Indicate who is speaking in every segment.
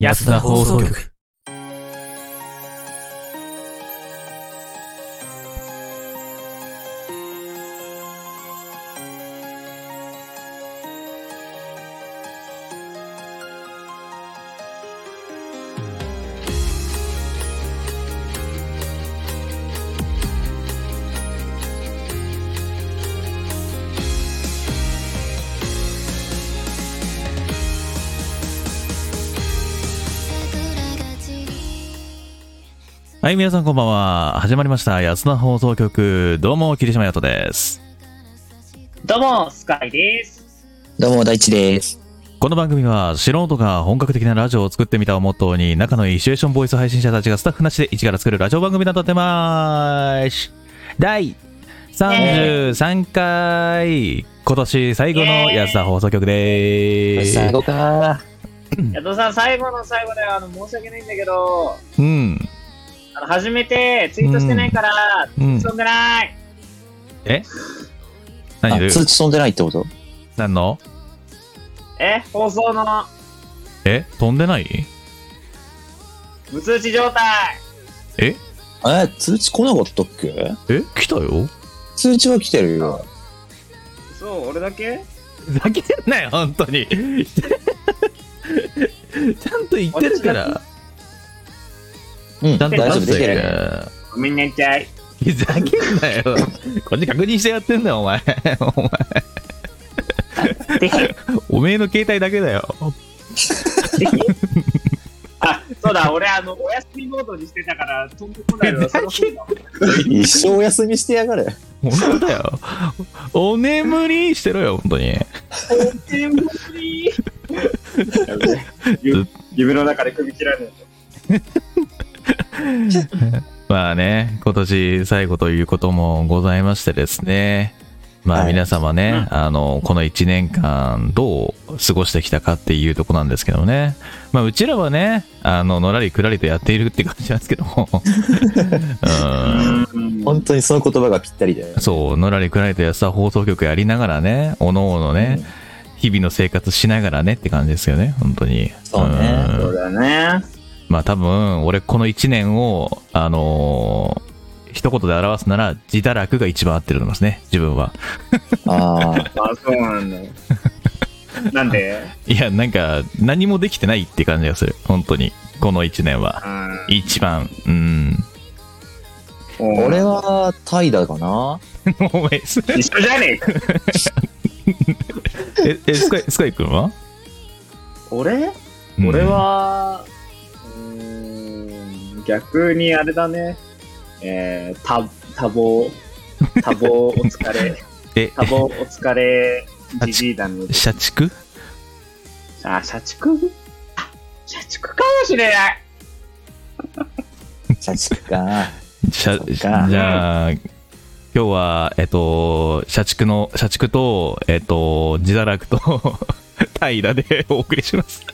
Speaker 1: 安田放送局。はい、皆さんこんばんは。始まりました。安田放送局。どうも、霧島やとです。
Speaker 2: どうも、スカイです。
Speaker 3: どうも、大地です。
Speaker 1: この番組は、素人が本格的なラジオを作ってみたをモットーに、仲のいいシチュエーションボイス配信者たちがスタッフなしで一から作るラジオ番組となってまーす。第33回、今年最後の安田放送局でーす。
Speaker 3: 後か。
Speaker 2: ヤトさん、最後の最後で、あの、申し訳ないんだけど、
Speaker 1: うん。
Speaker 2: あの、初めてツイートしてないから、
Speaker 1: うん。
Speaker 2: 遊んでない。
Speaker 1: え何
Speaker 3: あ
Speaker 1: どうい、う
Speaker 3: 通知飛んでないってこと
Speaker 1: 何の
Speaker 2: え、放送の
Speaker 1: え飛んでない
Speaker 2: 無通知状態。
Speaker 3: え、通知来なかったっけ
Speaker 1: え来たよ。
Speaker 3: 通知は来てるよ。
Speaker 2: そう、俺だけ
Speaker 1: ふざけんなよ、本当に。ちゃんと言ってるから。
Speaker 3: うん、
Speaker 1: ちゃんと
Speaker 3: 大
Speaker 1: 出
Speaker 3: 丈夫、
Speaker 1: して
Speaker 3: 出
Speaker 1: る
Speaker 3: て
Speaker 1: か
Speaker 3: る。
Speaker 1: ら。
Speaker 2: ごめんねちゃい。
Speaker 1: ふざけんなよ。こっち確認してやってんだよ、お前。お前、
Speaker 2: ぜひ、ぜ
Speaker 1: おめえの携帯だけだよ。
Speaker 2: ひ。あ、そうだ、俺、あの、お休みモードにしてたから、飛んでこないのよ。その日の
Speaker 3: 一生お休みしてやがれ。
Speaker 1: 本当だよ。お眠りしてろよ、本当に。
Speaker 2: お天ぶり。 やべえゆ夢の中で首切られる。
Speaker 1: まあね、今年最後ということもございましてですね。まあ
Speaker 3: はい
Speaker 1: 皆様ね、
Speaker 2: うん
Speaker 1: あの、この1年間どう過ごしてきたかっていうとこなんですけどね。まあうちらはね、あの、のらりくらりとやっているって感じなんですけども。うん
Speaker 3: 本当にその言葉がぴったりだよ。
Speaker 1: そう、のらりくらりと安田放送局やりながらね、おのおのね、日々の生活しながらねって感じですよね、本当に。
Speaker 3: そうね
Speaker 1: ん
Speaker 2: そうだね。
Speaker 1: まあ多分、俺この1年を、あのー一言で表すなら、自堕落が一番合ってると思いますね、自分は。
Speaker 3: ああ、
Speaker 2: あ、そうなん だ。なんで
Speaker 1: いや、なんか、何もできてないって感じがする、本当に。この1年は。一番、うん。
Speaker 3: 俺は怠惰かな。
Speaker 1: お前、す
Speaker 2: 一緒じゃねえか。
Speaker 1: え、え、スカイ、スカイ君は、
Speaker 2: 俺
Speaker 1: うん
Speaker 2: 俺、は、うーん、逆にあれだね。えー、た、多忙。多忙お疲れ。
Speaker 1: え、
Speaker 2: 多忙お疲れ。じじいだね。
Speaker 1: 社畜
Speaker 2: あ、社畜社畜かもしれない。
Speaker 3: 社畜か。
Speaker 1: 社
Speaker 3: そっか
Speaker 1: じゃあ、今日は、えっと、社畜の、社畜と、えっと、自堕落と、 怠惰でお送りします。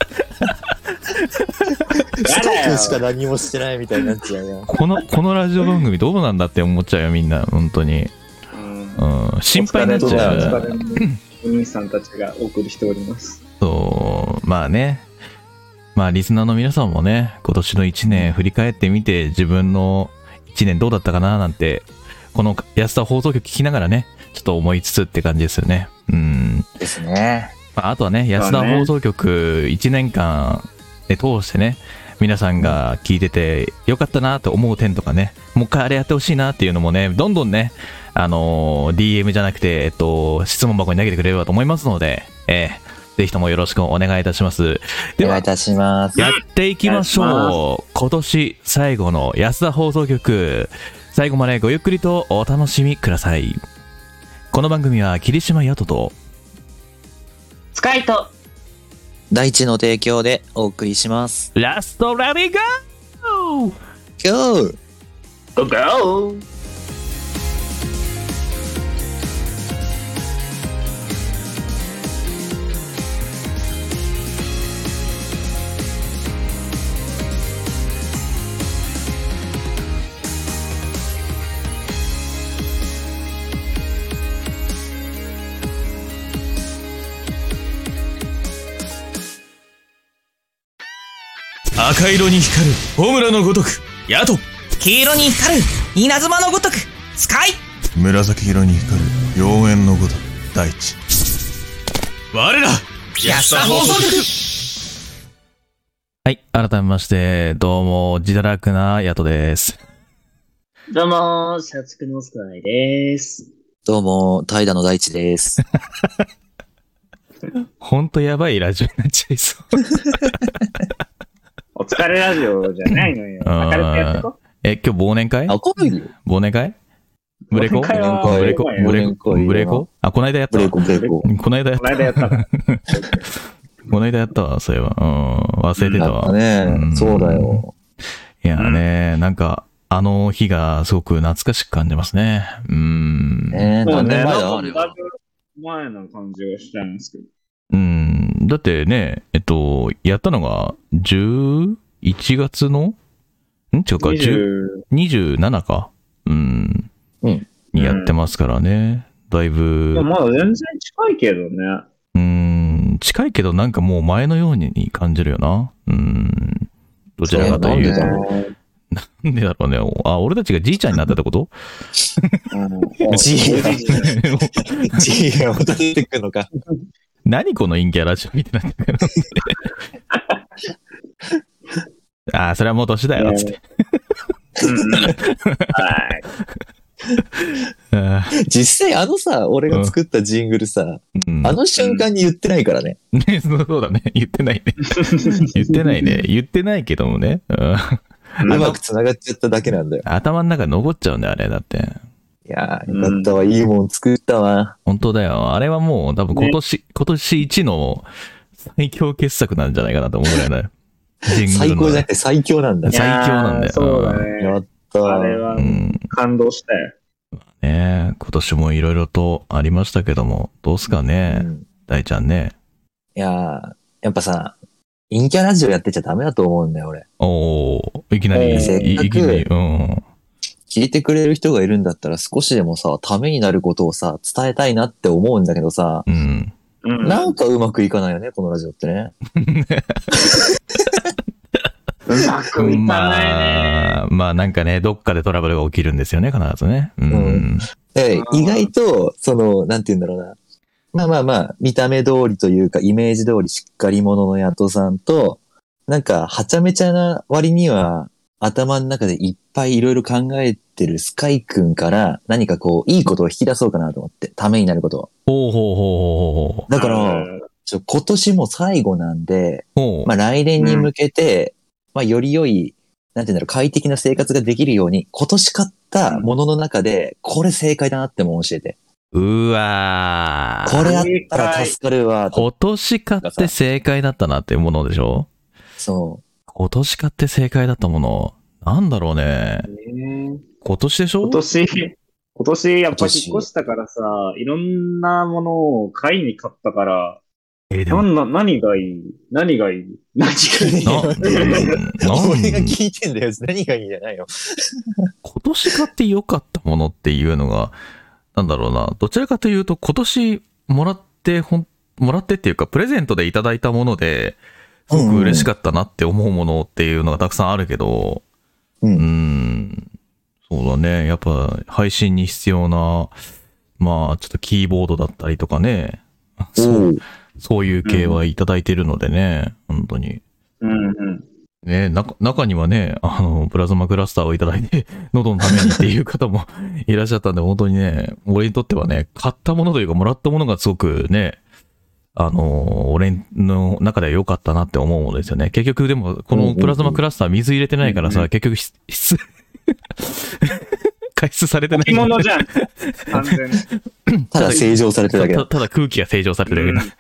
Speaker 3: スカ
Speaker 2: やだよ
Speaker 3: イ君しか何もしてないみたいになっちゃうよ。
Speaker 1: この、このラジオ番組どうなんだって思っちゃうよ、みんな、本当に。
Speaker 2: うん
Speaker 1: うん、心配になっ
Speaker 2: お
Speaker 1: ち
Speaker 2: 疲
Speaker 1: ゃ
Speaker 2: れ様お
Speaker 1: う。
Speaker 2: 疲れ様お兄さんたちがお送りしております。
Speaker 1: そう、まあね。まあ、リスナーの皆さんもね、今年の1年振り返ってみて、自分の1年どうだったかな、なんて、この安田放送局聞きながらね、ちょっと思いつつって感じですよね。うん。
Speaker 3: ですね。
Speaker 1: まあ、あとはね、安田放送局1年間で通してね、皆さんが聞いててよかったなと思う点とかね、もう一回あれやってほしいなっていうのもね、どんどんね、あのー DM じゃなくて、えっと、質問箱に投げてくれればと思いますので、えーぜひともよろしくお願いいたします。
Speaker 3: お
Speaker 1: で
Speaker 3: 願い
Speaker 1: は、
Speaker 3: いたします。
Speaker 1: やっていきまし
Speaker 2: お願い
Speaker 1: ょう。今年最後の安田放送局。最後までごゆっくりとお楽しみください。この番組は霧島ヤトと、
Speaker 2: スカイと
Speaker 3: 大地の提供でお送りします。
Speaker 1: ラストラリーゴー
Speaker 3: Go!
Speaker 2: Go go!
Speaker 4: 「赤色に光るホムラのごとくヤト
Speaker 5: 黄色に光る稲妻のごとくスカイ
Speaker 6: 紫色に光る妖艶のごとく大地
Speaker 4: 我ら安田放送局
Speaker 1: はい、改めまして、どうも、自堕落なヤトです。
Speaker 2: どうもー、社畜のスクライです。
Speaker 3: どうも、怠惰の大地です。
Speaker 1: ほんとやばいラジオになっちゃいそう。
Speaker 2: お疲れラジオじゃないのよ。
Speaker 1: うん
Speaker 2: 明るくやってこ。
Speaker 1: え、今日忘年会
Speaker 3: あ、来ないよ。
Speaker 1: 忘年会ブレコ
Speaker 2: 忘年会は
Speaker 1: ブレコ
Speaker 2: 忘年会
Speaker 1: ブレコ
Speaker 3: 忘年会は
Speaker 1: ブレコあ、こないだやった
Speaker 3: ブレ
Speaker 1: わ。
Speaker 3: イコブレイコ。
Speaker 1: こないだやっ
Speaker 2: この間やっ たから。
Speaker 1: この間やったわ、そういえば。うん、忘れてた
Speaker 3: だった
Speaker 1: わ。う
Speaker 3: ね
Speaker 1: ん。
Speaker 3: そうだよ。
Speaker 1: いやね、なんか、あの日がすごく懐かしく感じますね。うん。
Speaker 3: ねえ、
Speaker 2: そう
Speaker 3: 何
Speaker 2: ね、
Speaker 3: 年前
Speaker 2: なん
Speaker 3: だあ
Speaker 2: か
Speaker 3: れ
Speaker 2: だい
Speaker 3: は。
Speaker 2: ぶ前の感じがしたんですけど。
Speaker 1: うん、だってね、えっと、やったのが11月のん違うか、10
Speaker 2: 20
Speaker 1: 27か。うん。
Speaker 3: うん
Speaker 1: にやってますからね。だいぶ
Speaker 2: まあ、まだ全然近いけどね。
Speaker 1: うん、近いけどなんかもう前のように感じるよな。うん。どちらかという
Speaker 3: そ
Speaker 1: と。
Speaker 3: うだ
Speaker 1: な
Speaker 3: よ
Speaker 1: んでだろうね。あ、俺たちがじいちゃんになったってこと
Speaker 3: G が、G が戻ってくるのか。
Speaker 1: 何この陰キャラジオみたいな。 あー、それはもう年だよ、つって。
Speaker 2: うんうんはい。
Speaker 1: あー
Speaker 3: 実際あのさ、俺が作ったジングルさ、
Speaker 1: うん
Speaker 3: あの瞬間に言ってないからね。
Speaker 1: ね、 そうそうだね。言ってない ね。言ってないね。言ってないけどもね。うん
Speaker 3: う
Speaker 2: うん
Speaker 3: まく繋がっちゃっただけなんだよ。
Speaker 1: 頭の中残っちゃうんだよ、あれ。だって。
Speaker 3: いやー、よかったわ。いいもん作ったわ。
Speaker 1: 本当だよ。あれはもう多分今年、今年一の最強傑作なんじゃないかなと思うぐらい だよ。ジングル
Speaker 3: 最
Speaker 1: の
Speaker 3: 高じゃなくて最強なんだ。
Speaker 1: 最強なんだよ
Speaker 2: いやーそうだ
Speaker 3: や
Speaker 2: ね。
Speaker 3: った
Speaker 2: あ
Speaker 3: わ。
Speaker 2: れは
Speaker 1: うん。
Speaker 2: 感動したよ。
Speaker 1: ねえ今年もいろいろとありましたけども、どうすかね、
Speaker 3: うん
Speaker 1: 大ちゃんね。
Speaker 3: いやー、やっぱさ、陰キャラジオやってちゃダメだと思うんだよ、俺。
Speaker 1: おおいきな
Speaker 2: え
Speaker 1: り、
Speaker 2: ー
Speaker 3: せっかく
Speaker 1: いいきなり、うん。
Speaker 3: 聞いてくれる人がいるんだったら少しでもさ、ためになることをさ、伝えたいなって思うんだけどさ、
Speaker 1: うん。
Speaker 2: うん
Speaker 3: なんかうまくいかないよね、このラジオってね。
Speaker 2: うまくいかないね。
Speaker 1: まあ、まあなんかね、どっかでトラブルが起きるんですよね、必ずね。うん。
Speaker 3: で
Speaker 2: あー
Speaker 3: 意外と、その、なんて言うんだろうな。まあまあまあ、見た目通りというか、イメージ通りしっかり者のヤトさんと、なんか、はちゃめちゃな割には、頭の中でいっぱいいろいろ考えてるスカイくんから、何かこう、いいことを引き出そうかなと思って、ためになることを。
Speaker 1: ほうほうほうほうほうほう。
Speaker 3: だから、
Speaker 2: うん
Speaker 3: ちょ今年も最後なんで、
Speaker 1: ほう
Speaker 3: まあ来年に向けて、まあより良い、なんて言うんだろう、快適な生活ができるように、今年買ったものの中で、これ正解だなっても教えて。
Speaker 1: うわー
Speaker 3: これあったら助かるわ、と。
Speaker 1: 今年買って正解だったなってものでしょ
Speaker 3: そ
Speaker 1: 今年買って正解だったもの。なんだろうね。
Speaker 2: ね
Speaker 1: 今年でしょ
Speaker 2: 今年、今年やっぱ
Speaker 3: 今年
Speaker 2: 引っ越したからさ、いろんなものを買いに買ったから、
Speaker 1: えーで
Speaker 2: な
Speaker 1: も
Speaker 2: んな何がいい何がいい何がいい
Speaker 1: な、うん
Speaker 3: う。俺が
Speaker 1: なん
Speaker 3: 聞いてんだよ。何がいいんじゃないよ。
Speaker 1: 今年買って良かったものっていうのが、なんだろうな。どちらかというと、今年もらって、ほん、もらってっていうか、プレゼントでいただいたもので、すごく嬉しかったなって思うものっていうのがたくさんあるけど、
Speaker 3: う。
Speaker 1: うんん。そうだね。やっぱ配信に必要な、まあ、ちょっとキーボードだったりとかね。そう、
Speaker 3: う。
Speaker 1: そういう系はいただいてるのでね。本当に。
Speaker 2: うんうん。
Speaker 1: ね中、中にはね、あの、プラズマクラスターをいただいて、 喉のためにっていう方も いらっしゃったんで、本当にね、俺にとってはね、買ったものというか、もらったものがすごくね、あの、俺の中では良かったなって思うものですよね。結局でも、こ
Speaker 3: うんうん
Speaker 1: の
Speaker 3: うん
Speaker 1: プラズマクラスター水入れてないから
Speaker 2: うん
Speaker 1: さ、結局し、 し加湿されてない
Speaker 2: 着物じゃ ん。完全に。
Speaker 3: ただ正常されてるだけ
Speaker 1: た
Speaker 3: だ。
Speaker 1: ただ空気が正常されてるだけだ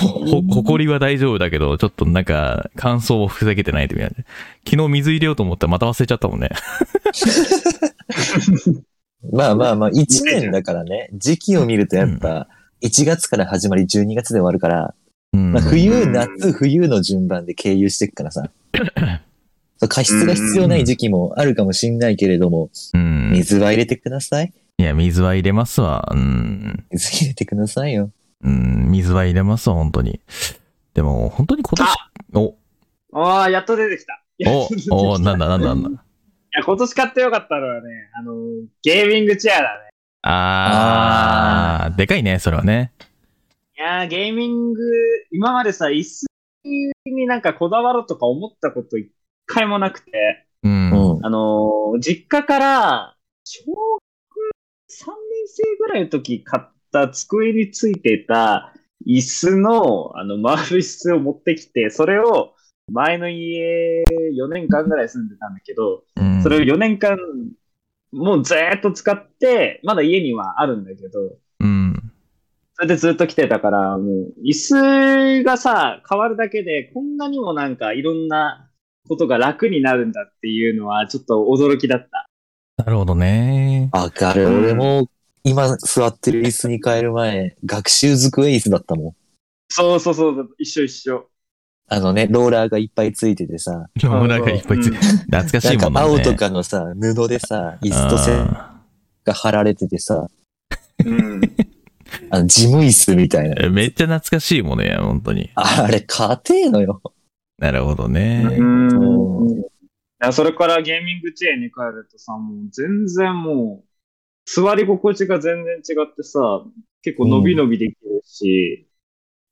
Speaker 1: ほ、ほ、ほこりは大丈夫だけど、ちょっとなんか、乾燥を防げてないってみたいな。昨日水入れようと思ったらまた忘れちゃったもんね。
Speaker 3: まあまあまあ、1年だからね。時期を見るとやっぱ、1月から始まり12月で終わるから、
Speaker 1: うん
Speaker 3: まあ、冬、
Speaker 2: うん
Speaker 3: 夏、冬の順番で経由していくから さ。そう加湿が必要ない時期もあるかもしんないけれども、
Speaker 1: うん。
Speaker 3: 水は入れてください。
Speaker 1: いや、水は入れますわ。うん。
Speaker 3: 水入れてくださいよ。
Speaker 1: うん、水は入れますわ、本当に。でも、本当に今年、お、
Speaker 2: ああ、やっと出てきた。
Speaker 1: お、 お、なんだなんだなんだ。
Speaker 2: いや、今年買ってよかったのはね、あの、ゲーミングチェアだね。
Speaker 1: あー、でかいね、それはね。
Speaker 2: いやー、ゲーミング、今までさ、椅子になんかこだわろうとか思ったこと一回もなくて、
Speaker 1: うん。
Speaker 3: うん。
Speaker 2: あのー実家から、小学3年生ぐらいの時買った机についていた椅子の、あの、丸い椅子を持ってきて、それを前の家4年間ぐらい住んでたんだけど、
Speaker 1: うん
Speaker 2: それを4年間、もうずーっと使って、まだ家にはあるんだけど、
Speaker 1: うん。
Speaker 2: それでずっと来てたから、もう、椅子がさ、変わるだけで、こんなにもなんかいろんなことが楽になるんだっていうのは、ちょっと驚きだった。
Speaker 1: なるほどね。
Speaker 3: わかる。俺も、今座ってる椅子に変える前、学習机椅子だったもん。
Speaker 2: そうそうそう、一緒一緒。
Speaker 3: あのね、ローラーがいっぱいついててさ、
Speaker 1: 今日なんかいっぱいつ い
Speaker 2: うん
Speaker 1: 懐かし
Speaker 3: ないん
Speaker 1: も
Speaker 3: か
Speaker 1: んね。
Speaker 3: 青とかのさ、布でさ、椅子と線
Speaker 1: あ
Speaker 3: が貼られててさ、
Speaker 2: うん。
Speaker 3: あの、事務椅子みたいな。
Speaker 1: ーめっちゃ懐かしいものや、本当に。
Speaker 3: あれ、硬えのよ。
Speaker 1: なるほどね。
Speaker 2: うん。いやそれからゲーミングチェーンに変えるとさ、もう全然もう、座り心地が全然違ってさ、結構伸び伸びできるし、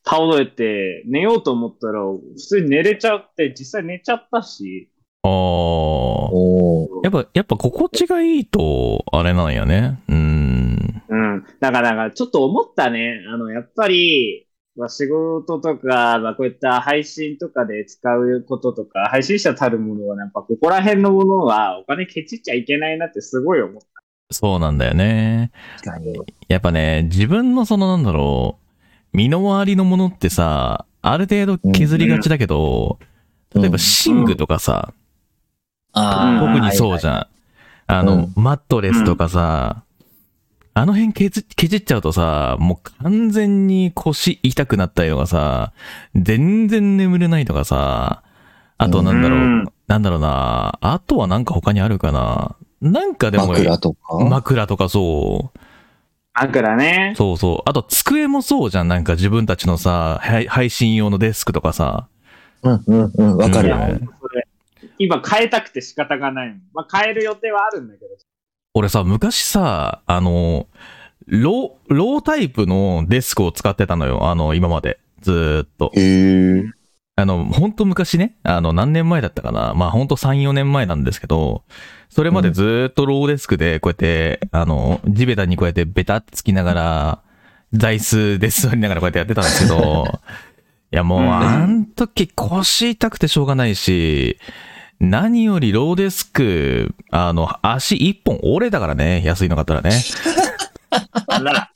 Speaker 2: 倒れて寝ようと思ったら、普通に寝れちゃって、実際寝ちゃったし、
Speaker 1: ああ。
Speaker 3: おー
Speaker 1: やっぱ、やっぱ心地がいいと、あれなんやね。うん。
Speaker 2: うん。だから、だからちょっと思ったね。あの、やっぱり、まあ、仕事とか、まあ、こういった配信とかで使うこととか、配信者たるものは、やっぱここら辺のものはお金ケチっちゃいけないなってすごい思った。
Speaker 1: そうなんだよね。
Speaker 3: 確かに。
Speaker 1: やっぱね、自分のそのなんだろう、身の回りのものってさ、ある程度削りがちだけど、
Speaker 3: うん
Speaker 1: 例えば寝具とかさ、
Speaker 3: あ
Speaker 1: 特にそうじ
Speaker 3: ゃん。
Speaker 1: ゃん。あの、
Speaker 3: うん
Speaker 1: マットレスとかさ、あの辺削削っちゃうとさ、もう完全に腰痛くなったりとかさ、全然眠れないとかさ、あとなんだろう、
Speaker 2: うん
Speaker 1: なんだろうな、あとはなんか他にあるかな。なんかでも、
Speaker 3: 枕とか、
Speaker 1: 枕とかそう。
Speaker 2: 枕ね。
Speaker 1: そうそう。あと、机もそうじゃん。なんか自分たちのさ、はい配信用のデスクとかさ。
Speaker 3: うんうんうん、わかる
Speaker 2: い
Speaker 3: よ
Speaker 1: う
Speaker 2: や
Speaker 3: ね。
Speaker 1: ん
Speaker 2: ほんとそれ今変えたくて仕方がないもん。まあ、変える予定はあるんだけど。
Speaker 1: 俺さ、昔さ、あの、ロー、ロータイプのデスクを使ってたのよ。あの、今まで。ずーっと。
Speaker 3: へえ。
Speaker 1: あの、ほんと昔ね。あの、何年前だったかな。まあ、ほんと3、4年前なんですけど、それまでずーっとローデスクで、こうやって、あの、地べたにこうやってベタってつきながら、座椅子で座りながらこうやってやってたんですけど、いやもう、
Speaker 2: うん
Speaker 1: あん時腰痛くてしょうがないし、何よりローデスク、あの、足一本折れたからね、安いの買ったらね。
Speaker 2: あらら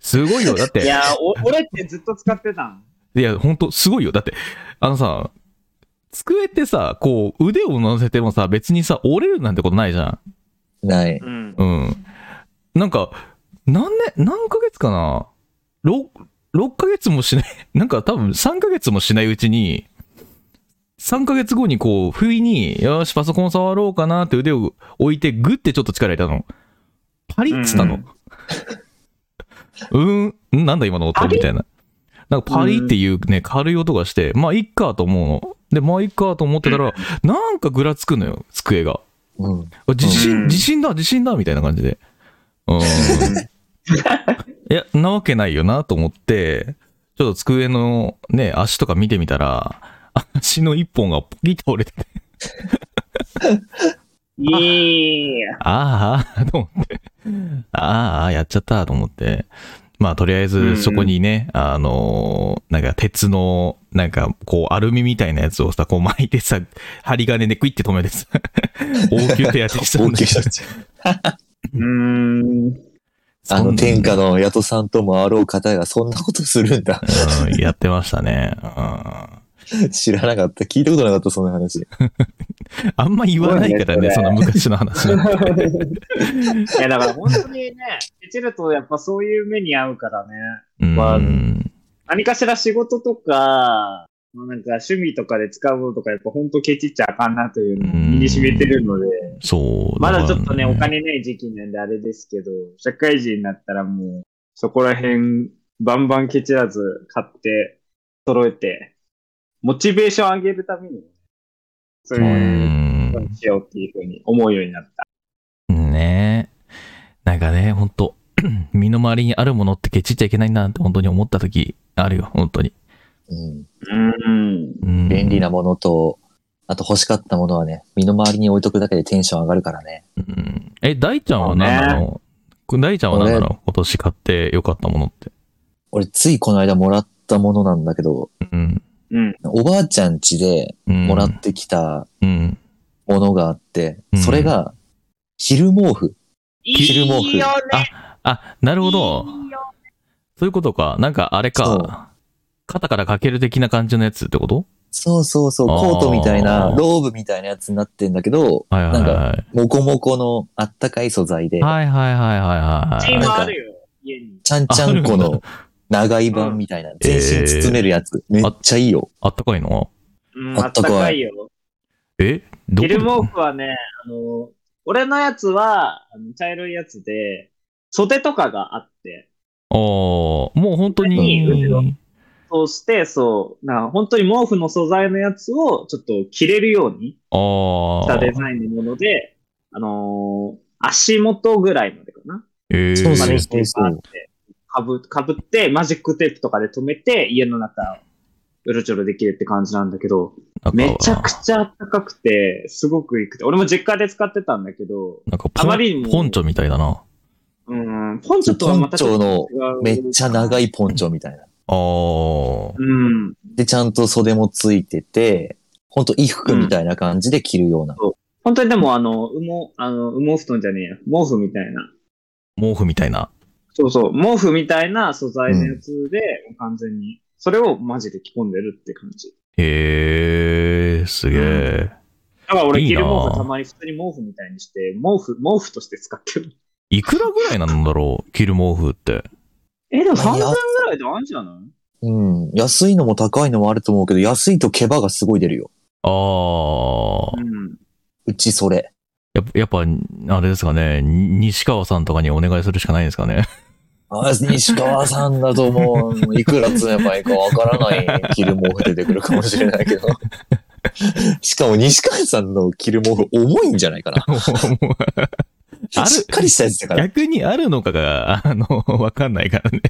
Speaker 1: すごいよ。だって、
Speaker 2: いや、お俺ってずっと使ってたの。
Speaker 1: いや、ほんと、すごいよ。だって、あのさ、机ってさ、こう、腕を乗せてもさ、別にさ、折れるなんてことないじゃん。
Speaker 3: ない。
Speaker 2: うん。
Speaker 1: うん。なんか、何年、何ヶ月かな ?6、6ヶ月もしない、 なんか多分3ヶ月もしないうちに、3ヶ月後にこう、不意に、よし、パソコン触ろうかなって腕を置いて、グってちょっと力入れたの。パリッつったの。うーん、んなんだ今の音みたいな。なんかパリっていうね、軽い音がして、まあ、いっかと思うの。で、まあ、いっかと思ってた ら、なんかぐらつくのよ、机が。
Speaker 3: うん。
Speaker 1: あ地
Speaker 2: うん
Speaker 1: 震、地震だ、地震だ、みたいな感じで。うん。いや、なわけないよなと思って、ちょっと机のね、足とか見てみたら、足の一本がポキッと折れてて、
Speaker 2: いいや。
Speaker 1: あーあー、と思って、あーあー、やっちゃった、と思って。まあ、とりあえ
Speaker 2: うんうん
Speaker 1: ず、そこにね、あのーなんか、鉄の、なんか、こう、アルミみたいなやつをさ、こう巻いてさ、針金でクイッて止めてさ、応急手当てしたん
Speaker 3: 大
Speaker 1: だ
Speaker 3: き
Speaker 1: け
Speaker 3: い
Speaker 1: ど
Speaker 2: うーん。
Speaker 3: あ
Speaker 1: そ
Speaker 3: の、
Speaker 1: ん
Speaker 3: 天下のヤトさんと回ろう方がそんなことするんだ。
Speaker 1: うんやってましたね。うん、
Speaker 3: 知らなかった。聞いたことなかった、そんな話。
Speaker 1: あんま言わないからね、
Speaker 2: そ
Speaker 1: そうの昔の話なんて。
Speaker 2: いや、だから本当にね、ケチるとやっぱそういう目に遭うからね。
Speaker 1: うん
Speaker 2: まあ何かしら仕事とか、まあなんか趣味とかで使うものとか、やっぱ本当ケチっちゃあかんなというのを身に染めてるので、
Speaker 1: そう。
Speaker 2: まだち
Speaker 1: から
Speaker 2: ょっとね、お。金ない時期なんであれですけど、社会人になったらもう、そこら辺、バンバンケチらず買って、揃えて、モチベーション上げるために、そう
Speaker 1: う
Speaker 2: いうこ
Speaker 1: ん
Speaker 2: とにしようっていうふうに思うようになった。
Speaker 1: ねえ。なんかね、ほんと、 身の回りにあるものってケチっちゃいけないなって本当に思った時あるよ、本当に。
Speaker 3: うん。
Speaker 2: うん。
Speaker 1: うん、
Speaker 3: 便利なものと、あと欲しかったものはね、身の回りに置いとくだけでテンション上がるからね。
Speaker 1: うん。え、大ちゃんは何なの、大ちゃんは何なの今年買ってよかったものって。
Speaker 3: 俺ついこの間もらったものなんだけど、
Speaker 1: うん。
Speaker 2: うん。
Speaker 3: おばあちゃん家で
Speaker 1: うん、
Speaker 3: もらってきた
Speaker 1: うん。
Speaker 3: ものがあって、
Speaker 1: うん
Speaker 3: それが、昼毛布。昼毛布
Speaker 2: いいよね
Speaker 1: あ、なるほど。そういうことか。なんかあれ
Speaker 3: そう
Speaker 1: か。肩からかける的な感じのやつってこと
Speaker 3: そうそうそう、
Speaker 1: あー
Speaker 3: コートみたいな、ローブみたいなやつになってんだけど、
Speaker 1: はいはい
Speaker 3: な
Speaker 1: は
Speaker 3: もこもこのあったかい素材で
Speaker 1: い。、はいはいはいはい
Speaker 2: チ
Speaker 1: はいは
Speaker 2: ー
Speaker 1: い。
Speaker 2: ムあるよ、家に。
Speaker 3: ちゃんちゃんこの長い版みた いな、全身包めるやつ。めっちゃいいよ。
Speaker 1: あったかいの
Speaker 2: うん、
Speaker 3: あ
Speaker 2: あ
Speaker 3: っ
Speaker 2: ったた
Speaker 3: かい
Speaker 2: かいよ。
Speaker 1: えどこ
Speaker 2: ヒ
Speaker 1: で
Speaker 2: ルモークはね、あの、俺のやつは、あの茶色いやつで、袖とかがあって、
Speaker 1: ああ、もう本当
Speaker 2: いいですよ
Speaker 1: に。
Speaker 2: そうして、そう、な本当に毛布の素材のやつをちょっと着れるように
Speaker 1: あ
Speaker 2: し
Speaker 1: あ
Speaker 2: た。デザインのもので、あのー足元ぐらいまでかな。
Speaker 1: えー
Speaker 3: そう
Speaker 2: ま
Speaker 3: そう
Speaker 2: で
Speaker 3: そ
Speaker 2: し
Speaker 3: う
Speaker 2: て、バーってかぶ、かぶって、マジックテープとかで止めて、家の中、うろちょろできるって感じなんだけど、
Speaker 1: なんか
Speaker 2: めちゃくちゃ暖かくて、すごくいいくて。俺も実家で使ってたんだけど、
Speaker 1: なんかポ
Speaker 2: あまりにも
Speaker 1: ンポンチョみたいだな。
Speaker 2: うん、ポンチョとはまたちょっと違う。
Speaker 3: めっちゃ長
Speaker 2: い。
Speaker 3: いポンチョみたいな。
Speaker 1: ああ。
Speaker 2: うん。
Speaker 3: で、ちゃんと袖もついてて、ほんと衣服みたいな感じで着るような。
Speaker 2: 本当にでも、あの、羽毛、あの、羽毛布団じゃねえや。毛布みたいな。
Speaker 1: 毛布みたいな。
Speaker 2: そうそう。毛布みたいな素材のやつで、完全に。それをマジで着込んでるって感じ。
Speaker 1: へえ、すげえ。
Speaker 2: だから俺、
Speaker 1: いい
Speaker 2: 着
Speaker 1: な
Speaker 2: る
Speaker 1: ぁ
Speaker 2: 毛布たまに普通に毛布みたいにして、毛布、毛布として使ってる。
Speaker 1: いくらぐらいなんだろう着る毛布って。
Speaker 2: え、でも3000
Speaker 3: いや
Speaker 2: ぐらいであるんじゃない
Speaker 3: うん。安いのも高いのもあると思うけど、安いと毛羽がすごい出るよ。
Speaker 1: ああ。
Speaker 2: うん。
Speaker 3: うちそれ。
Speaker 1: やっぱ、やっぱ、あれですかね。に西川さんとかにお願いするしかないんですか ね。
Speaker 3: あ西川さんだともう、いくら詰めばいいかわからない着る毛布出てくるかもしれないけど。しかも西川さんの着る毛布重いんじゃないかな。
Speaker 1: ある
Speaker 3: しっかりしたやつだから。
Speaker 1: 逆にあるのかが、あの、わかんないからね。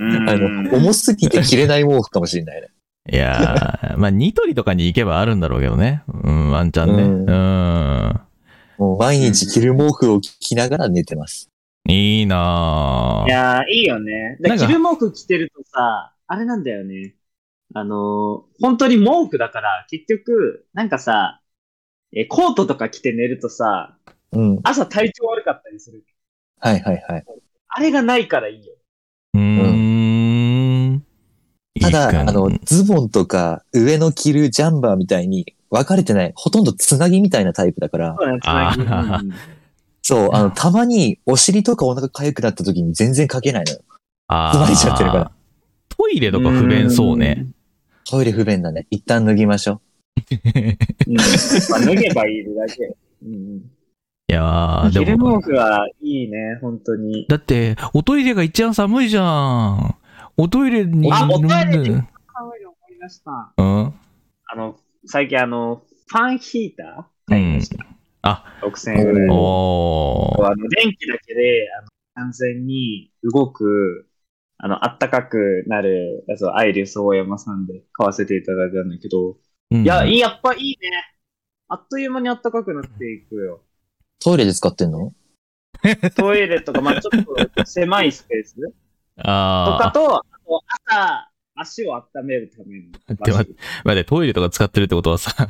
Speaker 2: うん
Speaker 3: あの、重すぎて着れない毛布かもしれないね。
Speaker 1: いやー、まあ、ニトリとかに行けばあるんだろうけどね。うん、ワンチャンね。
Speaker 3: うん
Speaker 1: うん
Speaker 3: もう毎日着る毛布を着ながら寝てます。
Speaker 1: いいなぁ
Speaker 2: いやー、いいよね。で、
Speaker 1: なんか
Speaker 2: 着る毛布着てるとさ、あれなんだよね。あのー本当に毛布だから、結局、なんかさ、えーコートとか着て寝るとさ、
Speaker 3: うん。
Speaker 2: 朝体調悪かったりする。
Speaker 3: はいはいはい。
Speaker 2: あれがないからいいよ。
Speaker 1: うーん。
Speaker 3: ただ、
Speaker 1: いいか
Speaker 3: あの、ズボンとか上の着るジャンバーみたいに分かれてない、ほとんどつなぎみたいなタイプだから、
Speaker 2: そうね、つなぎ
Speaker 1: あー
Speaker 2: うん
Speaker 3: そう、あの、たまにお尻とかお腹痒くなった時に全然かけないのよ。
Speaker 1: あ
Speaker 3: 詰まりちゃってるから。
Speaker 1: ートイレとか不便そうね。
Speaker 3: トイレ不便だね。一旦脱ぎましょ
Speaker 2: うん。まあ、脱げばいいだけ。うん
Speaker 1: いや
Speaker 2: う
Speaker 1: ー
Speaker 2: ん。
Speaker 1: で
Speaker 2: 着る
Speaker 1: も
Speaker 2: 毛、布はいいね、本当に。
Speaker 1: だって、おトイレが一番寒いじゃん。おトイレに。
Speaker 2: あおトイ
Speaker 1: う
Speaker 2: レ
Speaker 1: ん
Speaker 2: に可愛い思い出した。
Speaker 1: うん。
Speaker 2: あの、最近あの、ファンヒーター買いました。
Speaker 1: あ、
Speaker 2: 6000円ぐらいの。
Speaker 1: おー。
Speaker 2: あの電気だけであの完全に動く、あの、あったかくなるやつをアイリス大山さんで買わせていただいたんだけど、
Speaker 1: うん
Speaker 2: いや、いいやっぱいいね。あっという間にあったかくなってい くよ。
Speaker 3: う。トイレで使ってんの
Speaker 2: トイレとか、まあちょっと狭いスペースとか
Speaker 1: あー。
Speaker 2: と、あと朝、足を温めるために。
Speaker 1: 待って待って、トイレとか使ってるってことはさ、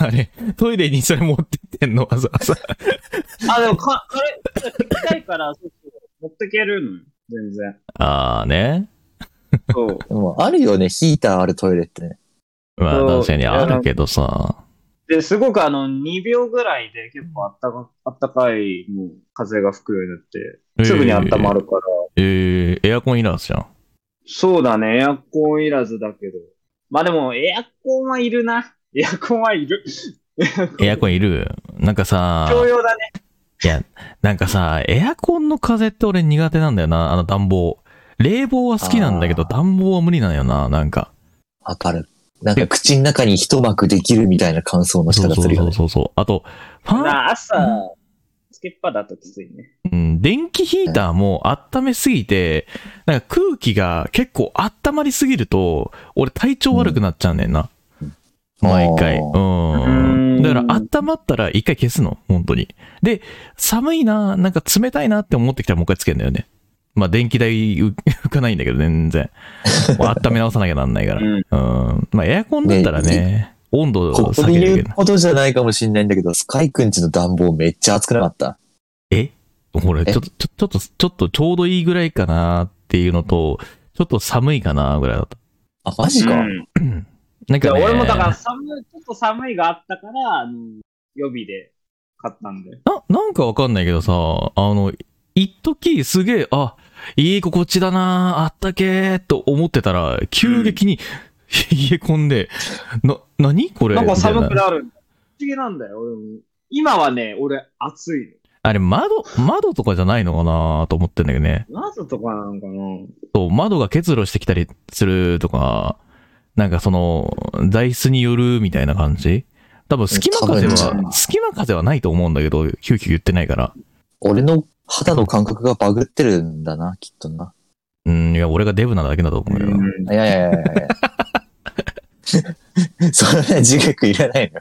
Speaker 1: あれ、トイレにそれ持ってってんのわざわざ。
Speaker 2: あ、でもか、これ、 聞きたいから、そうそう持ってけるのよ。全然。
Speaker 1: あーね。
Speaker 2: そう。
Speaker 3: でもあるよね、ヒーターあるトイレってね。
Speaker 1: まあ
Speaker 2: そう
Speaker 1: 確かにあるけどさ。
Speaker 2: で、すごくあの、2秒ぐらいで結構あったか、あったかい、もう、風が吹くようになって、すぐに温ま
Speaker 1: る。
Speaker 2: るから。
Speaker 1: えー、エアコンいらずじゃ ん。
Speaker 2: そうだね、エアコンいらずだけど。まあでも、エアコンはいるな。エアコンはいる。
Speaker 1: エアコンいるなんかさ、
Speaker 2: 共用だね。
Speaker 1: なんかさ、エアコンの風って俺苦手なんだよな、あの暖房。冷房は好きなんだけど、
Speaker 3: あー
Speaker 1: 暖房は無理なんだよな、なんか。
Speaker 3: わかる。なんか口の中に一幕できるみたいな感想の仕
Speaker 1: そう
Speaker 3: 方
Speaker 1: そ
Speaker 3: す
Speaker 1: う
Speaker 3: るよ
Speaker 1: そ
Speaker 3: ね
Speaker 1: う。そうそう。あと、ファン
Speaker 2: な朝、つけっぱだときついね。
Speaker 1: うん、電気ヒーターも温めすぎて、なんか空気が結構温まりすぎると、俺体調悪くなっちゃうねんな。毎回。
Speaker 3: あ
Speaker 1: う。
Speaker 2: うんん
Speaker 1: だから温まったら一回消すの、本当に。で、寒いな、なんか冷たいなって思ってきたらもう一回つけるんだよね。まあ電気代浮 浮かないんだけど、全然。もう温め直さなきゃなんないから。
Speaker 2: うん
Speaker 1: うん。まあエアコンだったらね、温度
Speaker 3: こ
Speaker 1: を
Speaker 3: こ
Speaker 1: 下
Speaker 3: で
Speaker 1: げる
Speaker 3: 言
Speaker 1: け
Speaker 3: う
Speaker 1: ど。
Speaker 3: ほどじゃないかもしんないんだけど、スカイくんちの暖房めっちゃ熱くなかった。
Speaker 1: えほら、ち
Speaker 3: え
Speaker 1: ょっと、ちょちょっと、ちょっとちょうどいいぐらいかなっていうのと、ちょっと寒いかなぐらいだった。
Speaker 3: あ、マジか。
Speaker 2: うん
Speaker 1: なん
Speaker 2: い
Speaker 1: か
Speaker 2: や
Speaker 1: ね、
Speaker 2: 俺もだから寒い、ちょっと寒いがあったから、あの予備で買ったんで。
Speaker 1: な、なんかわかんないけどさ、あの、一時すげえ、あ、いい心地だなあったけーと思ってたら、急激に、冷え込んで、な、何これ
Speaker 2: なんか寒
Speaker 1: みた
Speaker 2: く
Speaker 1: いな
Speaker 2: なるんだ。不思議なんだよ、俺も。今はね、俺暑い
Speaker 1: あれ、窓、窓とかじゃないのかなと思ってんだけどね。
Speaker 2: の。なぜとかなのかな
Speaker 1: そう窓が結露してきたりするとか、なんかその、材質によるみたいな感じ多分、隙間風
Speaker 3: 多分
Speaker 1: は、隙間風はないと思うんだけど、キューキュー言ってないから。
Speaker 3: 俺の肌の感覚がバグってるんだな、きっとな。
Speaker 1: うん、いや、俺がデブなだけだと思うよ。も
Speaker 3: いやいやいやいやいや。そんな自覚いらないの。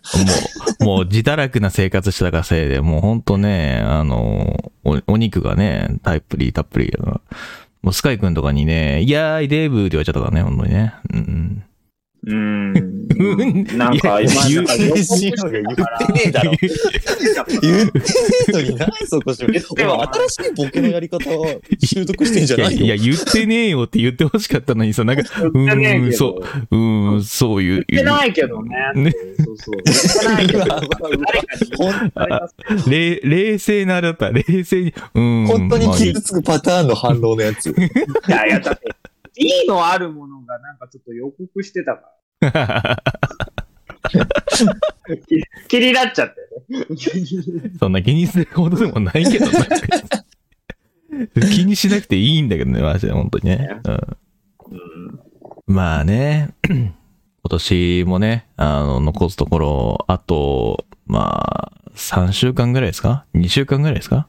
Speaker 1: う、もう自堕落な生活してたからせいで、もうほんとね、あの、おお肉がね、たっぷりたっぷりやな。もうスカイ君とかにね、いやーい、デブって言われちゃったからね、ほんとにね。うん。
Speaker 2: う
Speaker 1: う
Speaker 2: ん。
Speaker 1: ん
Speaker 2: なんか、
Speaker 1: いや
Speaker 2: 今、
Speaker 1: 言う
Speaker 3: てねえだろ。言ってねえのに、なそこし
Speaker 2: でも
Speaker 3: 新しいボケのやり方を習得してんじゃない
Speaker 1: いや、
Speaker 3: よ。
Speaker 1: いや言ってねえよって言ってほしかったのにさ、なんか、う
Speaker 2: 言ってねえ
Speaker 1: ー
Speaker 2: け
Speaker 1: ん、
Speaker 2: ど
Speaker 1: そう、うーん、そういう。
Speaker 2: 言ってないけどね。
Speaker 1: ね
Speaker 2: そうそう。言ってないけど。
Speaker 3: 今
Speaker 2: 誰かに言う誰か
Speaker 1: れ冷静なあれだった。冷静に。うん。
Speaker 3: 本当に
Speaker 1: まあいい
Speaker 3: 傷つくパターンの反応のやつ。
Speaker 2: いやいや、だって、いいのあるものがなんかちょっと予告してたから、気 気になっちゃってね。
Speaker 1: そんな気にするほどでもないけど な気にしなくていいんだけどね、マジで、本当にね。うん。まあね、 今年もね、あの、残すところ、あと、まあ、3週間ぐらいですか ?2 週間ぐらいですか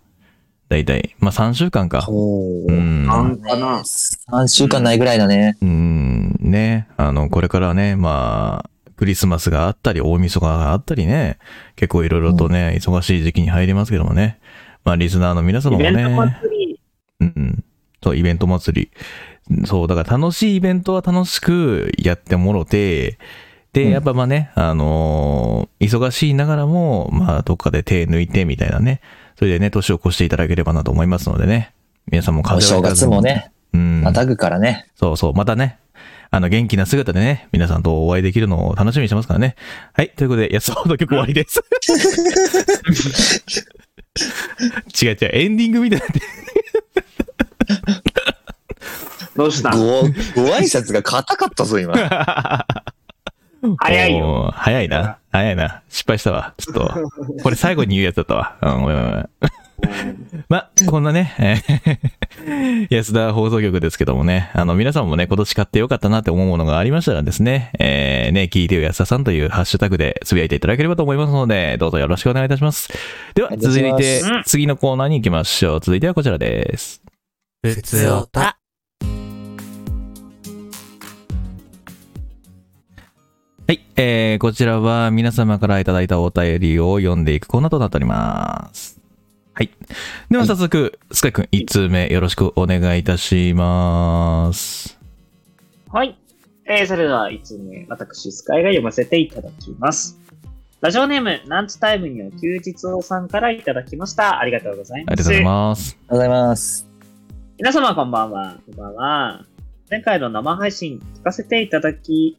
Speaker 1: 大体。まあ3週間か。
Speaker 3: お
Speaker 1: う
Speaker 3: ー
Speaker 1: ん。
Speaker 2: なんかな。
Speaker 3: 3週間ないぐらいだね。
Speaker 1: うん、ね、あの、これからね、まあ、クリスマスがあったり、大晦日があったりね、結構いろいろとね、忙しい時期に入りますけどもね、まあ、リスナーの皆様も
Speaker 2: イベント
Speaker 1: ね、
Speaker 2: 祭り。
Speaker 1: うん、そう、イベント祭り、そう、だから楽しいイベントは楽しくやってもろて、で、
Speaker 3: うん
Speaker 1: やっぱまあね、あのー忙しいながらも、まあ、どっかで手抜いてみたいなね、それでね、年を越していただければなと思いますのでね、皆さんも
Speaker 3: お正
Speaker 1: 邪をひかず
Speaker 3: 月もね、
Speaker 1: うん、
Speaker 3: またぐからね。
Speaker 1: そうそう、またね、あの、元気な姿でね、皆さんとお会いできるのを楽しみにしてますからね。はい、ということで、安ほど曲終わりです。 違う違う、エンディングみたいになって。
Speaker 2: どうした
Speaker 3: ご、ご挨拶が硬かったぞ、今。
Speaker 2: 早いよ。
Speaker 1: よ。早いな。早いな。失敗したわ。ちょっと、これ最後に言うやつだったわ。うん、ごめんごめんごめん。 ま、こんなね、 えー安田放送局ですけどもね、あの、皆さんもね、今年買ってよかったなって思うものがありましたらですね、えー、ね、聞いてよ安田さんというハッシュタグでつぶやいていただければと思いますので、どうぞよろしくお願いいたします。では、
Speaker 3: お願いします
Speaker 1: 続いて、次のコーナーに行きましょう。続いてはこちらです。
Speaker 5: 普通おた。
Speaker 1: はい、えー、こちらは皆様からいただいたお便りを読んでいくコーナーとなっております。はい。では早速、スカイくん1通目よろしくお願いいたします。
Speaker 2: はい。えー、それでは、いつも私、スカイが読ませていただきます。ラジオネーム、ランチタイムにお休日をさんからいただきました。ありがとうござい
Speaker 1: あ
Speaker 2: ま
Speaker 1: りがとう
Speaker 2: す。
Speaker 1: ございます。
Speaker 3: ありがとうございます。
Speaker 2: 皆様こんばんは。こんばんは。前回の生配信聞かせていただき、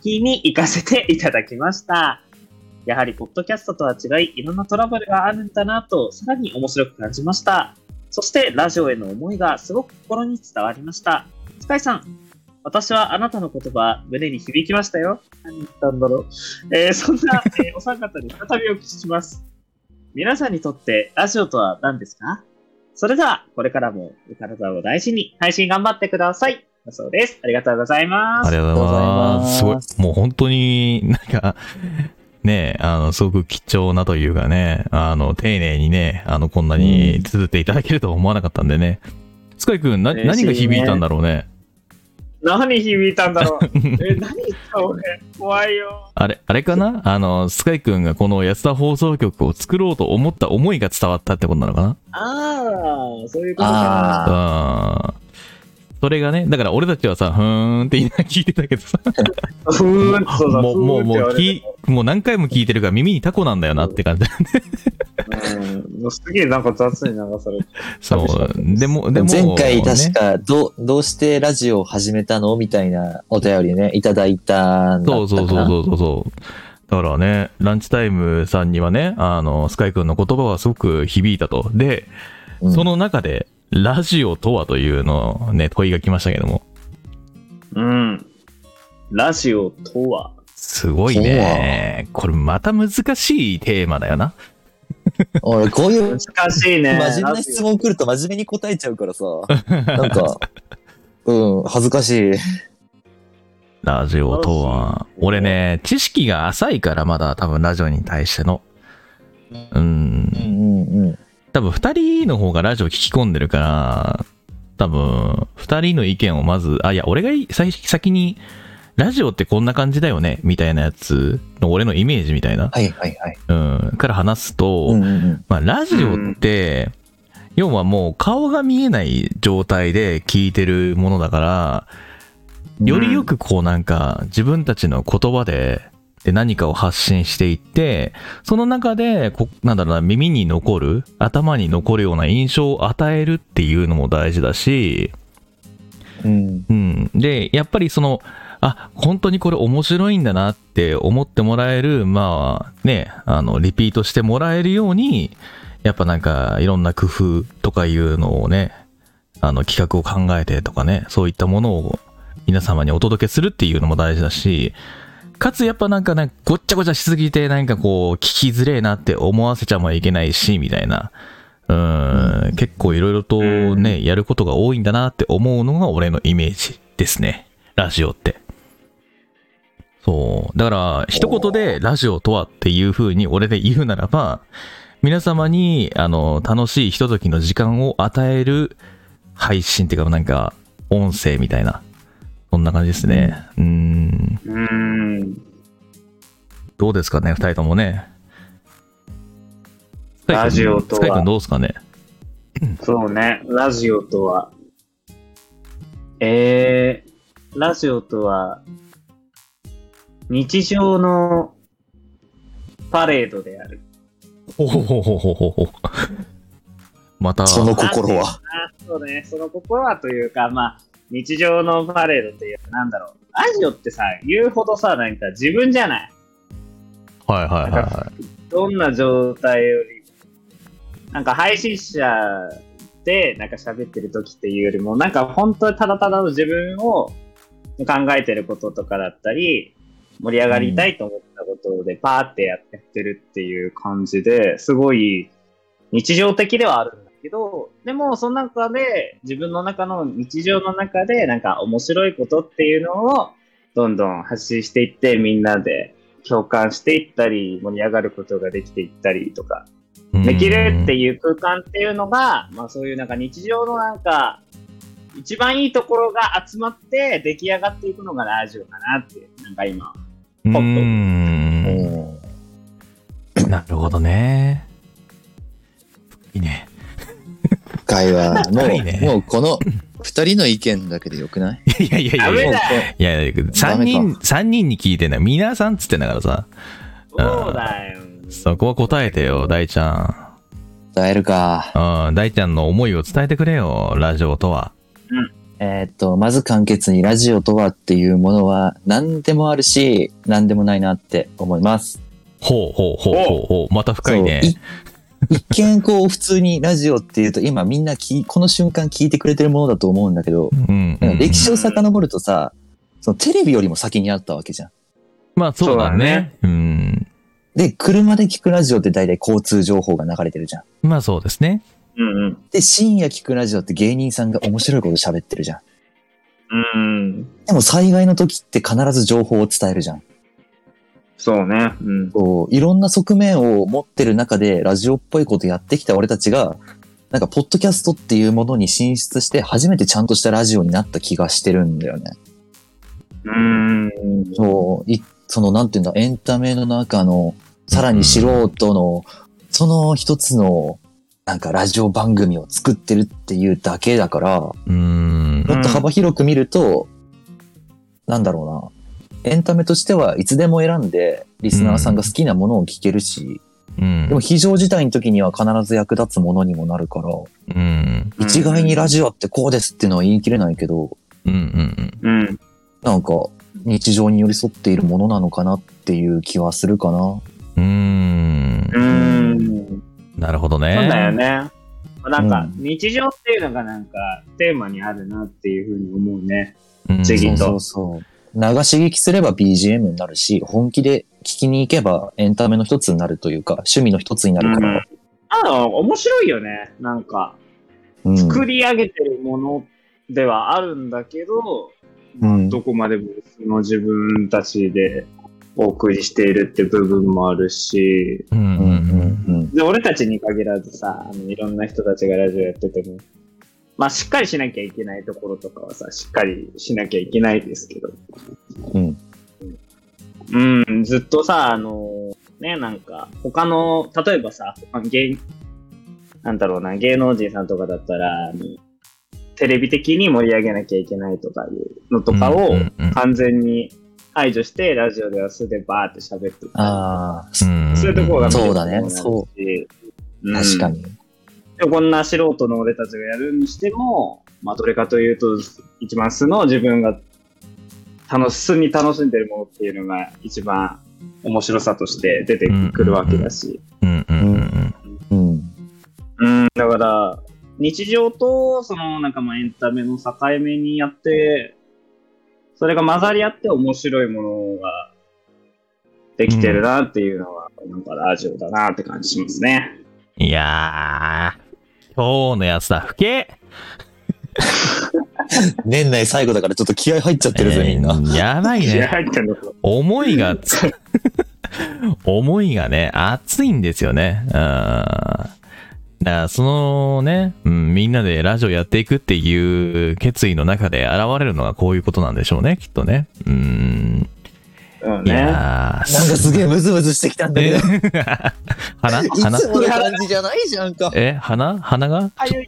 Speaker 2: 日に行かせていただきました。やはり、ポッドキャストとは違い、いろんなトラブルがあるんだなと、さらに面白く感じました。そして、ラジオへの思いがすごく心に伝わりました。スカイさん、私はあなたの言葉、胸に響きましたよ。何言ったんだろう。えーそんな、えーお三方に再びお聞きします。皆さんにとって、ラジオとは何ですかそれでは、これからもお体を大事に配信頑張ってください。だそうです。ありがとうございま
Speaker 1: あ
Speaker 2: す
Speaker 1: り。がとうございます。すごい。もう本当になんか、ねあの、すごく貴重なというかね、あの、丁寧にね、あの、こんなに綴っていただけるとは思わなかったんでね。スカイ君、な、
Speaker 2: 嬉しい
Speaker 1: 何
Speaker 2: ね
Speaker 1: が響いたんだろうね。
Speaker 2: 何響いたんだろう。え、何言った俺。怖いよ。
Speaker 1: あれ、あれかなあの、スカイ君がこの安田放送局を作ろうと思った思いが伝わったってことなのかな
Speaker 2: ああ、そういうことか。
Speaker 3: ああ、
Speaker 1: あーそれがね、だから俺たちはさ、ふーんって言いながら聞いてたけどさ、
Speaker 2: ふーんとそうだ。
Speaker 1: もう、もう、
Speaker 2: ふ
Speaker 1: も
Speaker 2: ーん
Speaker 1: う、
Speaker 2: って言われ
Speaker 1: きもう何回も聞いてるから耳にタコなんだよなって感じ。
Speaker 2: たうんもうすげえなんか雑に流されて。
Speaker 1: そう。でも、でも、
Speaker 3: 前回確
Speaker 1: ね
Speaker 3: か、ど、どうしてラジオを始めたのみたいなお便りね、いただいたんだ
Speaker 1: そ
Speaker 3: っ
Speaker 1: うそう
Speaker 3: たか
Speaker 1: そう
Speaker 3: な。
Speaker 1: そうそうそう。だからね、ランチタイムさんにはね、あの、スカイ君の言葉はすごく響いたと。で、
Speaker 3: うん
Speaker 1: その中で、ラジオとはというのをね、問いが来ましたけども。
Speaker 2: うん。ラジオとは
Speaker 1: すごいね。これまた難しいテーマだよな。
Speaker 3: 俺、こういう
Speaker 2: 難しいね。
Speaker 3: 真面目な質問来ると真面目に答えちゃうからさ。なんか、うん、恥ずかしい。
Speaker 1: ラジオとは。俺ね、知識が浅いからまだ多分ラジオに対しての。うん
Speaker 3: う。んうんうん。
Speaker 1: 多分2人の方がラジオ聞き込んでるから多分2人の意見をまずあいや俺がい最先にラジオってこんな感じだよねみたいなやつの俺のイメージみたいな、
Speaker 3: はいはいはい。
Speaker 1: うん、から話すと、
Speaker 3: うんうんうん。
Speaker 1: まあ、ラジオって、要はもう顔が見えない状態で聞いてるものだからよりよくこうなんか自分たちの言葉でで何かを発信していってその中でこなんだろうな耳に残る頭に残るような印象を与えるっていうのも大事だし、
Speaker 3: うん。
Speaker 1: うん、でやっぱりそのあ本当にこれ面白いんだなって思ってもらえるまあねあのリピートしてもらえるようにやっぱなんかいろんな工夫とかいうのをねあの企画を考えてとかねそういったものを皆様にお届けするっていうのも大事だしかつやっぱなんかねごっちゃごちゃしすぎてなんかこう聞きづれえなって思わせちゃもいけないしみたいなうん結構いろいろとねやることが多いんだなって思うのが俺のイメージですねラジオってそうだから一言でラジオとはっていう風に俺で言うならば皆様にあの楽しいひとときの時間を与える配信っていうかなんか音声みたいなそんな感じですねうん
Speaker 2: うん。
Speaker 1: どうですかね2人ともね
Speaker 2: ラジオとは
Speaker 1: スカイ君どうですかね
Speaker 2: そうね。ラジオとは。えー、ラジオとは、日常のパレードである。
Speaker 1: ほほほほほほほ また
Speaker 3: その心は。
Speaker 2: あそうね、その心はというか、まあ、日常のパレードというか、なんだろう、ラジオってさ、言うほどさ、なんか自分じゃない。
Speaker 1: はいはいはいはい
Speaker 2: どんな状態より、なんか配信者で、なんか喋ってる時っていうよりも、なんか本当にただただの自分を考えてることとかだったり、盛り上がりたいと思ったことで、パーってやってるっていう感じですごい日常的ではあるんだけど、でもその中で、自分の中の日常の中で、なんか面白いことっていうのを、どんどん発信していって、みんなで共感していったり、盛り上がることができていったりとか、
Speaker 1: うん
Speaker 2: できるっていう空間っていうのが、まあそういうなんか日常のなんか、一番いいところが集まって出来上がっていくのがラジオかなって、なんか今。
Speaker 1: う
Speaker 2: と
Speaker 1: ん
Speaker 3: うん
Speaker 1: なるほどねいいね
Speaker 3: 会話。も
Speaker 1: 深いね
Speaker 3: う、もうこの二人の意見だけでよくない
Speaker 1: いやいやい
Speaker 2: ダ
Speaker 1: やい
Speaker 2: メ
Speaker 1: や
Speaker 2: だ
Speaker 1: いやいや3
Speaker 3: ダメ
Speaker 1: 人三人に聞いてんだよ皆さんっつってんだからさ
Speaker 2: そうだよ。
Speaker 1: そこは答えてよ大ちゃ
Speaker 3: 伝えるか。
Speaker 1: んうん大ちゃんの思いを伝えてくれよラジオとは
Speaker 3: えーっと、まず簡潔にラジオとはっていうものは何でもあるし、何でもないなって思います。
Speaker 1: ほうほうほうほうほうまた深いね
Speaker 3: そうい 一見こう普通にラジオっていうと今みんなきこの瞬間聞いてくれてるものだと思うんだけど、
Speaker 1: うんうん
Speaker 3: なんか歴史を遡るとさ、そのテレビよりも先にあったわけじゃん。
Speaker 1: まあそうだねうん
Speaker 3: で、車で聞くラジオって大体交通情報が流れてるじゃん。
Speaker 1: まあそうですね
Speaker 2: うんうん。
Speaker 3: で、深夜聞くラジオって芸人さんが面白いこと喋ってるじゃん。
Speaker 2: うん。
Speaker 3: でも災害の時って必ず情報を伝えるじゃん。
Speaker 2: そうね。うん。
Speaker 3: こう、いろんな側面を持ってる中でラジオっぽいことやってきた俺たちが、なんかポッドキャストっていうものに進出して初めてちゃんとしたラジオになった気がしてるんだよね。
Speaker 2: うん。
Speaker 3: そう、い、その、なんていうんだ、エンタメの中の、さらに素人の、その一つの、なんかラジオ番組を作ってるっていうだけだから、も
Speaker 1: うーん。
Speaker 3: っと幅広く見ると、なんだろうな、エンタメとしてはいつでも選んで、リスナーさんが好きなものを聞けるし、
Speaker 1: うん
Speaker 3: でも。非常事態の時には必ず役立つものにもなるから、
Speaker 1: うん。
Speaker 3: 一概にラジオってこうですっていうのは言い切れないけど、
Speaker 1: うん。うん。
Speaker 2: うん。
Speaker 3: なんか日常に寄り添っているものなのかなっていう気はするかな。
Speaker 1: うん。うん
Speaker 2: うん。
Speaker 1: なるほどね。
Speaker 2: そうだよね。なんか、
Speaker 3: う
Speaker 2: 日常っていうのがなんか、テーマにあるなっていうふうに思うね。
Speaker 1: うん。
Speaker 2: ぜひ
Speaker 3: そうそうそう。流し聞きすれば BGM になるし、本気で聞きに行けばエンタメの一つになるというか、趣味の一つになるから。
Speaker 2: あの、面白いよね。なんか、
Speaker 3: うん。
Speaker 2: 作り上げてるものではあるんだけど、
Speaker 3: うん
Speaker 2: どこまでもその自分たちでお送りしているって部分もあるし、
Speaker 1: うん。
Speaker 3: う
Speaker 1: うん
Speaker 3: うん
Speaker 1: ん。
Speaker 3: うん
Speaker 2: で俺たちに限らずさ、あのいろんな人たちがラジオやってても、まあしっかりしなきゃいけないところとかはさ、しっかりしなきゃいけないですけど。
Speaker 3: うん。
Speaker 2: うん、ずっとさ、あの、ね、なんか、他の、例えばさ、他の芸、なんだろうな、芸能人さんとかだったら、あのテレビ的に盛り上げなきゃいけないとかいうのとかを
Speaker 1: うんうんうん
Speaker 2: 完全に排除して、ラジオでは素でバーって喋ってた
Speaker 3: ああ、
Speaker 1: うん。
Speaker 2: そういうところが
Speaker 3: そうだね
Speaker 2: そう
Speaker 3: 確かに。
Speaker 2: でもこんな素人の俺たちがやるにしても、まあ、どれかというと、一番素の自分が楽し、素に楽しんでるものっていうのが一番面白さとして出てくるわけだし。
Speaker 1: うん。うん。うん。
Speaker 3: うん。
Speaker 2: うん、だから、日常と、その、なんかまあエンタメの境目にやって、それが混ざり合って面白いものができてるなっていうのは、なんかラジオだなって感じしますね。
Speaker 1: いやー。今日のやつだ、ふけ
Speaker 3: 年内最後だからちょっと気合入っちゃってるぜ、みんな。
Speaker 1: えーやばい
Speaker 2: 気合
Speaker 1: ね。
Speaker 2: 入ってんのか
Speaker 1: 思いがつ、思いがね、熱いんですよね。うん。だからそのね、うん、みんなでラジオやっていくっていう決意の中で現れるのがこういうことなんでしょうね、きっとね。うん。
Speaker 2: うん
Speaker 1: い
Speaker 2: ね。
Speaker 1: やー、
Speaker 3: なんかすげえムズムズしてきたんだけど。い
Speaker 1: え鼻鼻
Speaker 3: つもの感じじゃないじゃんか。
Speaker 1: え鼻鼻が
Speaker 2: あゆい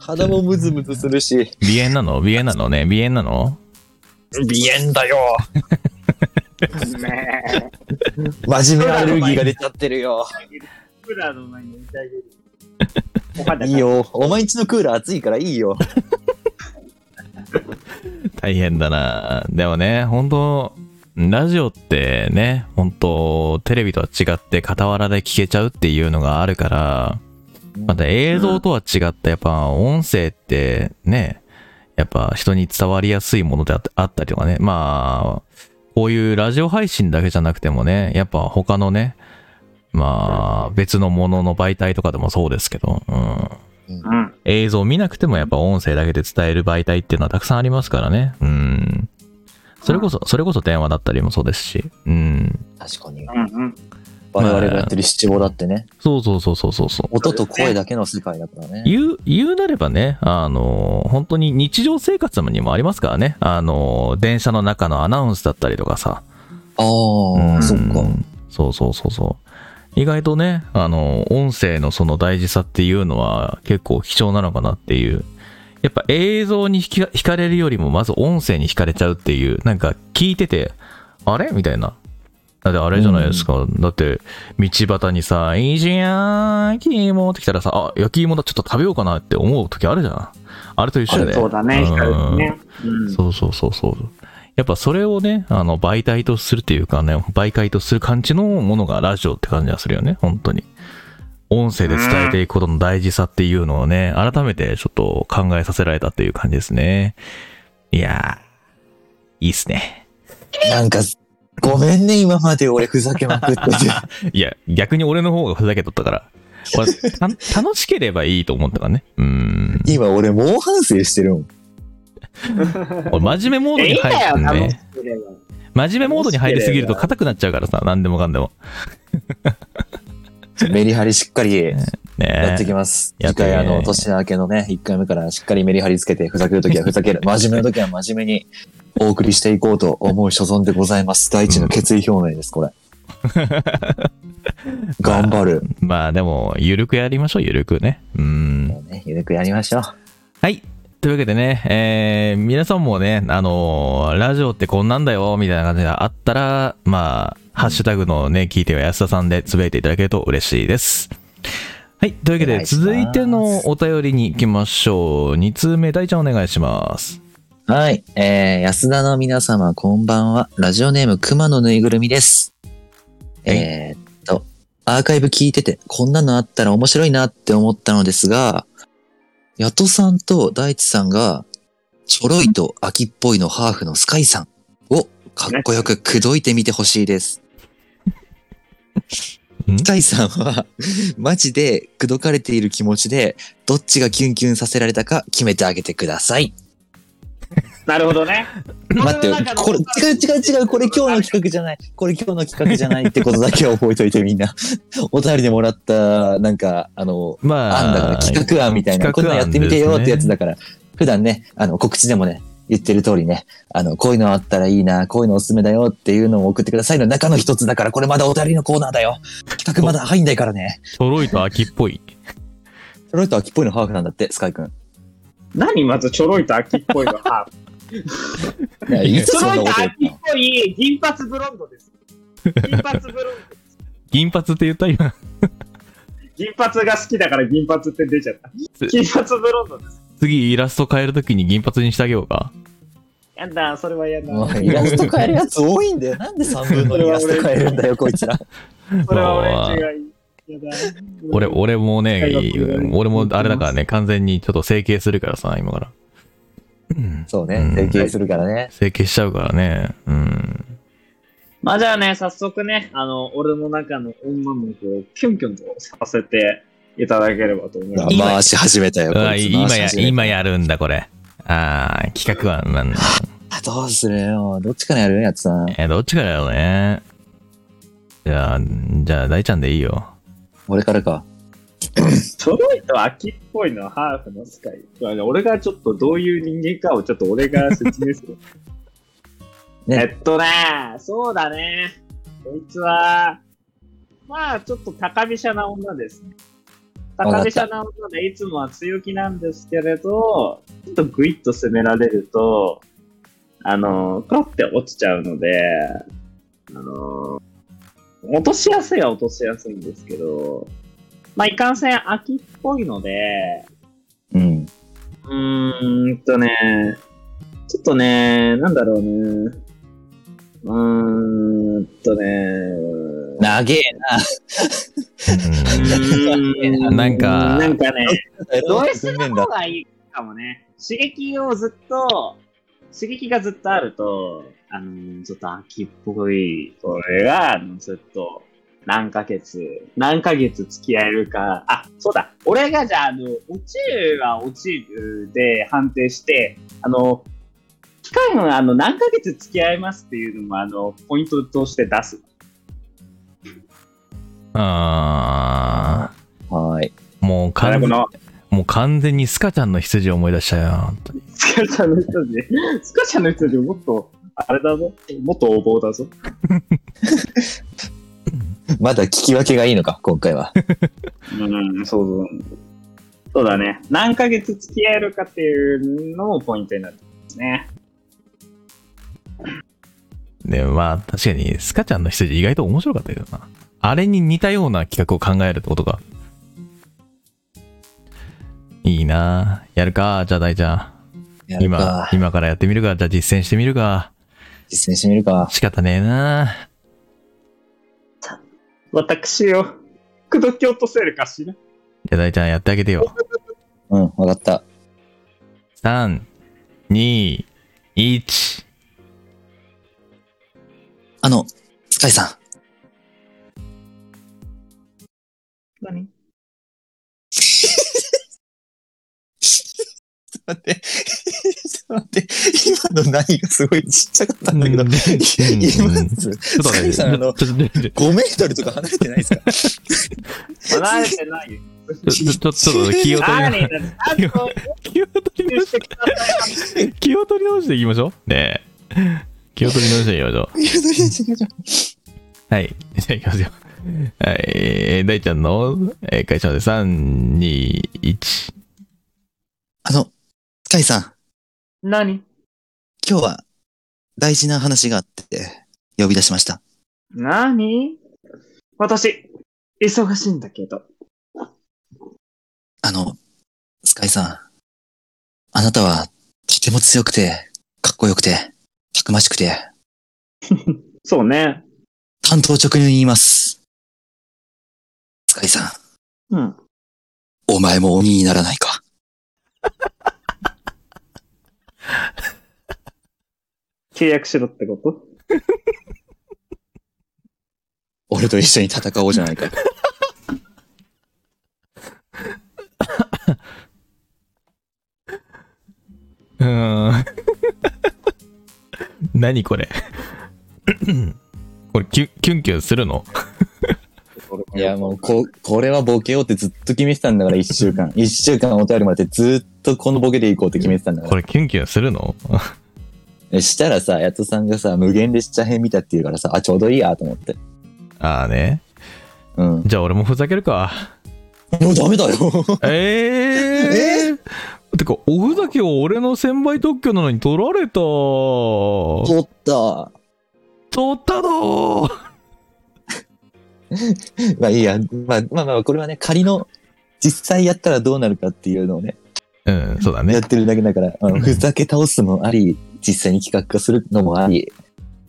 Speaker 3: 肌もムズムズするし。
Speaker 1: 鼻炎なの鼻炎なのね鼻炎なの
Speaker 3: 鼻炎だよ。
Speaker 2: ね
Speaker 3: 真面目アレルギーが出ちゃってるよ。
Speaker 2: クーラーの前に置いてあげる。お肌が
Speaker 3: いい。よ。お前んちのクーラー熱いからいいよ。
Speaker 1: 大変だなでもね本当ラジオってね本当テレビとは違って傍らで聞けちゃうっていうのがあるからまた映像とは違ったやっぱ音声ってねやっぱ人に伝わりやすいものであっあったりとかねまあこういうラジオ配信だけじゃなくてもねやっぱ他のねまあ別のものの媒体とかでもそうですけど、うん、
Speaker 2: うん。
Speaker 1: 映像見なくてもやっぱ音声だけで伝える媒体っていうのはたくさんありますからね。うん。それこそ、それこそ電話だったりもそうですし。うん。
Speaker 3: 確かに。
Speaker 2: うんうん。
Speaker 3: 我々がやってる七五だってね、
Speaker 1: そうそうそうそうそうそう。
Speaker 3: 音と声だけの世界だからね。
Speaker 1: 言う、言うなればね、あの、本当に日常生活にもありますからね。あの、電車の中のアナウンスだったりとかさ。
Speaker 3: ああ、
Speaker 1: うん
Speaker 3: そっか。
Speaker 1: そうそうそうそう。意外とね、あの、音声のその大事さっていうのは結構貴重なのかなっていう。やっぱ映像に惹か惹かれるよりもまず音声に惹かれちゃうっていう、なんか聞いてて、あれみたいな。だってあれじゃないですか。だって、道端にさ、いいじゃん、焼き芋って来たらさ、あ、焼き芋だ、ちょっと食べようかなって思う時あるじゃん。あれと一緒で。
Speaker 2: そうだね、光るね。うん。
Speaker 1: そうそうそうそう。やっぱそれをね、あの媒体とするっていうかね、媒介とする感じのものがラジオって感じがするよね、本当に。音声で伝えていくことの大事さっていうのをね、改めてちょっと考えさせられたっていう感じですね。いやー、いいっすね。
Speaker 3: なんか、ごめんね、今まで俺ふざけまくってて。
Speaker 1: いや、逆に俺の方がふざけとったから。俺た 楽しければいいと思ったからね。うーん。
Speaker 3: 今俺猛反省してるもん。
Speaker 1: 俺真面目モードに入るん
Speaker 2: 楽し
Speaker 1: ね。
Speaker 2: ければ
Speaker 1: 真面目モードに入りすぎると硬くなっちゃうからさ、何でもかんでも。
Speaker 3: メリハリしっかりや
Speaker 1: ね
Speaker 3: ってきます。
Speaker 1: やっ
Speaker 3: 次
Speaker 1: て
Speaker 3: 回、あの、年明けのね、1回目からしっかりメリハリつけて、ふざけるときはふざける、真面目なときは真面目にお送りしていこうと思う所存でございます。第一の決意表明です、これ。頑張る。
Speaker 1: まあでも、ゆるくやりましょう、ゆるくね。うん。
Speaker 3: もうねゆるくやりましょう。
Speaker 1: はい。というわけでね、えー皆さんもね、あのーラジオってこんなんだよ、みたいな感じがあったら、まあ、ハッシュタグのね、聞いては安田さんでつぶやいていただけると嬉しいです。はい。というわけ
Speaker 3: お
Speaker 1: で、
Speaker 3: 願いします
Speaker 1: 続いてのお便りに行きましょう。2通目、大ちゃんお願いします。
Speaker 3: はい。えー、安田の皆様、こんばんは。ラジオネーム、熊のぬいぐるみです。えーっと、アーカイブ聞いてて、こんなのあったら面白いなって思ったのですが、ヤトさんと大地さんが、ちょろいと秋っぽいのハーフのスカイさんを、かっこよく口説いてみてほしいです。
Speaker 1: ん
Speaker 3: スカイさんは、マジで口説かれている気持ちで、どっちがキュンキュンさせられたか決めてあげてください。
Speaker 2: なるほどね。
Speaker 3: 待ってよ
Speaker 2: 俺の中、の
Speaker 3: これ、違う違う違う、これ今日の企画じゃない。これ今日の企画じゃない ってことだけは覚えといてみんな。お便りでもらった、なんか、あの、
Speaker 1: まあ、
Speaker 3: 案だから、企画案みたいな、こんなんやってみてよってやつだから、普段ね、あの、告知でもね、言ってる通りね、あの、こういうのあったらいいな、こういうのおすすめだよっていうのを送ってくださいの中の一つだから、これまだお便りのコーナーだよ。企画まだ入んないからね。
Speaker 1: ちょろいと秋っぽい。
Speaker 3: その人は秋っぽいのハーフなんだって、スカイ君。
Speaker 2: 何まずちょろいと秋っぽいの。あ
Speaker 3: い やいつ
Speaker 2: ちょ
Speaker 3: そん
Speaker 2: ろ
Speaker 3: ないことと言
Speaker 2: 秋
Speaker 3: っ
Speaker 2: った
Speaker 3: の
Speaker 2: ぽい銀髪ブロンドです。銀髪ブロンド。
Speaker 1: 銀髪って言った今。
Speaker 2: 銀髪が好きだから銀髪って出ちゃった。金髪ブロンドです。
Speaker 1: 次イラスト変えるときに銀髪にしてあげようか。
Speaker 2: やだ、それはやだ。
Speaker 3: もうイラスト変えるやつ多いんだよ。なんで3分のイラスト変えるんだよ、こいつら。
Speaker 2: それは俺違い。やだ。
Speaker 1: 俺、俺もね
Speaker 2: はいはい、
Speaker 1: 俺もあれだからね、完全にちょっと整形するからさ、今から。うん
Speaker 3: そう
Speaker 1: うん
Speaker 3: ね、提携するからね。
Speaker 1: 整形しちゃうからね。うん。
Speaker 2: まあじゃあね、早速ね、あの、俺の中の女の子をキュンキュンとさせていただければと思います。
Speaker 3: 回し始めたよ。
Speaker 1: うわ
Speaker 3: こいつ回
Speaker 1: 今
Speaker 3: し
Speaker 1: や、
Speaker 3: 始めた
Speaker 1: 今やるんだ、これ。ああ、企画は、なんだ。
Speaker 3: あどうするよ。どっちからやるやつさん。
Speaker 1: えーどっちからやろうね。じゃあ、じゃあ、大ちゃんでいいよ。
Speaker 3: 俺からか。
Speaker 2: ちょろいと秋っぽいのはハーフのスカイ。俺がちょっとどういう人間かをちょっと俺が説明する。
Speaker 3: ね
Speaker 2: えっとね、そうだね。こいつは、まあちょっと高飛車な女ですね。高飛車な女でいつもは強気なんですけれど、ちょっとグイッと攻められると、あの、コロって落ちちゃうので、あの、落としやすいは落としやすいんですけど、まあいかんせん秋っぽいので、
Speaker 3: うん。
Speaker 2: うーんとね、ちょっとね、なんだろうね。うーんと ね。
Speaker 3: 長え
Speaker 1: うん
Speaker 2: うー
Speaker 1: なんか
Speaker 2: なんかね、
Speaker 3: な。
Speaker 2: ド S
Speaker 3: 文面
Speaker 2: の
Speaker 3: だ
Speaker 2: 方。がいいかもね。刺激をずっと、刺激がずっとあると、あの、ちょっと秋っぽい、これが、あのずっと、何ヶ月、何ヶ月付き合えるか、あ、そうだ、俺がじゃあ、あの、落ちるは落ちるで判定して、あの、期間はあの、何ヶ月付き合いますっていうのも、あの、ポイントとして出す。
Speaker 1: あ
Speaker 3: はい。
Speaker 1: ーもう
Speaker 2: ただ
Speaker 1: 完
Speaker 2: こ、の、
Speaker 1: もう完全にスカちゃんの羊を思い出したよ。本当に
Speaker 2: スカちゃんの人たち、スカちゃんの人たちもっと、あれだぞ、もっと横暴だぞ。
Speaker 3: まだ聞き分けがいいのか、今回は。
Speaker 2: うん、そうそう。そうだね。何ヶ月付き合えるかっていうのもポイントになってますね。
Speaker 1: で、まあ、確かに、スカちゃんの羊意外と面白かったけどな。あれに似たような企画を考えるってことか。いいなやるか。じゃあ、大ちゃん。
Speaker 3: やる
Speaker 1: 今
Speaker 3: か、。
Speaker 1: 今からやってみるか。じゃあ、実践してみるか。
Speaker 3: 実践してみるか。
Speaker 1: 仕方ねえな
Speaker 2: 私を、口説き落とせるか しら。
Speaker 1: じゃあ、大ちゃんやってあげてよ。
Speaker 3: うん、わかった。
Speaker 1: 3、2、1。
Speaker 3: あの、スカイさ
Speaker 2: 何
Speaker 3: ん。待って。待って、今の何がすごいちっちゃかったんだけど、
Speaker 1: うん
Speaker 3: い今のやつ、
Speaker 1: ちょっと
Speaker 3: スカイさん、あの、
Speaker 1: ちょっと待って
Speaker 3: 5メートルとか離れてないですか
Speaker 2: 離れてないよ。
Speaker 1: ちょっとちょっと気を取り直
Speaker 2: 何だちゃんと
Speaker 1: 気を取り
Speaker 2: 練
Speaker 1: 直
Speaker 2: 習
Speaker 1: し
Speaker 2: してください
Speaker 1: て気を取り直していきましょうねえ気を取り直していきましょ
Speaker 3: いやどうしようどうしよう
Speaker 1: うはい じゃあいきますよはいえー大ちゃんのえー会社まで321
Speaker 3: あの、スカイさん、
Speaker 2: 何
Speaker 3: 今日は大事な話があって、呼び出しました。
Speaker 2: 何私、忙しいんだけど。
Speaker 3: あの、スカイさん、あなたはとても強くて、かっこよくて、たくましくて、
Speaker 2: そうね。
Speaker 3: 担当直入に言います。スカイさん、
Speaker 2: うん。
Speaker 3: お前も鬼にならないか。
Speaker 2: 契約しろってこと
Speaker 3: 俺と一緒に戦おうじゃないか。
Speaker 1: うーん 何これ これキュキュンキュンするの
Speaker 3: いや、もう、こ、これはボケようってずっと決めてたんだから、一週 間。一週間お便りもらって、ずっとこのボケでいこうって決めてたんだか
Speaker 1: これキュンキュンするの
Speaker 3: ら。したらさ、やっとさんがさ、無限列車編見たって言うからさ、あ、ちょうどいいやと思って。
Speaker 1: ああね
Speaker 3: うん。
Speaker 1: じゃあ俺もふざけるか
Speaker 3: もうダメだよ。
Speaker 1: ええてか、おふざけを俺の専売特許なのに取られた。取
Speaker 3: 取った。
Speaker 1: ったの
Speaker 3: まあいいや。まあまあまあ、これはね、仮の、実際やったらどうなるかっていうのをね、
Speaker 1: うん、そうだ
Speaker 3: や
Speaker 1: ね
Speaker 3: っ。てるだけだから、あのふざけ倒すのもあり、実際に企画化するのもあり、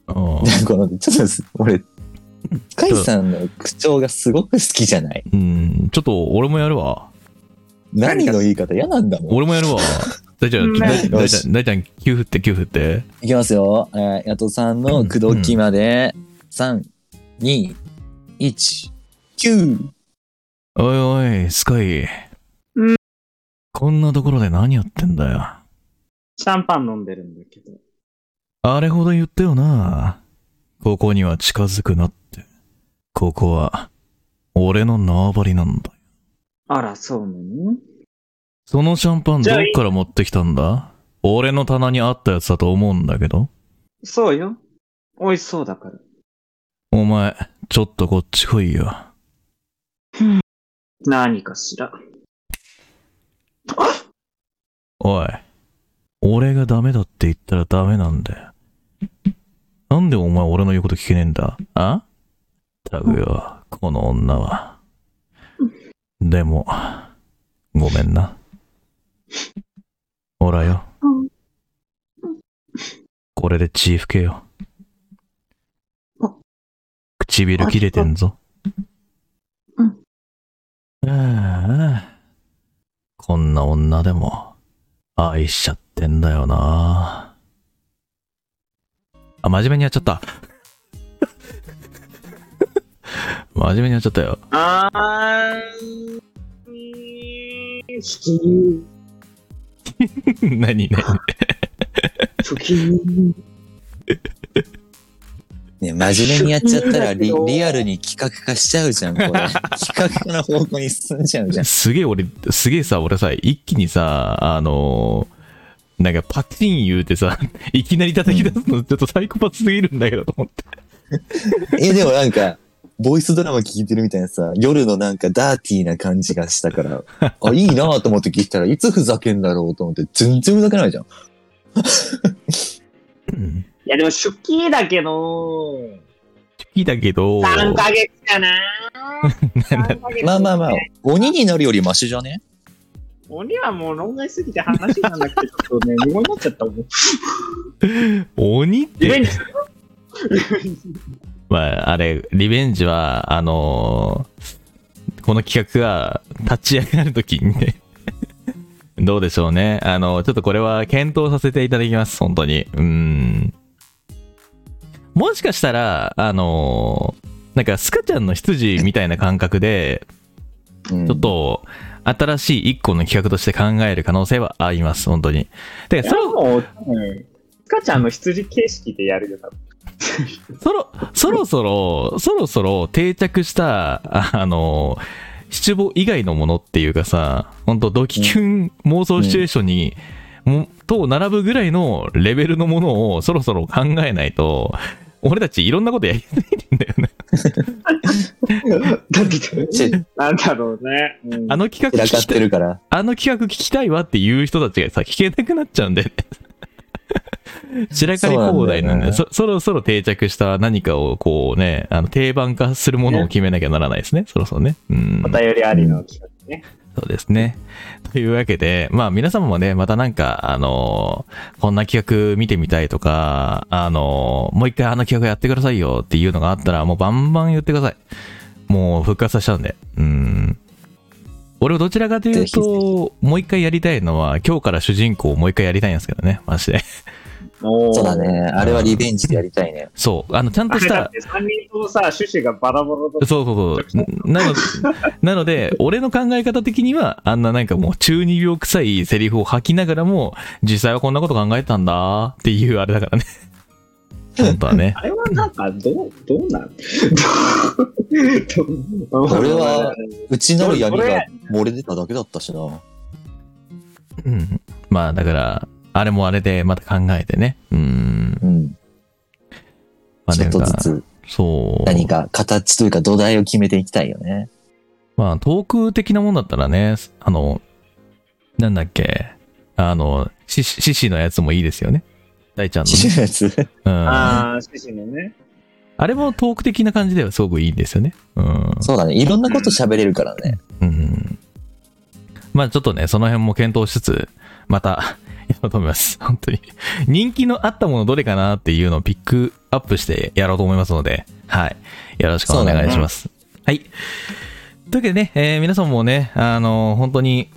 Speaker 1: うん
Speaker 3: でこの、ちょっとす、俺、カイさんの口調がすごく好きじゃない
Speaker 1: うん、ちょっと俺もやるわ。
Speaker 3: 何の言い方嫌なんだもん。
Speaker 1: 俺もやる わ。大ちゃん、
Speaker 2: ね
Speaker 1: 大大
Speaker 3: よ
Speaker 1: ちゃ
Speaker 3: し
Speaker 1: ん、大ちゃん、給付って、給付って。
Speaker 3: いきますよ。えー、ヤトさんの口説きまで、3、2、1、9。
Speaker 1: おいおい、スカイ
Speaker 2: うん。
Speaker 1: こんなところで何やってんだよ。
Speaker 2: シャンパン飲んでるんだけど。
Speaker 1: あれほど言ったよな。ここには近づくなって。ここは、俺の縄張りなんだ。
Speaker 2: あら、そうなの
Speaker 1: そのシャンパン
Speaker 2: じ
Speaker 1: ど
Speaker 2: ゃ
Speaker 1: っ
Speaker 2: あ
Speaker 1: から持ってきたんだ俺の棚にあったやつだと思うんだけど。
Speaker 2: そうよ。美味しそうだから。
Speaker 1: お前、ちょっとこっち来いよ。
Speaker 2: 何かしら。
Speaker 1: おい。俺がダメだって言ったらダメなんだよ。なんでお前俺の言うこと聞けねえんだあったくよ、この女は。でも、ごめんな。ほらよ。これで血吹けよ。唇切れてんぞ。
Speaker 2: うん
Speaker 1: ああ、こんな女でも。愛しちゃってんだよなあ、真面目にやっちゃった。真面目にやっちゃったよ。
Speaker 2: あー、時に、
Speaker 1: 何ね。
Speaker 2: 時に、
Speaker 3: ね、真面目にやっちゃ ったらリ、リアルに企画化しちゃうじゃん、これ。 企画化の方向に進んじゃうじゃん。
Speaker 1: すげえ俺、すげえさ、俺さ、一気にさ、あのーなんかパチン言うてさ、 いきなり叩き出すのちょっとサイコパスすぎるんだけどと思って。
Speaker 3: え、でもなんか、ボイスドラマ聞いてるみたいなさ、夜のなんかダーティーな感じがしたから、あ、いいなぁと思って聞いたらいつふざけんだろうと思って、全然ふざけないじゃん。
Speaker 1: うん。
Speaker 2: いやでも、初期だけど、
Speaker 1: いいだけど、
Speaker 2: 3ヶ月かな三ヶ月
Speaker 3: まあまあまあ、鬼になるよりマシじゃね
Speaker 2: 鬼はもう論外すぎて話なんだけど、ちょっとね、無言になっちゃったもん。
Speaker 1: 鬼っ
Speaker 2: リベン
Speaker 1: て、
Speaker 2: ジする
Speaker 1: まあ、あれ、リベンジは、あのーこの企画が立ち上がるときにね、 どうでしょうね。あの、ちょっとこれは検討させていただきます、本当に。うーん。もしかしたら、あのーなんか、スカちゃんの羊みたいな感覚で、
Speaker 3: ち
Speaker 1: ちょっ、と、新しい一個の企画として考える可能性はあります、本当に。で、
Speaker 2: そ
Speaker 1: そ
Speaker 2: れ
Speaker 1: ろ、
Speaker 2: もう、うん、スカちゃんの羊形式でやるよ、多分。
Speaker 1: そろ、そろそろ、そろそろ定着した、ああの、七五以外のものっていうかさ、本当ドキキュン妄想シチュエーションに、もと並ぶぐらいのレベルのものをそろそろ考えないと、俺たちいろんなことやりすぎてんだよね。
Speaker 2: だって、
Speaker 3: 散
Speaker 2: なんだろうね。うん
Speaker 1: あの企画
Speaker 3: ら
Speaker 1: 聞
Speaker 3: か
Speaker 1: き
Speaker 3: ったて
Speaker 1: い、
Speaker 3: るから。
Speaker 1: あの企画聞きたいわっていう人たちがさ、聞けなくなっちゃうんだよ ね。散らかり放題なんで、
Speaker 3: そうなんだよね
Speaker 1: そそろそろ定着した何かをこうね、あの定番化するものを決めなきゃならないですね、そろそろね。うん
Speaker 2: お。便りありの企画ね。
Speaker 1: そうですね。 というわけで、まあ皆様もね、またなんか、あのーこんな企画見てみたいとか、あのーもう一回あの企画やってくださいよっていうのがあったら、もうバンバン言ってください。もう復活させちゃうんで。うん。俺はどちらかという
Speaker 3: ぜひぜ
Speaker 1: と、もう一回やりたいのは、今日から主人公をもう一回やりたいんですけどね、マジで。
Speaker 2: おー
Speaker 3: そうだ。ね。あれはリベンジでやりたいね。
Speaker 1: そう。あの、ちゃん
Speaker 2: あ
Speaker 1: とし
Speaker 2: れだ
Speaker 1: た
Speaker 2: っ、て3人ともさ、趣旨がバラバラだった
Speaker 1: そうそうそう。なのなので、俺の考え方的には、あんななんかもう中二病臭いセリフを吐きながらも、実際はこんなこと考えてたんだっていうあれだからね。本当はね。
Speaker 2: あれはなんか、どう、どうなんどう
Speaker 3: 俺は、うちなる闇
Speaker 2: それ
Speaker 3: が漏れ出ただけだったしな。
Speaker 1: うん。まあだから、あれもあれでまた考えてね。うん。
Speaker 3: うん。
Speaker 1: まあ
Speaker 3: ちょっと
Speaker 1: なん
Speaker 3: ず
Speaker 1: か
Speaker 3: つ
Speaker 1: そう。
Speaker 3: 何か形というか土台を決めていきたいよね。
Speaker 1: まあ、トーク的なもんだったらね、あの、なんだっけ、あの、獅子獅子のやつもいいですよね。大ちゃんの、
Speaker 3: 刺
Speaker 1: ね。
Speaker 3: 繍のやつ。
Speaker 1: うん。あ
Speaker 2: ああ、趣旨のね。
Speaker 1: れもトーク的な感じではすごくいいんですよね。うん。
Speaker 3: そうだね。いろんなこと喋れるからね。
Speaker 1: うん。まあちょっとね、その辺も検討しつつ、また、 やろうと思います。本当に。人気のあったものどれかなっていうのをピックアップしてやろうと思いますので、はい。よろしくお願いします。はい。というわけでね、えー皆さんもね、あの本当に、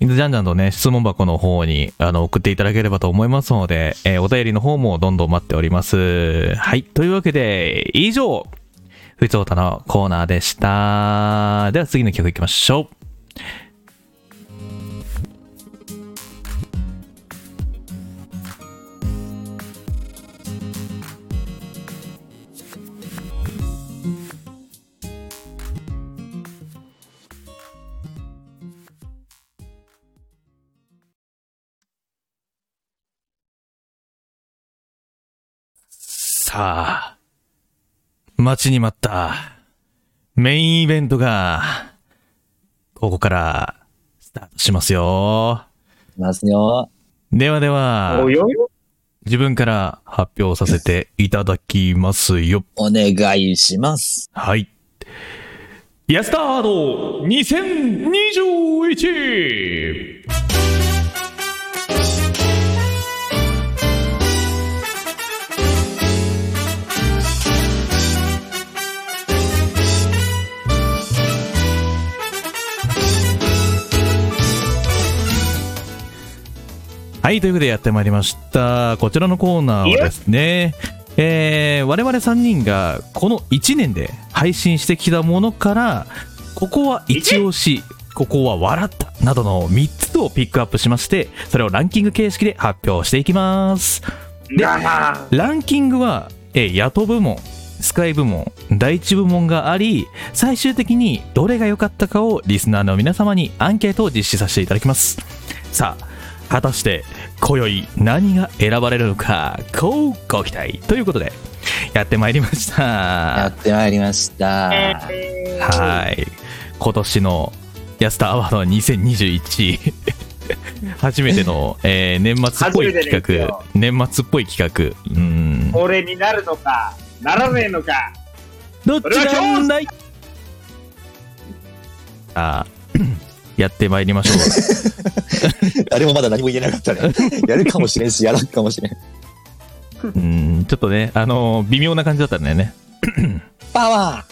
Speaker 1: じゃんじゃんとね、質問箱の方にあの送っていただければと思いますので、えーお便りの方もどんどん待っております。はい。というわけで、以上、ふつおたのコーナーでした。では次の曲いきましょう。さあ、待ちに待ったメインイベントが、ここからスタートしますよ。
Speaker 3: いますよ。
Speaker 1: ではでは、
Speaker 2: およよ
Speaker 1: 自分から発表させていただきますよ。
Speaker 3: お願いします。
Speaker 1: はい。ヤスタード2021はい、ということでやってまいりました。こちらのコーナーはですね、えー我々3人がこの1年で配信してきたものから、ここは一押し、ここは笑った、などの3つをピックアップしまして、それをランキング形式で発表していきます。で
Speaker 2: あ
Speaker 1: ランキングは、えー、野党部門、スカイ部門、第一部門があり、最終的にどれが良かったかをリスナーの皆様にアンケートを実施させていただきます。さあ、果たして、今宵何が選ばれるのか、こうご期待ということで、やってまいりました。
Speaker 3: やってまいりま した。
Speaker 1: はい。今年のヤスターアワード2021。初めての、えー年末っぽい
Speaker 2: 初めてです
Speaker 1: 企画
Speaker 2: よ、
Speaker 1: 年末っぽい企画、うん、
Speaker 2: 俺になるのか、ならねえのか。
Speaker 1: どっちなんだいあ ーやってまいりましょう。
Speaker 3: あれもまだ何も言えなかっ たね。やるかもしれんし、やらんかもしれん。
Speaker 1: うん、ちょっとね、あのー微妙な感じだったんだよね。
Speaker 3: パワ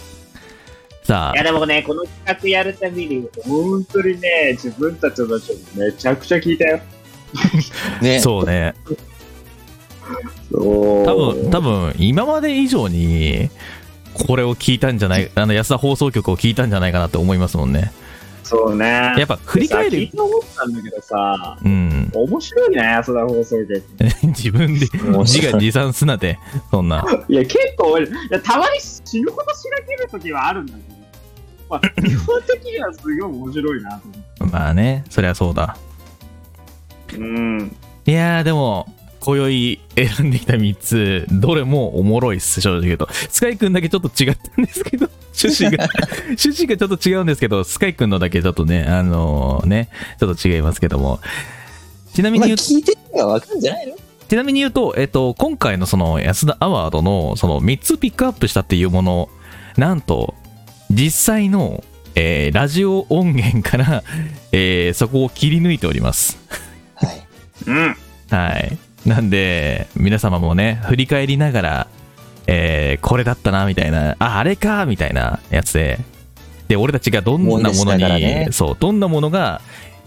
Speaker 1: さ
Speaker 2: いやでもね、この企画やるたびに、本当にね、自分たちの話をめちゃくちゃ聞いたよ。
Speaker 3: ー
Speaker 1: あ、
Speaker 3: ね。
Speaker 1: そうね、
Speaker 2: そう
Speaker 1: 多分、多分、今まで以上に、これを聞いたんじゃない、あの、安田放送局を聞いたんじゃないかなって思いますもんね。
Speaker 2: そうね。
Speaker 1: やっぱ振り返
Speaker 2: で
Speaker 1: る
Speaker 2: さ聞いて思ったんだけどさ、
Speaker 1: うん、
Speaker 2: 面白いね、安田放送局。
Speaker 1: 自分で
Speaker 3: 面
Speaker 1: 自
Speaker 3: 白い
Speaker 1: 画自賛すなでそん ない
Speaker 2: や、結構 俺、いやたまに死ぬほどしらけるときはあるんだけど、まあ、基本的にはすごい面白いなと思っ
Speaker 1: まあねそりゃそうだ
Speaker 2: て。うん。
Speaker 1: いやーでも今宵選んできた3つどれもおもろいっす正直言うとスカイくんだけちょっと違ったんですけど 趣旨が趣旨がちょっと違うんですけどスカイくんのだけちょっとねあのーねちょっと違いますけどもちなみに
Speaker 3: まあ
Speaker 1: 言うと
Speaker 3: 聞いてるのがわかるんじゃないの
Speaker 1: ちなみに言うと、えっと、今回のその安田アワードのその3つピックアップしたっていうもの、なんと、実際の、えーラジオ音源から、えーそこを切り抜いております。
Speaker 3: はい。
Speaker 2: うん。
Speaker 1: はい。なんで、皆様もね、振り返りながら、えーこれだったな、みたいな、あ、あれか、みたいなやつで、で、俺たちがどんなも
Speaker 3: 思
Speaker 1: の
Speaker 3: い出し
Speaker 1: に、
Speaker 3: ながらね
Speaker 1: そう、どんなものが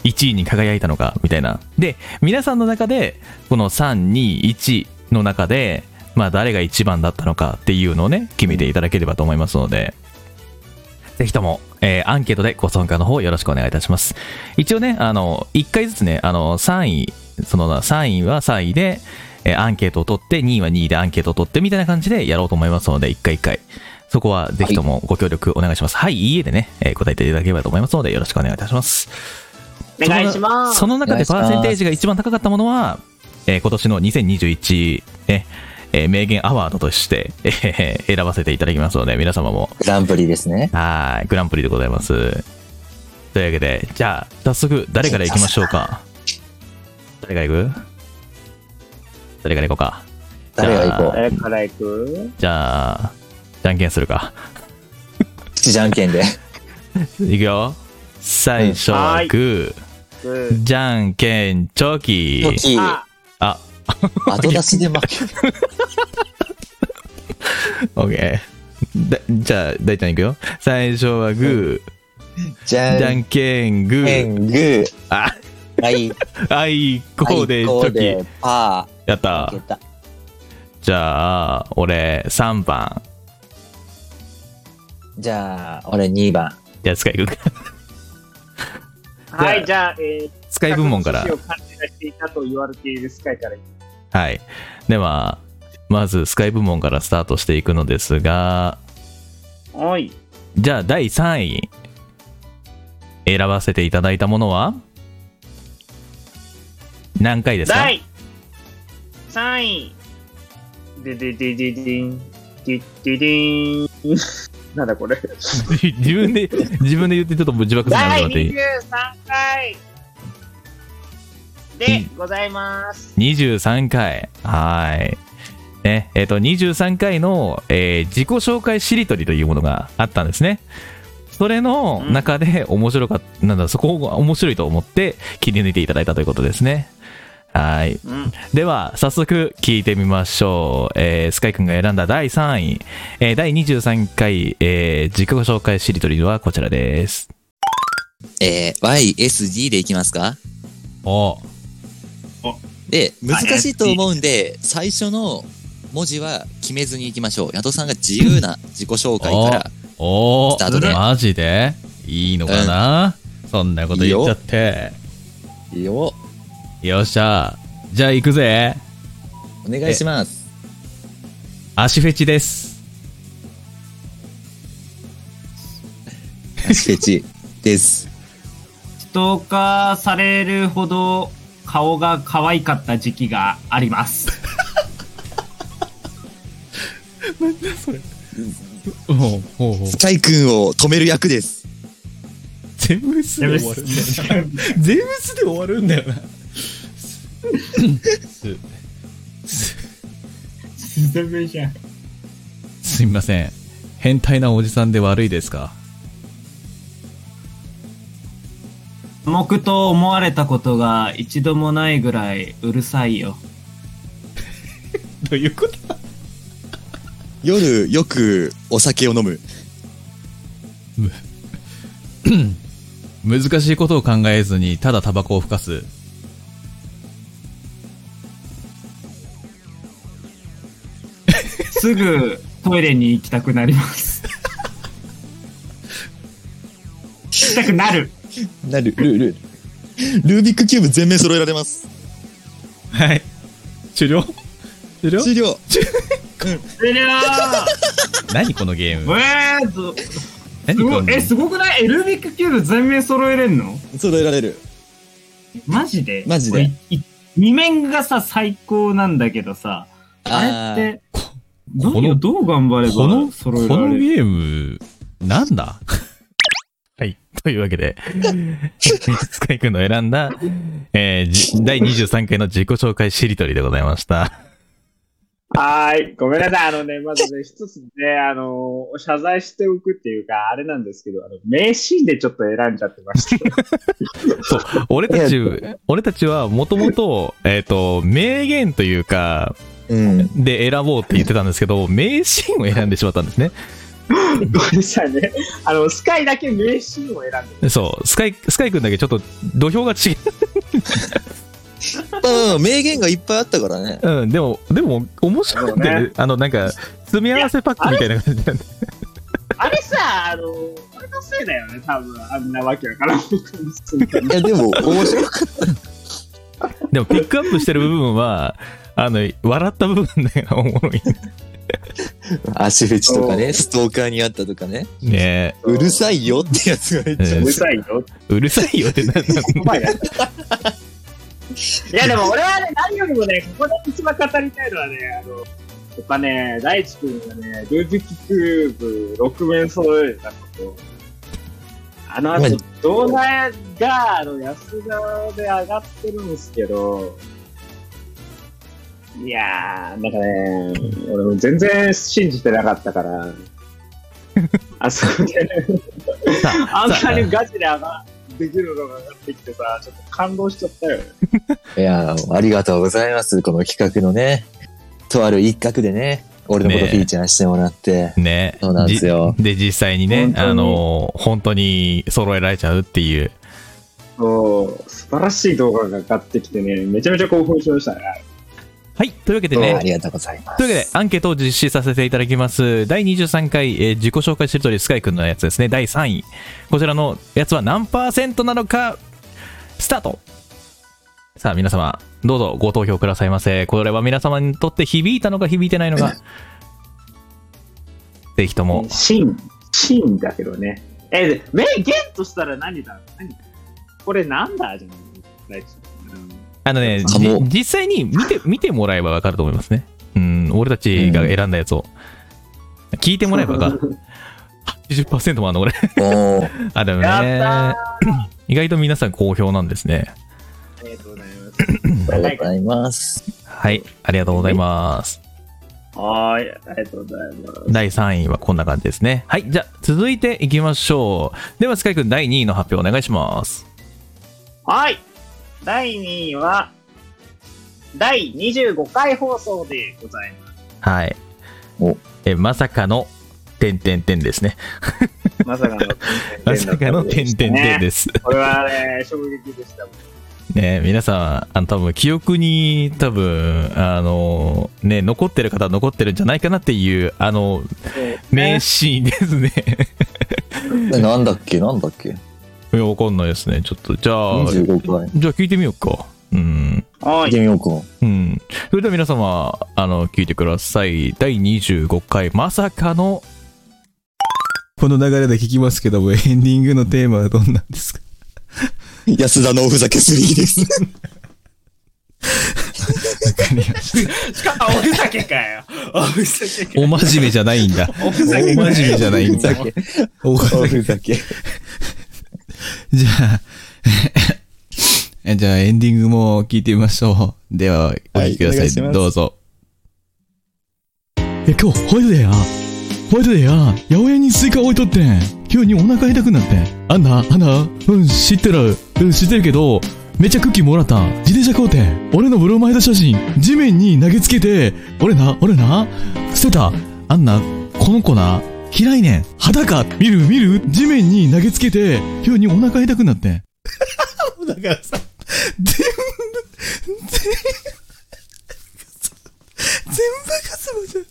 Speaker 1: 1位に輝いたのか、みたいな。で、皆さんの中で、この3、2、1の中で、まあ、誰が1番だったのかっていうのをね、決めていただければと思いますので、ぜひとも、えーアンケートでご参加の方よろしくお願いいたします。一応ね、あの、1回ずつね、あの、3位、その3位は3位で、えーアンケートを取って、2位は2位でアンケートを取ってみたいな感じでやろうと思いますので、1回1回。そこはぜひともご協力お願いします。はい、いいえでね、えー答えていただければと思いますので、よろしくお願いいたします。
Speaker 2: お願いします。
Speaker 1: その中でパ
Speaker 3: お願いしま
Speaker 1: ー
Speaker 3: す
Speaker 1: センテージが一番高かったものは、えー今年の2021、ねえー名言アワードとして、えー選ばせていただきますので、皆様も
Speaker 3: グランプリですね。
Speaker 1: はい、グランプリでございます。というわけで、じゃあ、早速、誰から行きましょうか。誰から行く誰から行こうか。
Speaker 3: 誰が行こう
Speaker 2: えからいく
Speaker 1: じゃあ、じゃんけんするか。
Speaker 3: 口じゃんけんで。
Speaker 1: いくよ。最初
Speaker 2: うんは
Speaker 1: は
Speaker 2: ーい
Speaker 1: グー、じゃんけん、チョキ。
Speaker 3: トキ、
Speaker 2: あ、
Speaker 1: あ、
Speaker 3: 後出しで負け。
Speaker 1: オッケー。だじゃあ、大ちゃん行くよ。最初はグ
Speaker 3: じ
Speaker 1: ー、じ
Speaker 3: ゃ
Speaker 1: ゃ
Speaker 3: ん
Speaker 1: んけん、グ
Speaker 3: け
Speaker 1: ー。
Speaker 3: ん、グー。
Speaker 1: あ、
Speaker 3: はい。
Speaker 1: あい、こうで、チ
Speaker 3: はいこう
Speaker 1: ョ
Speaker 3: で
Speaker 1: キ。、
Speaker 3: パ
Speaker 1: やった
Speaker 3: ー。負け。た。
Speaker 1: じゃあ、俺、3番。
Speaker 3: じゃあ、俺2番。
Speaker 1: じゃあ、使い行くか。
Speaker 2: はい、じゃあ、えー、
Speaker 1: 使い部門から
Speaker 2: 各。種種を勘違いしていたと言われているスカイからいく
Speaker 1: はい。では、まず、スカイ部門からスタートしていくのですが、
Speaker 2: おい。
Speaker 1: じゃあ、第3位。選ばせていただいたものは何回ですか
Speaker 2: 第3位。でででででん。でででん。 なんだ これ。
Speaker 1: 自分で、自分で言ってちょっと自爆するのやめ
Speaker 2: 第
Speaker 1: てもらっていい
Speaker 2: 23回でございます。
Speaker 1: 23回。はい。ね、えっ、と、23回の、えー自己紹介しりとりというものがあったんですね。それの中で面白かった、なんだ、そこが面白いと思って切り抜いていただいたということですね。はい。
Speaker 2: うん、
Speaker 1: では、早速聞いてみましょう。えースカイくんが選んだ第3位。えー第23回、えー自己紹介しりとりはこちらです。
Speaker 3: えー、YSD でいきますか
Speaker 1: お
Speaker 3: で、難しいと思うんで、最初の文字は決めずにいきましょう。ヤトさんが自由な自己紹介から。
Speaker 1: お
Speaker 3: スタートね
Speaker 1: マジでいいのかな、そんなこと言っちゃって。
Speaker 3: いいよ。
Speaker 1: よっしゃ。じゃあ行くぜ。
Speaker 3: お願いします。
Speaker 1: 足フェチです。
Speaker 3: 足フェチです。
Speaker 7: ストーカーされるほど顔が可愛かった時期があります。
Speaker 1: ほうほうほう。
Speaker 3: スカイ君を止める役です。
Speaker 1: 全部すで終わるんだよな。全部すで終わるんだよな。す
Speaker 7: 全然じゃん。
Speaker 1: すみません。変態なおじさんで悪いですか
Speaker 7: 黙と思われたことが一度もないぐらいうるさいよ。
Speaker 1: どういうこと
Speaker 3: 夜、よくお酒を飲む。
Speaker 8: 難しいことを考えずにただタバコをふかす
Speaker 7: すぐトイレに行きたくなります。行きたくなる。
Speaker 3: なる、ルール。ルービックキューブ全面揃えられます。
Speaker 8: はい。終了終了
Speaker 3: 終了。
Speaker 7: 終了
Speaker 8: 何このゲーム
Speaker 7: えーっと
Speaker 8: 何
Speaker 7: す
Speaker 8: こ
Speaker 7: ご
Speaker 8: の
Speaker 7: え、すごくないエルビックキューブ全面揃えれんの
Speaker 3: 揃えられる。
Speaker 7: マジで
Speaker 3: マジで
Speaker 7: これい二面がさ、最高なんだけどさ、あれって、ど
Speaker 8: こ
Speaker 7: う
Speaker 8: の
Speaker 7: どう頑張れ
Speaker 8: この、
Speaker 7: ば
Speaker 8: こ
Speaker 7: 揃えら
Speaker 8: の
Speaker 7: れる
Speaker 8: ゲーム、なんだ
Speaker 1: はい。というわけで、使いくんの選んだ、えーじ第23回の自己紹介しりとりでございました。
Speaker 2: はーい。ごめんなさい。あのね、まずね、一つね、あのー謝罪しておくっていうか、あれなんですけど、あの、名シーンでちょっと選んじゃってました。
Speaker 1: そう。俺たち、俺たちはもともと、えっ、と、名言というか、
Speaker 3: うん。
Speaker 1: で選ぼうって言ってたんですけど、名シーンを選んでしまったんですね。
Speaker 2: ごめんなさいね。あの、スカイだけ名シーンを選んで。
Speaker 1: そう。スカイ、スカイくんだけちょっと土俵が違う。
Speaker 3: まあ、名言がいっぱいあったからね。
Speaker 1: うん、でも、でも、面白いんだよね。あの、なんか、詰め合わせパックみたいな感じなんで。
Speaker 2: あれさ、あのー、俺のせいだよね、多分。あんなわけわから ん。
Speaker 3: いや、でも、面白かっ
Speaker 1: でも、ピックアップしてる部分は、あの、笑った部分だよ、おもろい。
Speaker 3: た。足フェチとかね、ストーカーにあったとかね。
Speaker 1: ね
Speaker 3: うるさいよってやつがめっちゃ
Speaker 1: う
Speaker 3: 面
Speaker 2: うる
Speaker 3: 白い。
Speaker 2: さいよ。
Speaker 1: え、うるさいよってなんなの
Speaker 2: お前ら。いや、でも俺はね、何よりもね、ここで一番語りたいのはね、あの、やっぱね、大地君がね、ルービックキューブ6面揃えたこと。あの後、動画が、あの、安田で上がってるんですけど、いやー、なんかね、俺も全然信じてなかった から、あそこでね、
Speaker 1: さ
Speaker 2: あん
Speaker 1: さ
Speaker 2: なにガチで上ができるのが上がってきてさ、ちょっと感動しちゃったよ。
Speaker 3: いや、ありがとうございます。この企画のね、とある一角でね、俺のこと
Speaker 1: ね
Speaker 3: フィーチャーしてもらって。
Speaker 1: ね
Speaker 3: そうなんですよ
Speaker 1: じで、実際にね
Speaker 2: 本、当に
Speaker 1: あの、本当に揃えられちゃうっていう。
Speaker 2: そう、素晴らしい動画が上がってきてね、めちゃめちゃ興奮しましたね。
Speaker 1: はい、というわけで
Speaker 3: そう
Speaker 1: ね
Speaker 3: あ、りがとうございます。
Speaker 1: というわけで、アンケートを実施させていただきます。第23回、えー自己紹介してるとりスカイくんのやつですね。第3位。こちらのやつは何パーセントなのか、スタートさあ、皆様、どうぞご投票くださいませ。これは皆様にとって響いたのか響いてないのか、ぜひとも。
Speaker 2: シーン、シーンだけどね。え、で名言としたら何だ何これなんだじゃない
Speaker 1: あのね、
Speaker 3: あ
Speaker 1: じ
Speaker 3: もう
Speaker 1: 実際に見て見てもらえばわかると思いますね。うん、俺たちが選んだやつを。聞いてもらえばわか る。80%もあんの、俺。
Speaker 3: おー
Speaker 1: あ、でもね。
Speaker 2: やった
Speaker 1: 意外と皆さん好評なんですね。
Speaker 2: ありがとうございます。
Speaker 3: ありがとうございます。
Speaker 1: はい、ありがとうございます。
Speaker 2: はーい、ありがとうございます。
Speaker 1: 第3位はこんな感じですね。はい、じゃあ続いていきましょう。では、スカイくん第2位の発表お願いします。
Speaker 2: はい。第2位は、第25回放送でございま
Speaker 1: はい。
Speaker 3: お
Speaker 1: え、まさかの、点点点ですね。
Speaker 2: す。まさかの点々点
Speaker 1: まさかの点点点
Speaker 2: す。
Speaker 1: です。
Speaker 2: これはね、衝撃でした。
Speaker 1: ね皆さん、あの、多分記憶に、多分あの、ね、残ってる方は残ってるんじゃないかなっていう、あの、名シーンですね。
Speaker 3: えなんだっけなんだっけ
Speaker 1: いや、わかんないですね。ちょっと、じゃあ、
Speaker 3: ?25 回。
Speaker 1: じゃあ聞いてみようか。うん。
Speaker 2: は
Speaker 3: 見
Speaker 2: い。
Speaker 3: てみようか。
Speaker 1: うん。それでは皆様、あの、聞いてください。第25回、まさかの、
Speaker 8: この流れで聞きますけども、エンディングのテーマはどんなんですか
Speaker 3: 安田のおふざけ3です。
Speaker 7: しかも、おふざけかよ。おふざけ。
Speaker 8: お真面目じゃないんだ。
Speaker 7: おふ
Speaker 8: お
Speaker 7: ざけ
Speaker 8: 真
Speaker 7: か
Speaker 8: 面目
Speaker 7: よ。
Speaker 8: じゃないんだ。お
Speaker 3: おふ ざけ。
Speaker 8: じゃあ、えじゃあエンディングも聞いてみましょう。では、お聴きください。どうぞ。
Speaker 9: いや今日ホワイトデーやホワイトデーや八百屋にスイカ置いとってん急にお腹痛くなってんあんなあんなうん知ってるうん知ってるけどめっちゃクッキーもらったん自転車買うてん俺のブロマイド写真地面に投げつけて俺な俺な捨てたあんなこの子な嫌いねん裸見る見る地面に投げつけて急にお腹痛くな ってん
Speaker 8: だからさ、全部、 全部、全部かすまじゃん。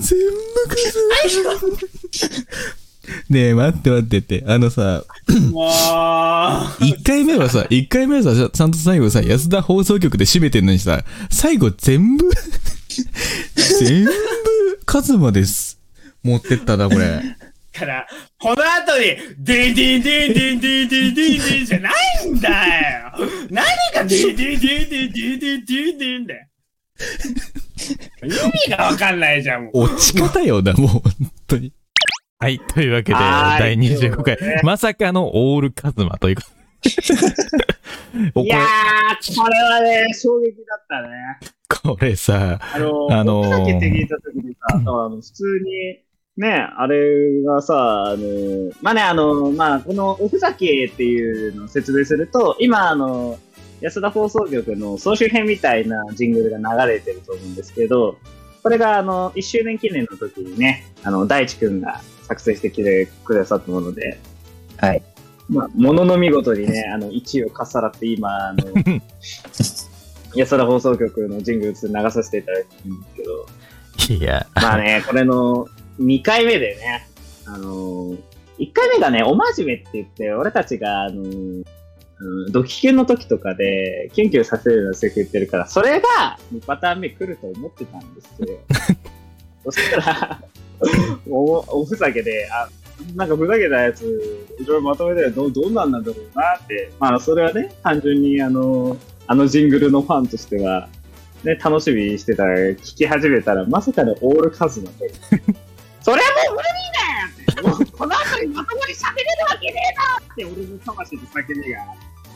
Speaker 8: 全部かすまじゃん。ねえ、待って待ってって。あのさ、
Speaker 2: わ
Speaker 8: 1回目はさ、1回目はさ、ちゃんと最後さ、安田放送局で締めてんのにさ、最後全 部、全部、カズマです。持ってったな、これ。
Speaker 4: から、この後に、ディディディディディディディディじゃないんだよ何がディディディディディディディディだよ意味がわかんないじゃん、もう。
Speaker 8: 落ち方よな、もう、本当に。
Speaker 1: はい、というわけで、
Speaker 2: はー
Speaker 1: 第
Speaker 2: い
Speaker 1: 25回、まさかのオールカズマということお
Speaker 2: いやー、これはね、衝撃だった
Speaker 1: こ
Speaker 2: ね。
Speaker 1: れさ、
Speaker 2: あの、
Speaker 1: あのー
Speaker 2: ふざけて聞いた時にさ、あの普通に、ね、あれがさ、あの、まあね、あの、まあ、このおふざけっていうのを説明すると、今、あの、安田放送局の総集編みたいなジングルが流れてると思うんですけど、これがあの、1周年記念の時にね、あの、大地くんが作成してきてくださったもので、
Speaker 3: はい。
Speaker 2: まあ、ものの見事にね、あの、1位をかっさらって今、あの、安田放送局のジングル2流させていただいてるんですけど、
Speaker 1: いや、
Speaker 2: まあね、これの2回目でね、あのー、1回目がね、お真面目って言って、俺たちが、あのー、うんドキキュンの時とかで、キュンキュンさせるようなセリフ言ってるから、それが2パターン目来ると思ってたんですけど、そしたら、おおふざけで、あ、なんかふざけたやつ、いろいろまとめてどどんなんなんだろうなって、まあそれはね、単純にあの、あのジングルのファンとしては、ね、楽しみにしてたら、聞き始めたら、まさかのオールカズマという。 それはもう無理だよってもうこの後にまともに喋れるわけねえだろって、俺の魂の叫びが、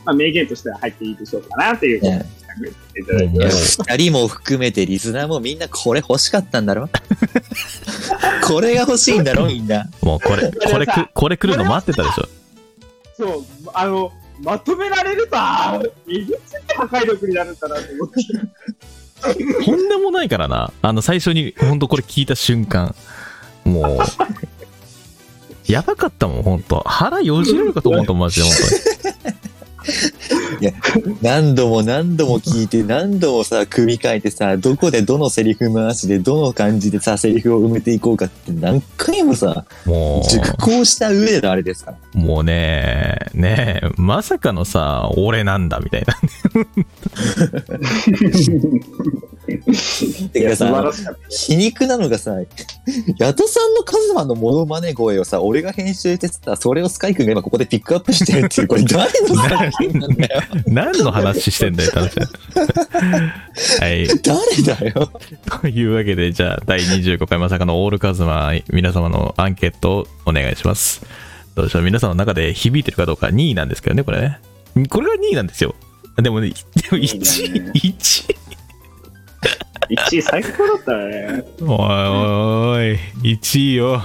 Speaker 2: まあ名言としては入っていいでしょうかなっていうことを
Speaker 3: ね
Speaker 2: 言っていただいて。
Speaker 3: 二人も含めてリスナーもみんなこれ欲しかったんだろ これが欲しいんだろみんな。
Speaker 1: もうこれ、これく、これ来るの待ってたでしょ。
Speaker 2: そう、あの、まとめられると、あーえげつって破壊力になるんだなと思って。
Speaker 1: とんでもないからな。あの、最初に、ほんとこれ聞いた瞬間、もう、やばかったもん、ほんと。腹よじれるかと思ったもん、マジで、ほんとに。
Speaker 3: 何度も何度も聞いて、何度もさ、組み替えてさ、どこでどのセリフ回しで、どの感じでさ、セリフを埋めていこうかって何回もさ、
Speaker 1: も
Speaker 3: 熟考した上でのあれですから。
Speaker 1: う、もうね、ねえ、まさかのさ、俺なんだ、みたいな。
Speaker 3: てかさ、
Speaker 2: しかった。
Speaker 3: 皮肉なのがさ、ヤトさんのカズマのモノマネ声をさ、俺が編集してさ、それをスカイ君が今ここでピックアップしてるっていう、これ誰の作品 なんだよ。
Speaker 1: 何の話してんだよ、楽しい。はい。
Speaker 3: 誰だよ。
Speaker 1: というわけで、じゃあ、第25回まさかのオールカズマ、皆様のアンケートをお願いします。どうでしょう皆さんの中で響いてるかどうか2位なんですけどね、これね。これが2位なんですよ。でもね、でも
Speaker 2: いいね
Speaker 1: 1位、1
Speaker 2: 1位最高だったね。
Speaker 1: 位。おいおい、1位よ。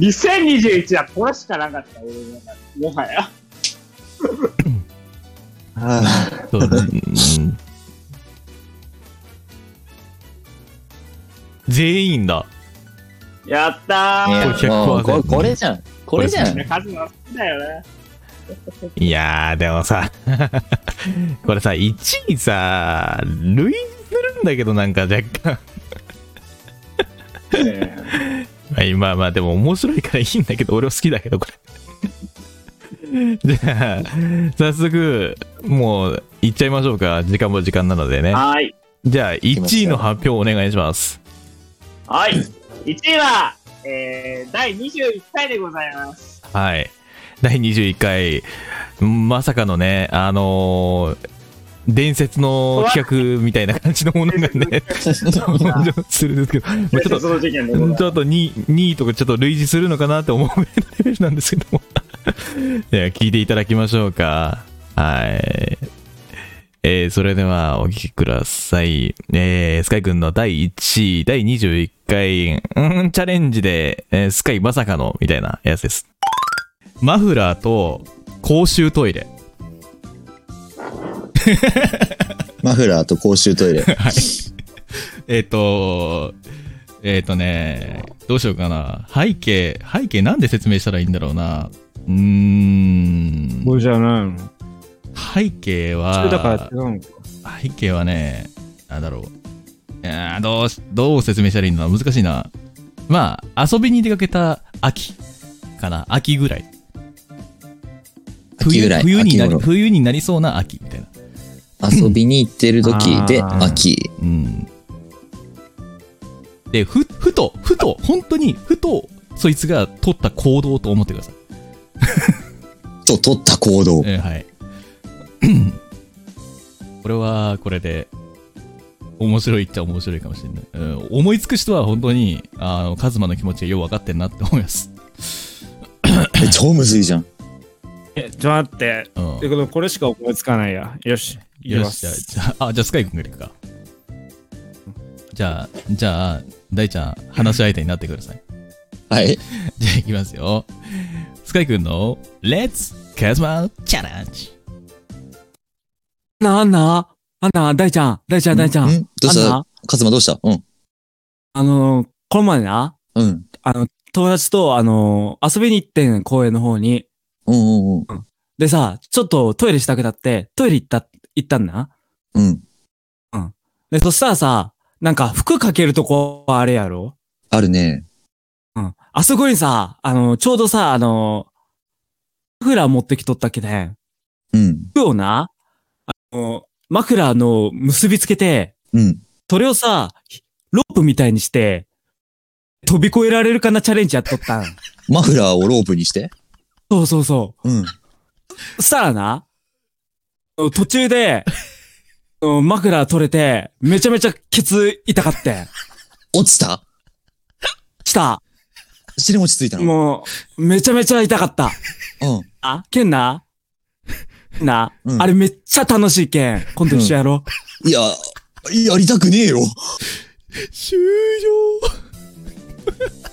Speaker 2: 2021はこれしかなかった、俺の中でもはや。
Speaker 3: ああ
Speaker 1: そううん全員だ。
Speaker 2: やった
Speaker 3: い
Speaker 2: ー
Speaker 3: や
Speaker 1: これ
Speaker 3: もうこ
Speaker 1: 100%
Speaker 3: これじゃん。これじゃん。
Speaker 2: カズマ好きだよね。
Speaker 1: いやー、でもさ、これさ、1位さ、類するんだけど、なんか若干。はい、まあまあ、でも面白いからいいんだけど、俺は好きだけど、これ。じゃあ、早速、もう、行っちゃいましょうか。時間も時間なのでね。
Speaker 2: はーい。
Speaker 1: じゃあ、
Speaker 3: きますよ
Speaker 1: 1位の発表お願いします。
Speaker 2: はい。1位は、えー、第21回でございます。
Speaker 1: はい。第21回、まさかのね、あのー伝説の企画みたいな感じのものがね、登場するんですけど、まあちょっと
Speaker 2: その事件でござい
Speaker 1: うん
Speaker 2: ます
Speaker 1: ち。ょっと 2, 位とかちょっと類似するのかなって思うレベルなんですけども では聞いていただきましょうかはいえーそれではお聞きくださいえースカイくんの第1位第21回うんチャレンジで、えースカイまさかのみたいなやつですマフラーと公衆トイレ
Speaker 3: マフラーと公衆トイレ。
Speaker 8: えっ、と、えっ、とね、どうしようかな。背景、背景なんで説明したらいいんだろうな。うーん。
Speaker 4: れじゃないの
Speaker 8: 背景は、
Speaker 4: うのか。
Speaker 8: 背景はね、なんだろう。いやーどうし、どう説明したらいいんだろう。難しいな。まあ、遊びに出かけた秋。かな秋ぐらい
Speaker 10: 秋ぐらい
Speaker 8: 冬にな
Speaker 10: 秋
Speaker 8: り
Speaker 10: 頃
Speaker 8: 冬になりそうな秋みたいな
Speaker 10: 遊びに行ってる時で
Speaker 7: あー
Speaker 10: 秋。
Speaker 8: うんでふふとふと本当にふとそいつが取った行動と思ってください
Speaker 10: と取った行動。
Speaker 8: えーはい これはこれで面白いっちゃ面白いかもしれない、うん思いつく人は本当にあのカズマの気持ちがよう分かってんなって思います、
Speaker 10: え超むずいじゃん。
Speaker 4: えちょっと待って。
Speaker 8: うん、
Speaker 4: ということでこれしか思いつかないや。よし、いき
Speaker 8: よ
Speaker 4: ま
Speaker 8: し、じゃあ
Speaker 4: す。
Speaker 8: じゃあ、あ、じゃあスカイ君がいくか。じゃあ、じゃあ、大ちゃん、話し相 手になってください。
Speaker 10: はい。
Speaker 8: じゃあ、いきますよ。スカイ君の、レッツカズマチャレン ジ。
Speaker 11: な、あんな、あんな、大ちゃん、大ちゃん、大ちゃん。
Speaker 10: んどうし
Speaker 11: あん
Speaker 10: た
Speaker 11: な
Speaker 10: カズマどうしたうん。
Speaker 11: あの、この前な、
Speaker 10: うん。
Speaker 11: あの、友達と、あの、遊びに行ってん、公園の方に。
Speaker 10: うんうんうん。
Speaker 11: でさ、ちょっとトイレしたくなって、トイレ行った、行ったんだ。
Speaker 10: うん。
Speaker 11: で、そしたらさ、なんか服かけるとこあれやろ
Speaker 10: あるね。
Speaker 11: うん。あそこにさ、あの、ちょうどさ、あの、マフラー持ってきとったっけね。
Speaker 10: うん。
Speaker 11: 服をな、あの、マフラーの結びつけて、
Speaker 10: うん。
Speaker 11: それをさ、ロープみたいにして、飛び越えられるかなチャレンジやっとったん。
Speaker 10: マフラーをロープにして。
Speaker 11: そうそうそ
Speaker 10: うん。
Speaker 11: う。そしたらな、途中で、あのマフラー取れて、めちゃめちゃケツ痛かって、
Speaker 10: 落ちた
Speaker 11: した。
Speaker 10: 尻に落ち着いたの
Speaker 11: もう、めちゃめちゃ痛かった。
Speaker 10: うん。
Speaker 11: あ、けんなけんな、
Speaker 10: うん
Speaker 11: あれめっちゃ楽しいけん。今度一緒やろ。
Speaker 10: いや、やりたくねえよ。
Speaker 8: 終了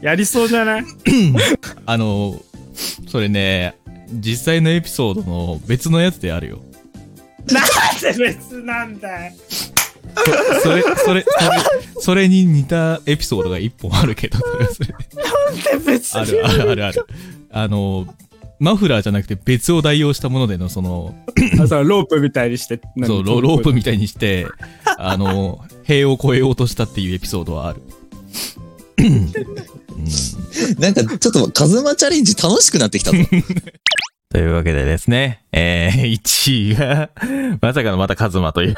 Speaker 4: やりそうじゃない
Speaker 8: あの、それね、実際のエピソードの別のやつであるよ。
Speaker 4: なんで別なんだよ。
Speaker 8: それ、それ、それ、それに似たエピソードが一本あるけど、それ
Speaker 4: 別
Speaker 8: あるあるあるある。あの、マフラーじゃなくて別を代用したものでの、その、
Speaker 4: あそうロープみたいにして。何
Speaker 8: そうロロープみたいにして、あの、塀を越えようとしたっていうエピソードはある。
Speaker 10: なんか、ちょっと、カズマチャレンジ楽しくなってきたぞ。
Speaker 1: というわけでですね、えー、1位 が、まさかのまたカズマと いう。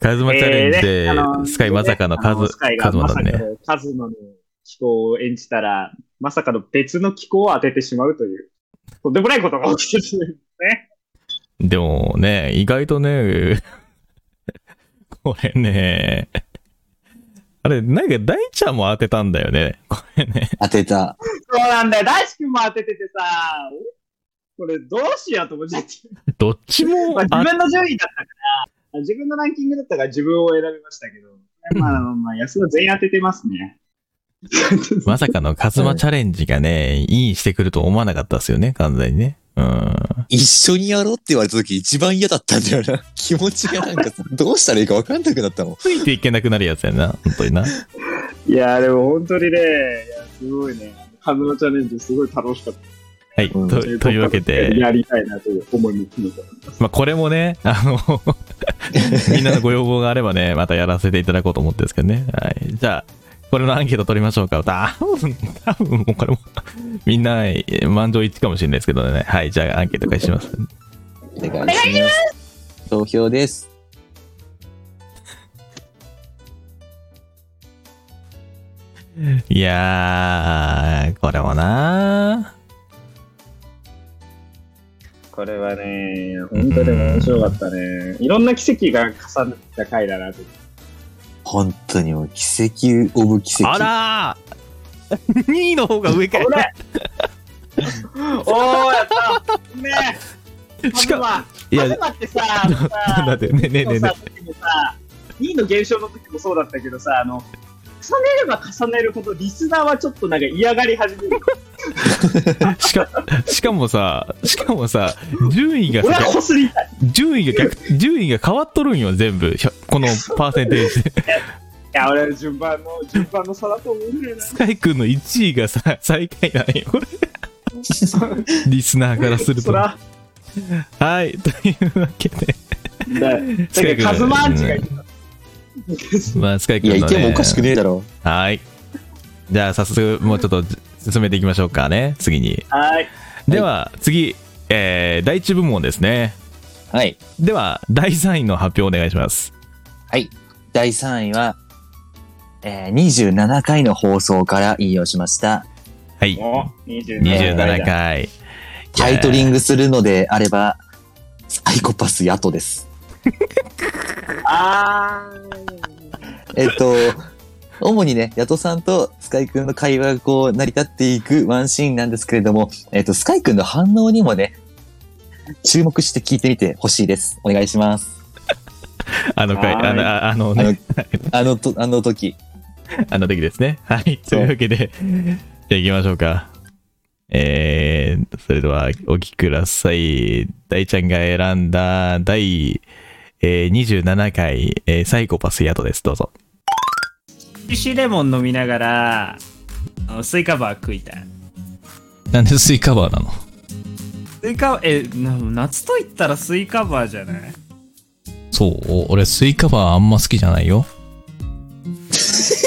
Speaker 1: カズマチャレンジで、
Speaker 2: えーねあの
Speaker 1: スカイまさかのカ
Speaker 2: あの
Speaker 1: ズ
Speaker 2: スカイが
Speaker 1: カズマ
Speaker 2: ま
Speaker 1: な
Speaker 2: さ
Speaker 1: ん
Speaker 2: か
Speaker 1: でね。
Speaker 2: のカズマの気候を演じたら、まさかの別の気候を当ててしまうという、とんでもないことが起きてしまう。
Speaker 1: でもね、意外とね、 これね、あれ、なんか大ちゃんも当てたんだよね。
Speaker 3: 当てた。
Speaker 2: そうなんだよ。大志くんも当てててさ、これどうしようと思っちゃって。
Speaker 1: どっちも
Speaker 2: まあ、自
Speaker 1: あ
Speaker 2: 分の順位だったから、自分のランキングだったから自分を選びましたけど、まあ、まあ、安田全員当ててますね。
Speaker 1: まさかのカズマチャレンジがね、いいしてくると思わなかったですよね、完全にね。うん。
Speaker 10: 一緒にやろうって言われた時一番嫌だったんだ よな。気持ちがなんか、どうしたらいいか分かんなくなったの。
Speaker 1: ついていけなくなるやつやな、本当にな。
Speaker 2: いやー、でも本当にね、いやすごいね。カズマチャレンジすごい楽しかった。
Speaker 1: はい、
Speaker 10: うん
Speaker 1: とというわけで、
Speaker 2: やりたいなという思いも込めております。
Speaker 1: まあ、これもね、あのみんなのご要望があればね、またやらせていただこうと思ってるんですけどね。はい、じゃあ、これのアンケート取りましょうか。多分、多分もうこれも、みんなえー満場一致かもしれないですけどね。はい、じゃあアンケート開始します。
Speaker 3: お願いします。投票です。
Speaker 1: いやー、これもな
Speaker 2: これはね、本当でも面白かったね。いろんな奇跡が重なった回だなと。
Speaker 3: 本当にもう奇跡オブ奇跡。
Speaker 1: あらー !2 位の方が上かよ。
Speaker 2: おー、やったねえ
Speaker 1: しか
Speaker 2: カ
Speaker 1: い
Speaker 2: ズ
Speaker 1: や
Speaker 2: マカズマってさ、あのさ
Speaker 1: だってねねねね
Speaker 2: さ時もさ2位の減少の時もそうだったけどさ、あの、重ねれば重ねるほどリスナーはちょっとなんか嫌がり始める。
Speaker 1: しか、しかもさ、しかもさ、順位が
Speaker 2: 俺は
Speaker 1: さ、
Speaker 2: こすりたい。
Speaker 1: 順位が逆、順位が変わっとるんよ、全部。ひゃこのパーセンテージで。
Speaker 2: いや、俺は順番の、順番の差だと思うんだよな。
Speaker 1: スカイ君の1位がさ、最下位なんよ、これ。リスナーからする
Speaker 2: そ
Speaker 1: と。
Speaker 2: ら、
Speaker 1: はい、というわけで、
Speaker 2: だだからカズマアンチがいた。
Speaker 1: まあ、スカイ
Speaker 3: いや、
Speaker 1: 君
Speaker 3: い
Speaker 1: の、
Speaker 3: て
Speaker 1: ね。
Speaker 3: もおかしくねえだろ。
Speaker 1: はい。じゃあ早速もうちょっと進めていきましょうかね次に
Speaker 2: はい。
Speaker 1: では次、えー第1部門ですね
Speaker 3: はい
Speaker 1: では第3位の発表お願いします
Speaker 3: はい第3位は、えー、27回の放送から引用しました。
Speaker 1: はい。
Speaker 2: 27
Speaker 3: 27
Speaker 1: 回。
Speaker 3: タイトリングするのであれば、サイコパスヤトです。
Speaker 2: あ
Speaker 3: えっと、主にね、ヤトさんとスカイくんの会話がこう成り立っていくワンシーンなんですけれども、えっと、スカイくんの反応にもね、注目して聞いてみてほしいです。お願いします。
Speaker 1: あの回
Speaker 3: はーい
Speaker 1: あのああのね
Speaker 3: あのと、あの時。
Speaker 1: あの時ですね はいというわけでじゃあ行きましょうかえー、それではお聞きください大ちゃんが選んだ第、えー27回、えーサイコパス宿ですどうぞ
Speaker 4: 美味しいレモン飲みながら、あのスイカバー食いたい。
Speaker 1: なんでスイカバーなの
Speaker 4: スイカ、え、な夏と言ったらスイカバーじゃない
Speaker 1: そう俺スイカバーあんま好きじゃないよ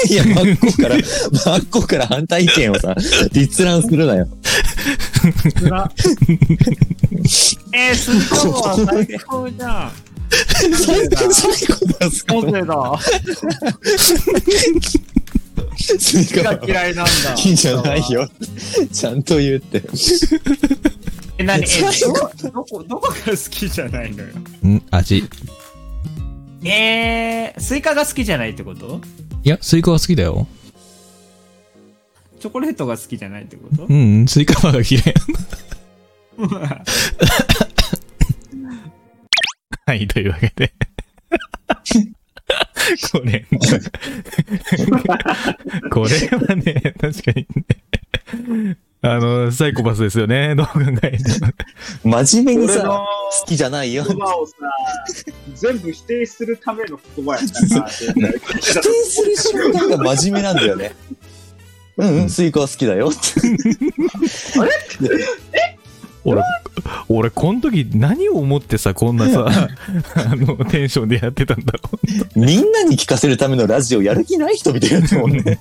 Speaker 3: いや、真っ向から、真っ向から反対意見をさ、立覧するなよ。
Speaker 4: えー、スイカバー最高じゃん。
Speaker 3: 最高最高だ、ス
Speaker 4: モテだ。
Speaker 3: スイカバー
Speaker 4: が嫌いなんだ。
Speaker 3: いいんじゃないよ。ちゃんと言うって。
Speaker 4: え、何え
Speaker 3: 最高、
Speaker 4: ど、どこ、どこが好きじゃないのよ。
Speaker 1: ん味
Speaker 4: えー、スイカが好きじゃないってこと
Speaker 1: いやスイカは好きだよ
Speaker 4: チョコレートが好きじゃないってこと
Speaker 1: うんスイカバーが嫌いはいというわけでこれこれはね確かにねあのサイコパスですよねどう考えても
Speaker 3: 真面目に
Speaker 2: 俺の
Speaker 3: さ、好きじゃないよ。
Speaker 2: 言葉をさ、全部否定するための言葉やからさ。
Speaker 3: 否定する瞬間が真面目なんだよね。うんうん、スイカは好きだよって。
Speaker 1: 俺俺この時何を思ってさこんなさあのテンションでやってたんだろ
Speaker 3: みんなに聞かせるためのラジオやる気ない人みたいになってるもん ね。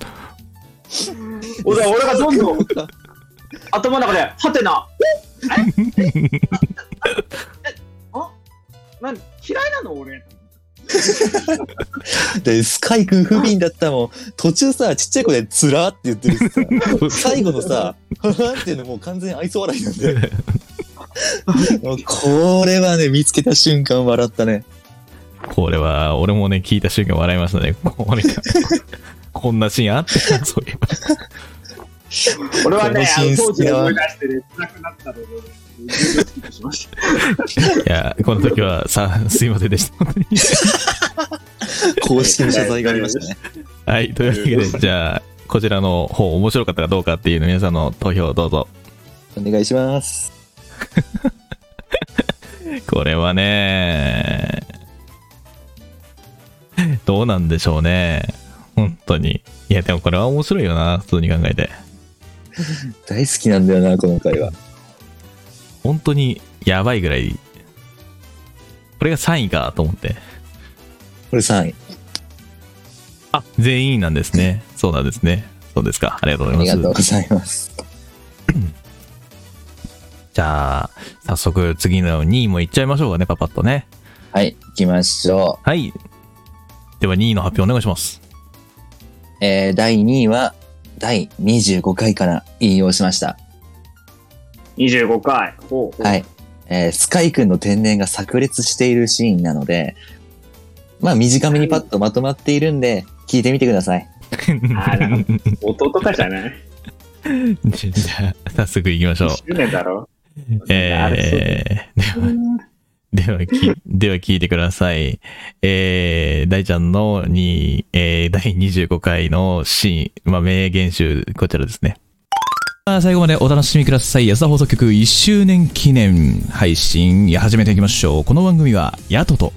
Speaker 2: 俺俺がどん どん頭の中で、はてな。 ええええあなん嫌いなの俺。
Speaker 3: で、スカイ君不憫だったもん。途中さ、ちっちゃい子でつらって言ってるしさ、最後のさ、ははっていうのもう完全に愛想笑いなんだよ。 もうこれはね、見つけた瞬間笑ったね。
Speaker 1: うこれは俺もね聞いた瞬間笑いましたねこれがこんなシーンあったなそういえば
Speaker 2: 俺は
Speaker 3: この
Speaker 2: ね、あ
Speaker 3: シー
Speaker 2: の
Speaker 3: ン
Speaker 2: 当
Speaker 3: 好き
Speaker 2: 時
Speaker 3: だ
Speaker 2: 思
Speaker 3: わ
Speaker 2: い出してね、辛くなったので、
Speaker 1: いやこの時はさすいませんでした
Speaker 3: 公式の謝罪がありましたね。
Speaker 1: はいというわけでじゃあこちらの方面白かったかどうかっていうの皆さんの投票をどうぞ
Speaker 3: お願いします。
Speaker 1: これはねどうなんでしょうね本当にいやでもこれは面白いよな普通に考えて
Speaker 3: 大好きなんだよな、この回は。
Speaker 1: 本当にやばいぐらいこれが3位かと思って
Speaker 3: これ3位
Speaker 1: あ全員なんですねそうなんですねそうですかありがとうご
Speaker 3: あ
Speaker 1: ざいます
Speaker 3: りがとうございます。
Speaker 1: じゃあ早速次の2位もいっちゃいましょうかねパパッとね
Speaker 3: はい行きましょ
Speaker 1: うはいでは2位の発表お願いします
Speaker 3: えー、第2位は、第25回から引用しました。
Speaker 2: 25回。ほう
Speaker 3: はい。えースカイくんの天然が炸裂しているシーンなので、まあ短めにパッとまとまっているんで、聞いてみてください。
Speaker 2: 弟かじゃない
Speaker 1: じゃあ早速いきましょう
Speaker 2: ?10 年だろ
Speaker 1: えー、では、ではき、では聞いてください。えー、大ちゃんの2、えー、第25回のシーン、まあ、名言集、こちらですね。さあ最後までお楽しみください。安田放送局1周年記念配信、始めていきましょう。この番組は、ヤトと、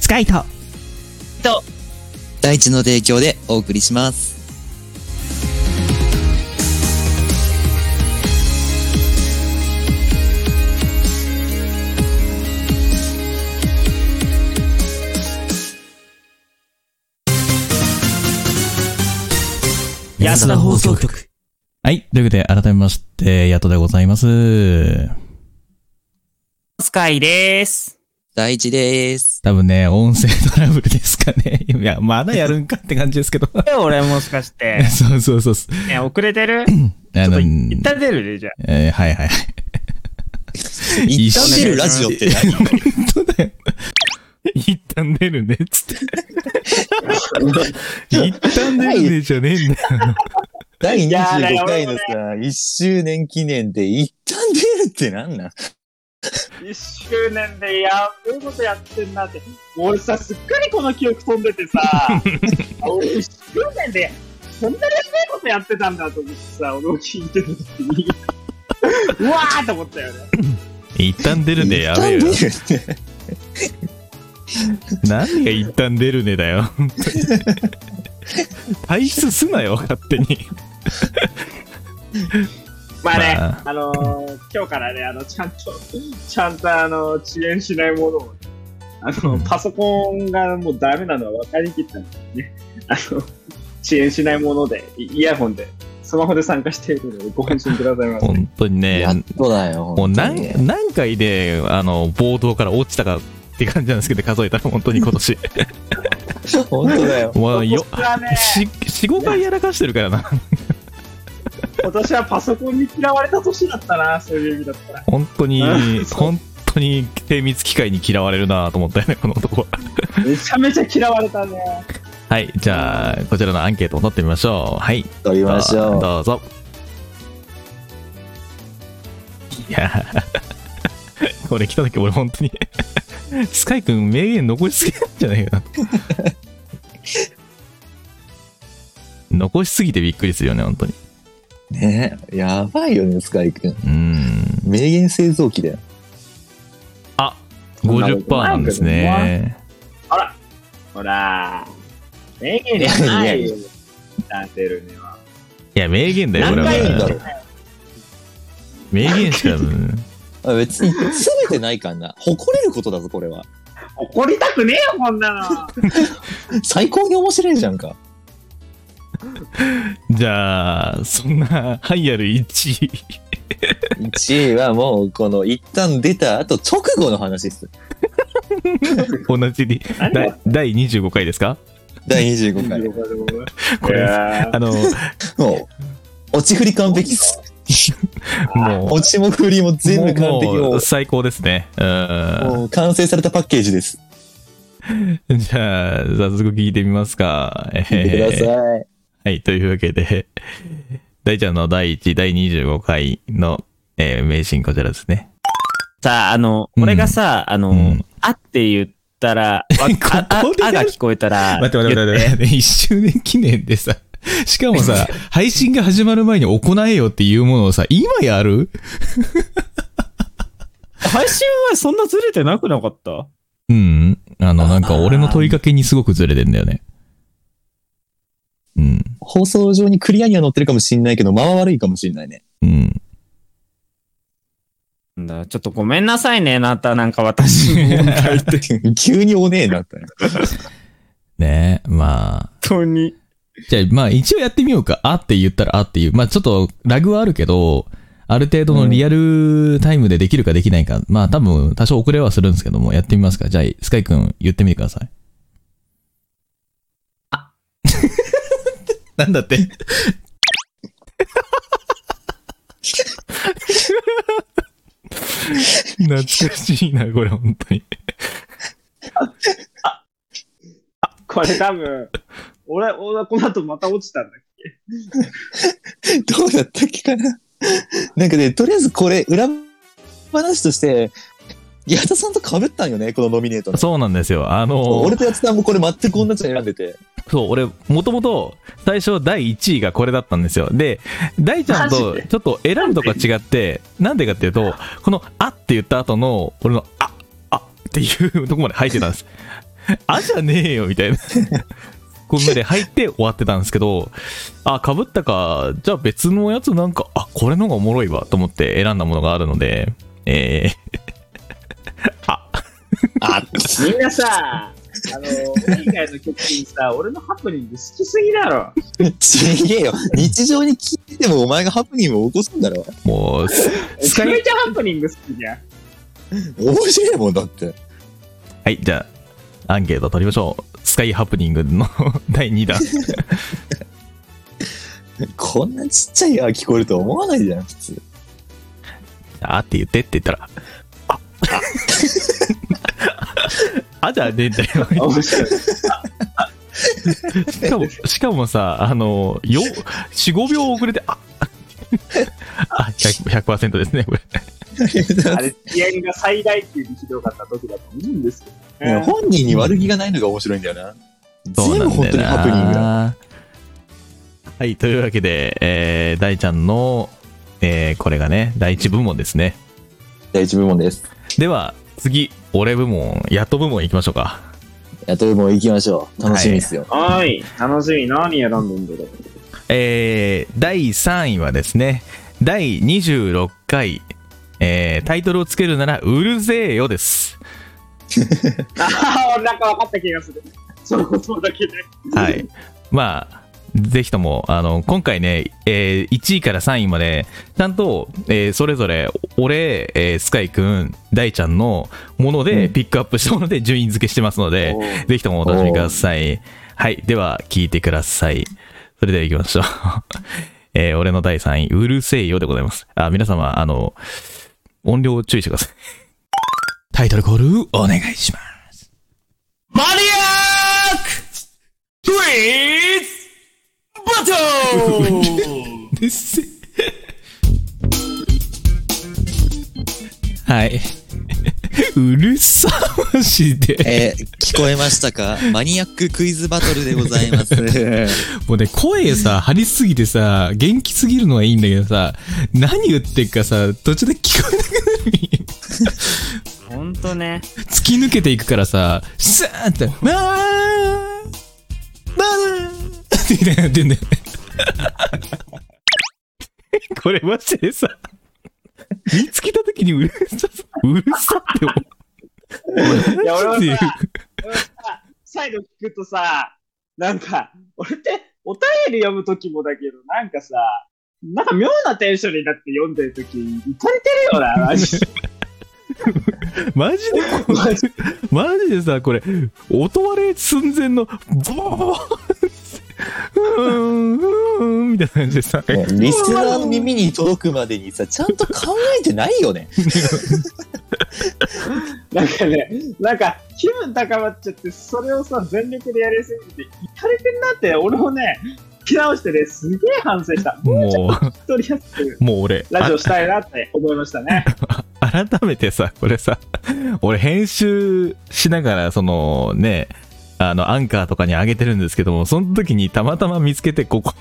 Speaker 5: スカイと
Speaker 3: と、大地の提供でお送りします。
Speaker 12: 「
Speaker 1: 安田放送局。はい。ということで、改めまして、ヤトでございます。
Speaker 12: スカイです。
Speaker 10: 第一です。
Speaker 1: 多分ね、音声トラブルですかね。いや、まだやるんかって感じですけど。
Speaker 12: 俺もしかして。
Speaker 1: そうそうそうそう。
Speaker 12: ね、遅れてる
Speaker 1: あの、
Speaker 12: 一旦出るで、じゃあ。
Speaker 1: えーはいはいはい。
Speaker 12: 一旦出るラジオって何
Speaker 1: 本当だよ。一旦出るね、つ って。一旦出るねじゃねえんだよ。
Speaker 3: 第
Speaker 10: いやーだよ
Speaker 3: 25回のさ、1周年記念で一旦出るってなんなん
Speaker 2: 1周年でやべえことやってんなって。俺さ、すっかりこの記憶飛んでてさ、俺1周年でそんなにやべえことやってたんだと思ってさ、俺を聞いてる時に、うわーと思ったよね。
Speaker 1: 一旦出るね、やべえよ。何が一旦出るねだよ。 本当に退出すなよ、勝手に。
Speaker 2: まあね、
Speaker 1: ま
Speaker 2: あ、のー今日からね、あの、ちゃんと、ちゃんとあの、遅延しないものを、あの、パソコンがもうダメなのは分かりきったのでね、あの、遅延しないもので、イイヤホンで、スマホで参加しているので、ご安心くださいませ。
Speaker 1: 本当にね。やっ
Speaker 3: とだよ。
Speaker 1: もう何何回で、あの、冒頭から落ちたかって感じなんですけど、数えたら本当に今年。
Speaker 3: 本 当だよ。
Speaker 1: もうよ
Speaker 2: 今年はね、
Speaker 1: し4、5回やらかしてるからな。
Speaker 2: 今年はパソコンに嫌われた年だったな、そういう意味だったら。
Speaker 1: 本当に、本当に精密機械に嫌われるなと思ったよね、この男は。
Speaker 2: めちゃめちゃ嫌われたね。
Speaker 1: はい、じゃあ、こちらのアンケートを取ってみましょう。はい。
Speaker 3: 取りましょう
Speaker 1: どうぞ。いやーこれ来た時俺本当に、 スカイ君名言残しすぎなんじゃないかな。残しすぎてびっくりするよね、本当に。
Speaker 3: ねえ、やばいよね、スカイくん。
Speaker 1: うん。
Speaker 3: 名言製造機だよ。
Speaker 1: あ、50%なんですね。
Speaker 2: あら、ほら、名言じゃないよ。ダンテルには。
Speaker 1: いや、名言だよ、これは。
Speaker 2: 何回言うんだろ
Speaker 1: 名言しか、
Speaker 3: あ別に、すべてないかな。誇れることだぞ、これは。
Speaker 2: 怒りたくねえよ、こんな
Speaker 3: 最高に面白いじゃんか。
Speaker 1: じゃあ、そんな、 ハイアル1位。
Speaker 3: 1位はもう、この、一旦出た後、直後の話っす。
Speaker 1: 同じに、だ第25回ですか
Speaker 3: 第25回。
Speaker 1: これ、
Speaker 3: や
Speaker 1: あの、
Speaker 3: もう、落ち振り完璧っす。
Speaker 1: もう、
Speaker 3: 落ちも振りも全部完璧
Speaker 1: も
Speaker 3: も
Speaker 1: う最高ですね。う
Speaker 3: う、も
Speaker 1: ん。
Speaker 3: う完成されたパッケージです。
Speaker 1: じゃあ、早速聞いてみますか。え
Speaker 3: 見てくだ さい。
Speaker 1: はい、というわけで、大ちゃんの第1、第25回の、えー名シーンこちらですね。
Speaker 12: さあ、あの、俺がさ、あの、あって言った ら、わあああが聞こえたら、
Speaker 8: 待って待って待って待って、1周年記念でさ、しかもさ、配信が始まる前に行えよっていうものをさ、今やる
Speaker 12: 配信はそんなずれてなくなかった
Speaker 1: うん。あの、なんか俺の問いかけにすごくずれてんだよね。うん。
Speaker 3: 放送上にクリアには載ってるかもしんないけど、間は悪いかもしんないね。
Speaker 1: うん。
Speaker 12: なんだ、ちょっとごめんなさいね、なた、なんか 私の問題って。
Speaker 3: 急におねえなったよ。
Speaker 1: ねえ、まあ。
Speaker 12: 本当に。
Speaker 1: じゃあ、まあ一応やってみようか。あって言ったらあっていう。まあちょっとラグはあるけど、ある程度のリアルタイムでできるかできないか。まあ多分多少遅れはするんですけども、やってみますか。じゃあ、スカイ君言ってみてください。あ なんだって。懐かしいな、これ、本当に。
Speaker 2: これ多分、俺、俺はこの後また落ちたんだっ
Speaker 3: どうだったっけかな。なんかね、とりあえずこれ、裏話として、矢田さんと被ったんよね、このノミネートの。
Speaker 1: そうなんですよ。あのー
Speaker 3: 俺と矢田さんもこれ全く同じの選んでて。
Speaker 1: そう、俺、もともと、最初第1位がこれだったんですよ。で、大ちゃんと、ちょっと選ぶとか違って、なんでかっていうと、この、あって言った後の、俺の、あ、あっていうとこまで入ってたんです。あじゃねえよ、みたいな。ここまで入って終わってたんですけど、あ、かぶったか、じゃあ別のやつなんか、あ、これの方がおもろいわ、と思って選んだものがあるので、えー、
Speaker 2: け。みんなさ、あの、海外の曲にさ、俺のハプニング好きすぎだろ。
Speaker 3: ちげえよ。日常に聞いてもお前がハプニングを起こすんだろ。
Speaker 1: もう、
Speaker 2: めちゃめちゃハプニング好きじゃん。
Speaker 3: 面白いもんだって。
Speaker 1: はい、じゃあ、アンケート取りましょう。スカイハプニングの 第2弾。
Speaker 3: こんなちっちゃい「あ」聞こえると思わないじゃん、普通。
Speaker 1: あーって言ってって言ったら、あ、あ、あじゃねえんだよ。しかも、しかもさ、あの、よ、4、5秒遅れて、あ、あ、100%, 100ですね、これ。
Speaker 2: あ れ、気合が最大級にひどかった時だと思うんですけど、ね。
Speaker 3: 本人に悪気がないのが面白いんだよな。
Speaker 1: そうなんだよな
Speaker 3: 全部本当にハプニングだ。
Speaker 1: はい、というわけで、えー、大ちゃんの、えーこれがね、第一部門ですね。
Speaker 3: 第一部門です。
Speaker 1: では、次、俺部門、やっと部門行きましょうか。
Speaker 3: やとも行きましょう。楽しみですよ。
Speaker 2: はい、楽しみ。何選んでんだろう。
Speaker 1: えー第3位はですね、第26回、えータイトルをつけるなら、うるぜえよです。
Speaker 2: ああ、なんか分かった気がする。そのことだけで。
Speaker 1: はい。まあ、ぜひとも、あの、今回ね、えー1位から3位まで、ちゃんと、えーそれぞれ、俺、えースカイくん、大ちゃんのもので、ピックアップしたもので順位付けしてますので、 ぜひともお楽しみください。はい。では、聞いてください。それでは行きましょう。 えー俺の第3位、うるせえよでございます。あ、皆様、あの、音量を注意してください。タイトルコール、お願いします。
Speaker 4: マニアッククイズバト ル
Speaker 8: です はい。うるさ、マジで。
Speaker 10: えー聞こえましたかマニアッククイズバトルでござい ます。
Speaker 8: もうね、声さ、張りすぎてさ、元気すぎるのはいいんだけどさ、何言ってっかさ、途中で聞こえなく
Speaker 12: ほんとね。
Speaker 8: 突き抜けていくからさ、スーンって、まあまあって言いながらやってんだよね。これマジでさ、見つけた時にうるさ、うるさって思う。
Speaker 2: いや、俺
Speaker 8: マジで
Speaker 2: はさ、俺はさ最後聞くとさ、なんか、俺ってお便り読む時もだけど、なんかさ、なんか妙なテンションになって読んでる時、いかれてるよな、マ ジで。
Speaker 8: マジでこれマジでさ、これ、音割れ寸前の、ボーうーん、うーん、みたいな感じでさ、
Speaker 3: リスナーの耳に届くまでにさ、ちゃんと考えてないよね。
Speaker 2: なんかね、なんか気分高まっちゃって、それをさ、全力でやりすぎて、いかれてんなって、俺もね、聞き直してね、すげえ反省した。もうちょ
Speaker 1: も
Speaker 2: っと一人やって
Speaker 1: う、もう俺、
Speaker 2: ラジオしたいなって思いましたね。
Speaker 1: 改めてさこれさ俺編集しながらそのねあのアンカーとかに上げてるんですけどもその時にたまたま見つけてここ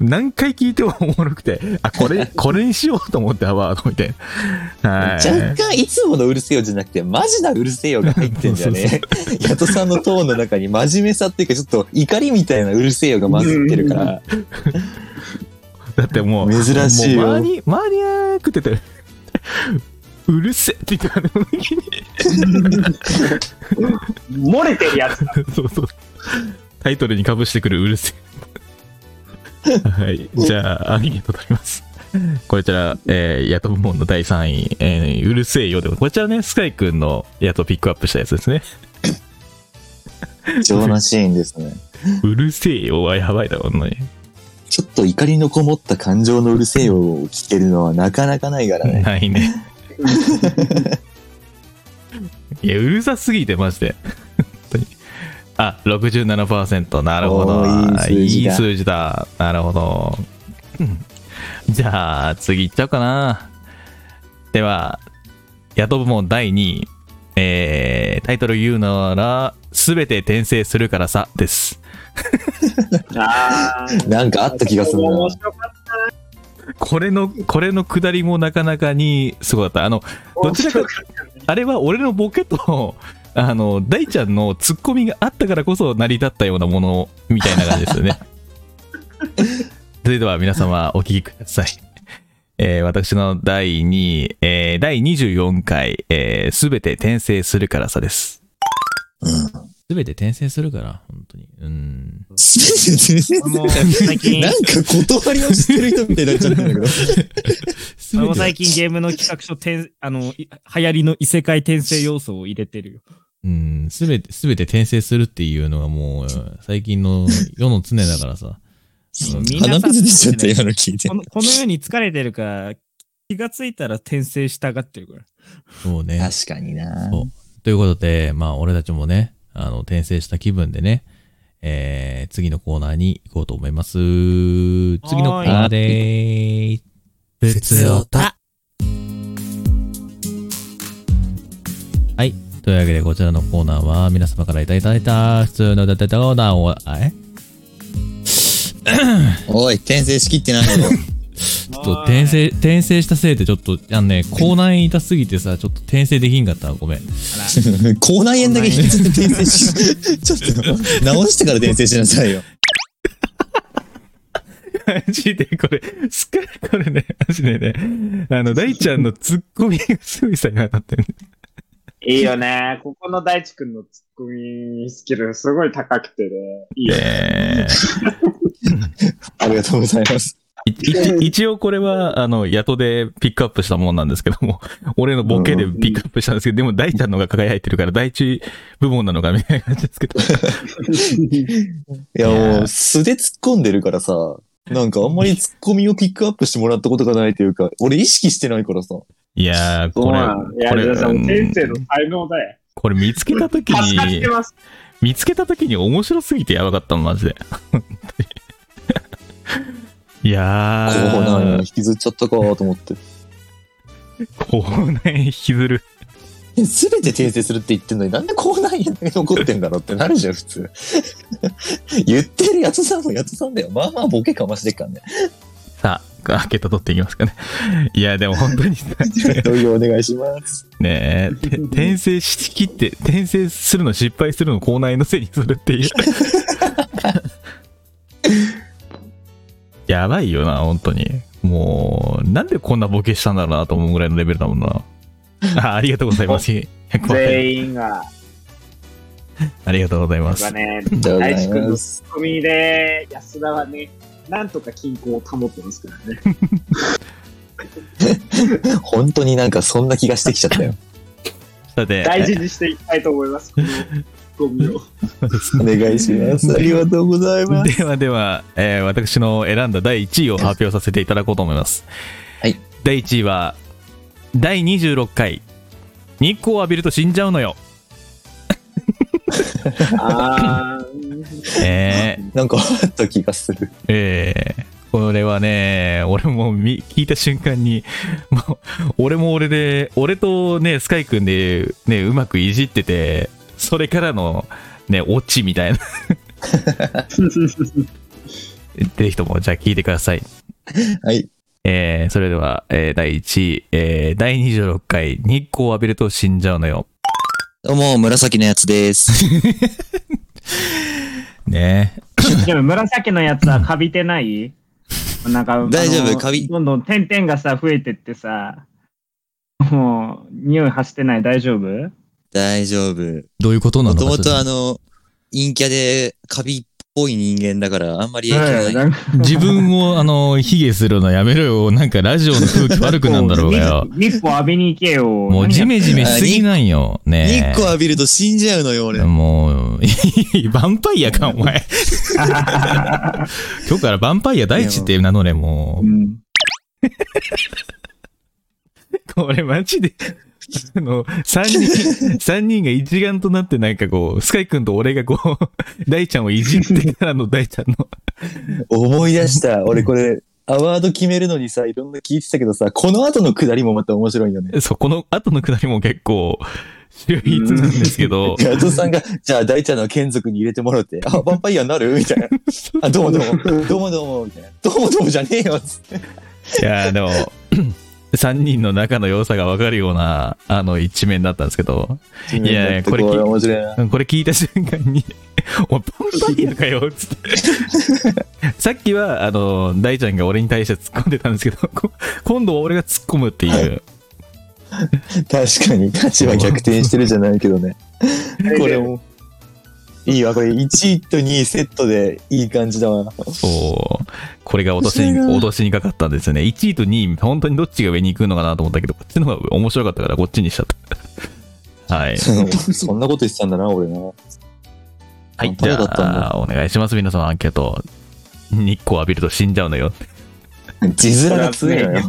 Speaker 1: 何回聞いてもおもろくてあこれこれにしようと思ってアワードみたいなはい
Speaker 3: 若干いつものうるせえよじゃなくて、マジなうるせえよが入ってんだよね。ヤトさんのトーンの中に真面目さっていうか、ちょっと怒りみたいなうるせえよが混ざってるから、
Speaker 1: だってもう
Speaker 3: 珍しいよ
Speaker 1: もうマニマニアックって 言ってうるせえって言ったからね
Speaker 2: 漏れてるやつだ。
Speaker 1: そうそう。タイトルにかぶしてくるうるせえ。 はい。じゃあ、アンケート取ります。こちら、えー、ヤト部門の第3位、えーうるせえよでも、こちらね、スカイくんのヤトピックアップしたやつですね。
Speaker 3: 情なシーンですね。
Speaker 1: うるせえよはやばいだろ、ほんまに。
Speaker 3: ちょっと怒りのこもった感情のうるせえよを聞けるのはなかなかないからね。
Speaker 1: ない ね。いや、うるさすぎて、マジで。本当に。あ、67%。なるほど
Speaker 3: お。ーいい数字だ
Speaker 1: い数字だ。なるほど。うんじゃあ、次いっちゃおうかな。では、雇部門第2位。えー、タイトル言うなら、すべて転生するからさ、です。
Speaker 2: あー
Speaker 3: なんかあった気がするな
Speaker 2: 面白かっ
Speaker 1: これの、これの下りもなかなかにすごかった。あの、
Speaker 2: た。
Speaker 1: どちらか
Speaker 2: 面白かったね
Speaker 1: あれは俺のボケと、あの、大ちゃんのツッコミがあったからこそ成り立ったようなものみたいな感じですよね。それでは皆様お聞きください。えー私の第2位、えー第24回、す、べ、て転生するからさです。すべて転生するから、本当に。うん。
Speaker 11: もう最近
Speaker 3: なんか断りをしてる人みたいになっちゃってるんだけど。
Speaker 11: 俺も最近ゲームの企画書転あのい流行りの異世界転生要素を入れてるよ。
Speaker 1: うん、すべて、すべて転生するっていうのがもう、最近の世の常だから さ。
Speaker 11: みんなさ鼻水出ちゃった今の
Speaker 3: 聞い
Speaker 11: このこの世に疲れてるから気がついたら転生したがってるから。
Speaker 1: そうね。
Speaker 3: 確かにな
Speaker 1: そう。ということで、まあ、俺たちもね、あの、転生した気分でね、えー、次のコーナーに行こうと思います。次のコーナーでーす。ふつおた。はい。というわけで、こちらのコーナーは、皆様からいただいた、普通の歌ってたコーナーを、あえ
Speaker 3: おい、転生しきってないよ。
Speaker 1: ちょっと転生、転生したせいでちょっと、あのね、口内炎痛すぎてさ、ちょっと転生できんかったわごめん。
Speaker 3: 口内炎だけ引きずって転生し、ちょっと直してから転生しなさいよ。
Speaker 1: マジでこれ、すっかりこれね、マジでね、あの、大ちゃんのツッコミがすごいさ、今なってる、
Speaker 2: いいよね。ここの大地君のツッコミスキルすごい高くてね。いいよね。
Speaker 3: ありがとうございます。
Speaker 1: 一応これは、あの、雇でピックアップしたもんなんですけども、俺のボケでピックアップしたんですけど、でも大ちゃんの方が輝いてるから、第一部門なのかみたいな感じですけど。
Speaker 3: いや、もう素で突っ込んでるからさ、なんかあんまり突っ込みをピックアップしてもらったことがないというか、俺意識してないからさ。
Speaker 1: いやー、
Speaker 2: そう
Speaker 1: これ
Speaker 2: なの、いや、
Speaker 1: これ、
Speaker 2: 皆さん、もう
Speaker 1: う
Speaker 2: 天
Speaker 1: ん
Speaker 2: 性の才能だよ。
Speaker 1: これ見つけたとき
Speaker 2: 助かっ
Speaker 1: に
Speaker 2: て、ます。
Speaker 1: 見つけたときに面白すぎてやばかったの、マ ジで。いやー、
Speaker 3: こうなんや引きずっちゃったかと思って。
Speaker 1: 口内引きずる。
Speaker 3: すべて訂正するって言ってんのになんで口内炎だけ残ってんだろうってなるじゃん、普通。言ってるやつさんもやつさんだよ。まあまあボケかましてっからね。
Speaker 1: さあ、開けた取っていきますかね。 いや、でも本当にさ、
Speaker 3: 同様お願いします。
Speaker 1: ねえ、て転生しきって、転生するの失敗するの口内のせいにするっていう。 やばいよな、本当に。もう、なんでこんなボケしたんだろうなと思うぐらいのレベルだもんな。あありがとうござい ます。100万円
Speaker 2: 全員が。
Speaker 1: ありがとうございま
Speaker 2: 僕は
Speaker 1: す。
Speaker 2: ね、
Speaker 1: りがとうございま
Speaker 2: 大
Speaker 1: す
Speaker 2: 地君のツッコミで、安田はね、なんとか均衡を保ってますから ね。
Speaker 3: 本当になんかそんな気がしてきちゃった よ。
Speaker 1: さて
Speaker 2: 大事にしていきたいと思います、このツッコミ を。
Speaker 3: お願いします。ありがとうございます。
Speaker 1: ではでは、えー私の選んだ第1位を発表させていただこうと思います。
Speaker 3: はい。
Speaker 1: 第1位は、第26回、日光を浴びると死んじゃうのよ。
Speaker 2: あ
Speaker 1: え
Speaker 3: なんかあった気がする。
Speaker 1: えーこれはね、俺も見聞いた瞬間に、もう、俺も俺で、俺とね、スカイくんで、ね、うまくいじってて、それからの、ね、オチみたいな。ぜひとも、じゃあ聞いてください。
Speaker 3: はい。
Speaker 1: えーそれでは、えー第1位、えー第26回、日光を浴びると死んじゃうのよ。
Speaker 3: どうも、紫のやつです。
Speaker 1: ね
Speaker 13: でも紫のやつ はカビてないなんか、
Speaker 3: 大丈夫
Speaker 13: あの
Speaker 3: カビ
Speaker 13: どんどん点々がさ、増えてってさ、もう、匂い発してない、大丈夫
Speaker 3: 大丈夫。
Speaker 1: どういうこと
Speaker 3: もともとあの、陰キャでカビっぽい人間だから、あんまり影響ない。
Speaker 1: 自分を、あの、卑下するのやめろよ。なんか、ラジオの空気悪くなんだろうが よ。
Speaker 13: 日光浴びに行けよ。
Speaker 1: もう、ジメジメしすぎなんよ。ねえ
Speaker 3: 日光浴びると死んじゃうのよ、俺。
Speaker 1: もう、いいヴァンパイアか、お 前。今日からヴァンパイア大地って名乗れ、もう。これ、マジで。あの、三人、三人が一丸となってなんかこう、スカイ君と俺がこう、 大ちゃんをいじってからの大ちゃんの。
Speaker 3: 思い出した。俺これ、アワード決めるのにさ、いろんな聞いてたけどさ、この後のくだりもまた面白いよね。
Speaker 1: そう、この後のくだりも結構、秀逸なんですけど。
Speaker 3: ガトさんが、じゃあ大ちゃんの眷属に入れてもらって、あ、ヴァンパイアになるみたいな。あ、どうもどうも、どうもどうも、みたいな。どうもどうもじゃねえよ、つって。
Speaker 1: いやーでも、3人の仲の良さが分かるような、あの、一面だったんですけど。い
Speaker 3: 一面
Speaker 1: やい
Speaker 3: だ
Speaker 1: や、
Speaker 3: った
Speaker 1: これ
Speaker 3: これ面白
Speaker 1: 聞
Speaker 3: い
Speaker 1: いうんこれ聞いた瞬間に、 おい、パンパイアかよ、つって。さっきは、あの、大ちゃんが俺に対して突っ込んでたんですけど、こ今度は俺が突っ込むっていう。
Speaker 3: 確かに、価値は逆転してるじゃないけどね。これも。いいわ、これ1位と2位セットでいい感じ だわ。
Speaker 1: そう。これが脅しに、脅しにかかったんですよね。1位と2位、本当にどっちが上に行くのかなと思ったけど、こっちの方が面白かったから、こっちにしちゃった。はい。
Speaker 3: そんなこと言ってたんだな、俺な。
Speaker 1: はい、じゃあ、お願いします、皆さん、アンケート。日光浴びると死んじゃうのよ。
Speaker 3: 字面が強いのよ。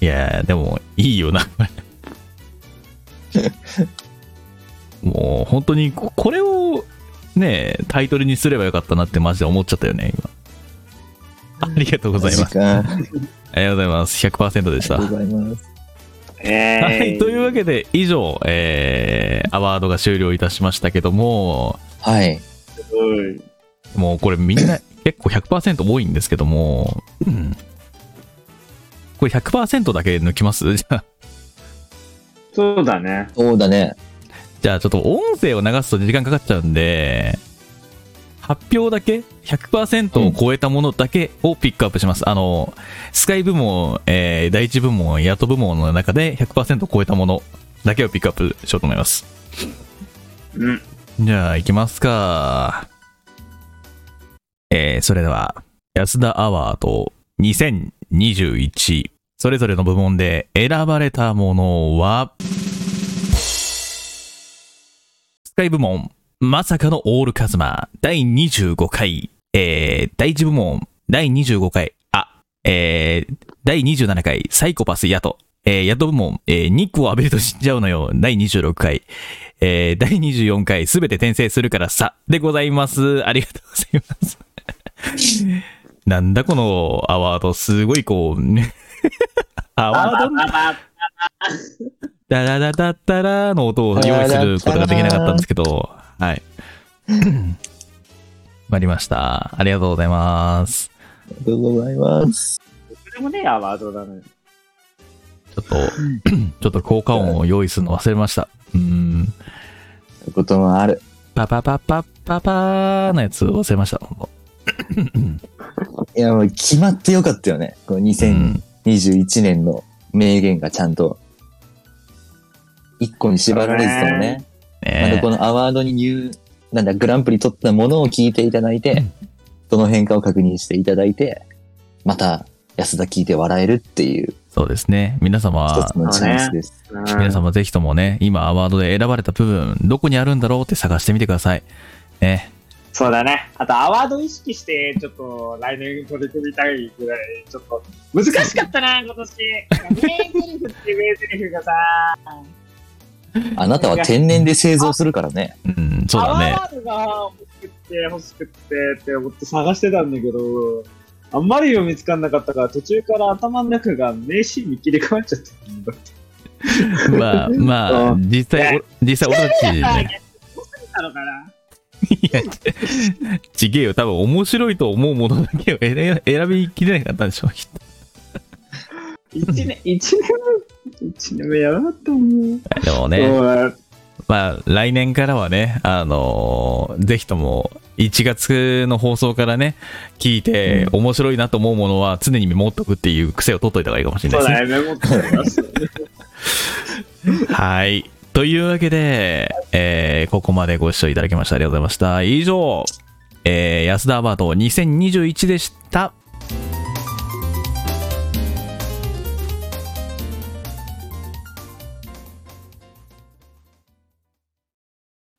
Speaker 1: いやー、でも、いいよな。もう、本当に、ここれを、ねえ、タイトルにすればよかったなってマジで思っちゃったよね、今。ありがとうござ います。あ
Speaker 3: マジか
Speaker 1: りがとうございます。100%でした。
Speaker 3: ありがとうございます。
Speaker 2: え
Speaker 1: はい、というわけで、以上、えー、アワードが終了いたしましたけども、
Speaker 3: はい。
Speaker 1: もうこれみんな結構100%多いんですけども、うんこれ100%だけ抜きますじ ゃあ、
Speaker 2: そうだね。
Speaker 3: そうだね。
Speaker 1: じゃあちょっと音声を流すと時間かかっちゃうんで、発表だけ、100%を超えたものだけをピックアップします。あの、スカイ部門、えー第一部門、ヤト部門の中で100%超えたものだけをピックアップしようと思います。
Speaker 2: うん。
Speaker 1: じゃあ、行きますか。えー、それでは、安田アワード2021、それぞれの部門で選ばれたものは、スカイ部門、まさかのオールカズマ、第25回、えー、第1部門、第25回、あ、えー、第27回、サイコパスヤト、えー、ヤト部門、えー、日光浴びると死んじゃうのよ、第26回、えー、第24回、すべて転生するからさ、でございます。ありがとうございます。なんだこのアワード、すごいこう、ねアワードダラダダッダラーの音を用意することができなかったんですけど、 はい。参りました。ありがとうございます。
Speaker 3: ありがとうございます。
Speaker 2: それもね、アワードだね。
Speaker 1: ちょっ と、ちょっと効果音を用意するの忘れました。うーん。
Speaker 3: そういうこともある。
Speaker 1: パパパパパパーのやつ忘れました。ほんと
Speaker 3: いや、もう決まってよかったよね。この2021年の名言がちゃんと、一個に縛られてたのね。また
Speaker 1: ね
Speaker 3: このアワードに入、なんだ、グランプリ取ったものを聞いていただいて、どの変化を確認していただいて、また安田聞いて笑えるっていう
Speaker 1: そうですね。皆様
Speaker 3: 一
Speaker 1: は
Speaker 3: つ、のチャンスです。
Speaker 1: 皆様ぜひともね、今アワードで選ばれた部分、どこにあるんだろうって探してみてください。ね。
Speaker 2: そうだね。あと、アワード意識して、ちょっと、来年取り組みたいぐらい、ちょっと、難しかったな、今年。名台詞って名台詞がさ、
Speaker 3: あなたは天然で製造するからね。
Speaker 1: うん、そう
Speaker 2: ア
Speaker 1: だね。
Speaker 2: ワードが欲しくって、欲しくってって思って探してたんだけど、あんまりよ見つかんなかったから、途中から頭の中が名シーンに切り替わっちゃったんだって。
Speaker 1: まあ、まあ、実際、お実際俺たちね、
Speaker 2: どうするんだろうかな。
Speaker 1: ちげえよ、多分面白いと思うものだけを 選選びきれなかったんでしょう。きっと
Speaker 2: 一年、一年目、一年目やらなかったもん。
Speaker 1: でも
Speaker 2: そう
Speaker 1: ね、
Speaker 2: だ
Speaker 1: まあ来年からはね、あのーぜひとも1月の放送からね、聞いて面白いなと思うものは常にメモっとくっていう癖を取っといた方がいいかもしれないです
Speaker 2: そう
Speaker 1: ね
Speaker 2: だ。ね、メモってお ります。
Speaker 1: はい。というわけで、えーここまでご視聴いただきましてありがとうございました。以上、えー安田アワード2021でした。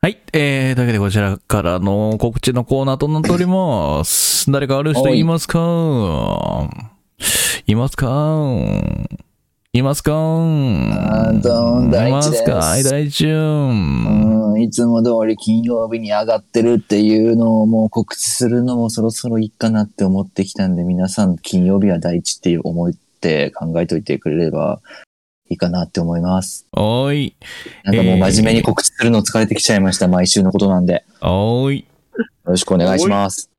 Speaker 1: はい。えー、というわけで、こちらからの告知のコーナーとなっております。誰かある人いますかいますかいますか
Speaker 3: あーどん大地で
Speaker 1: います
Speaker 3: す
Speaker 1: かはい、大地。
Speaker 3: うん、いつも通り金曜日に上がってるっていうのをもう告知するのもそろそろいいかなって思ってきたんで、皆さん金曜日は第一っていう思って考えといてくれればいいかなって思います。
Speaker 1: おーい。
Speaker 3: なんかもう真面目に告知するの疲れてきちゃいました。毎週のことなんで。よ
Speaker 1: おーい。
Speaker 3: ろしくお願いします。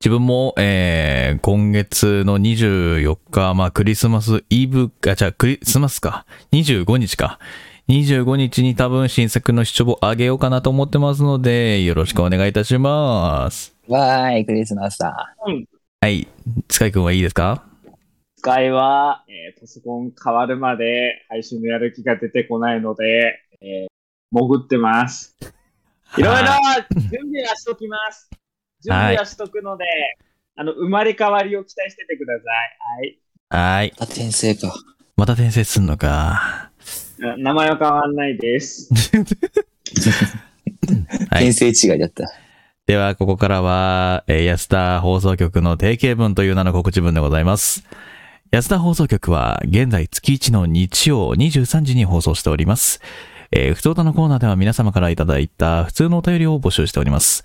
Speaker 1: 自分も、えー、今月の24日、まあ、クリスマスイブか、じゃあ、クリスマスか。25日か。25日に多分新作の視聴をあげようかなと思ってますので、よろしくお願いいたします。
Speaker 3: わーい、クリスマスだ。
Speaker 1: はい。スカイくんはいいですか
Speaker 2: 使いは、えーパソコン変わるまで配信のやる気が出てこないので、えー潜ってます。いろいろ準備はしときます。準備はしとくので、あの、生まれ変わりを期待しててください。
Speaker 1: はーい。
Speaker 14: また転生か。
Speaker 1: また転生すんのか。
Speaker 2: はい。名前は変わんないです。
Speaker 1: 転生違いだった。では、ここからは、えー安田放送局の定型文という名の告知文でございます。安田放送局は、現在月1の日曜23時に放送しております。えー、普通歌のコーナーでは皆様からいただいた普通のお便りを募集しております。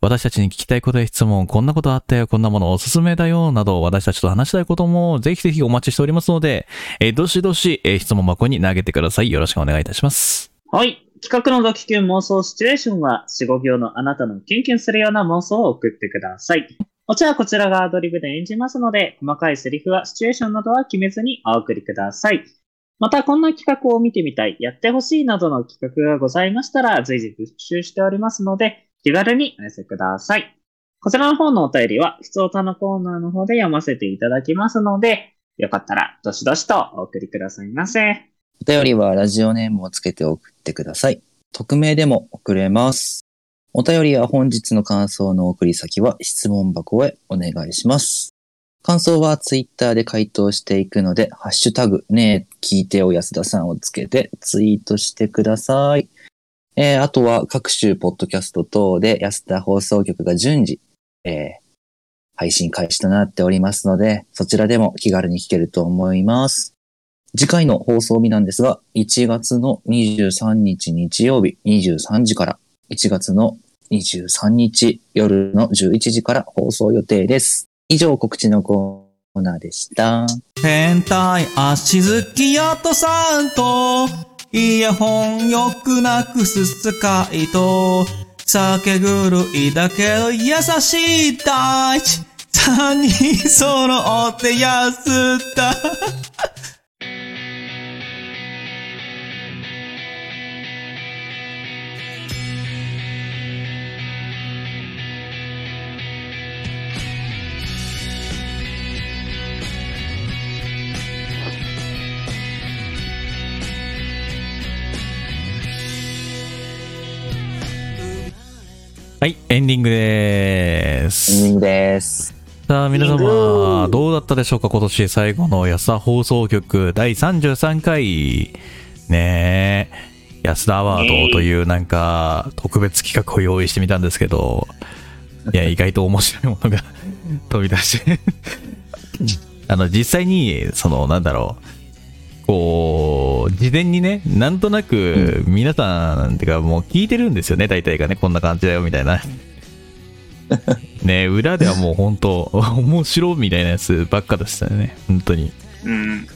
Speaker 1: 私たちに聞きたいことや質問、こんなことあったよ、こんなものおすすめだよ、など、私たちと話したいことも、ぜひぜひお待ちしておりますので、えーどしどし、えー質問箱に投げてください。よろしくお願いいたします。
Speaker 15: はい。企画の楽器犬妄想シチュエーションは、四五行のあなたのキュンキュンするような妄想を送ってください。もちろんこちらがアドリブで演じますので、細かいセリフはシチュエーションなどは決めずにお送りください。また、こんな企画を見てみたい、やってほしいなどの企画がございましたら、随時復習しておりますので、気軽にお寄せください。こちらの方のお便りは、普通歌のコーナーの方で読ませていただきますので、よかったら、どしどしとお送りくださいませ。
Speaker 3: お便りはラジオネームをつけて送ってください。匿名でも送れます。お便りや本日の感想の送り先は質問箱へお願いします。感想はツイッターで回答していくので、ハッシュタグ、ねえ、聞いてお安田さんをつけてツイートしてください。えー、あとは各種ポッドキャスト等で安田放送局が順次、えー、配信開始となっておりますので、そちらでも気軽に聞けると思います。次回の放送日なんですが、1月の23日日曜日23時から、1月の23日夜の11時から放送予定です。以上告知のコーナーでした。
Speaker 16: 変態足好きやとさんと、イヤホンよくなくす使いと、酒狂いだけど優しい大地、三人揃って安田。
Speaker 1: はい、エンディングです。エンディングです。さあ、皆様、どうだったでしょうか今年最後の安田放送局第33回。ねえ、安田アワードというなんか、特別企画を用意してみたんですけど、いや、意外と面白いものが 飛び出して。 あの、実際に、その、なんだろう。こう、事前にね、なんとなく、皆さん、てかもう聞いてるんですよね、大体がね、こんな感じだよ、みたいな。ね、裏ではもう本当、 面白いみたいなやつばっかでしたよね、本当に。
Speaker 2: うん。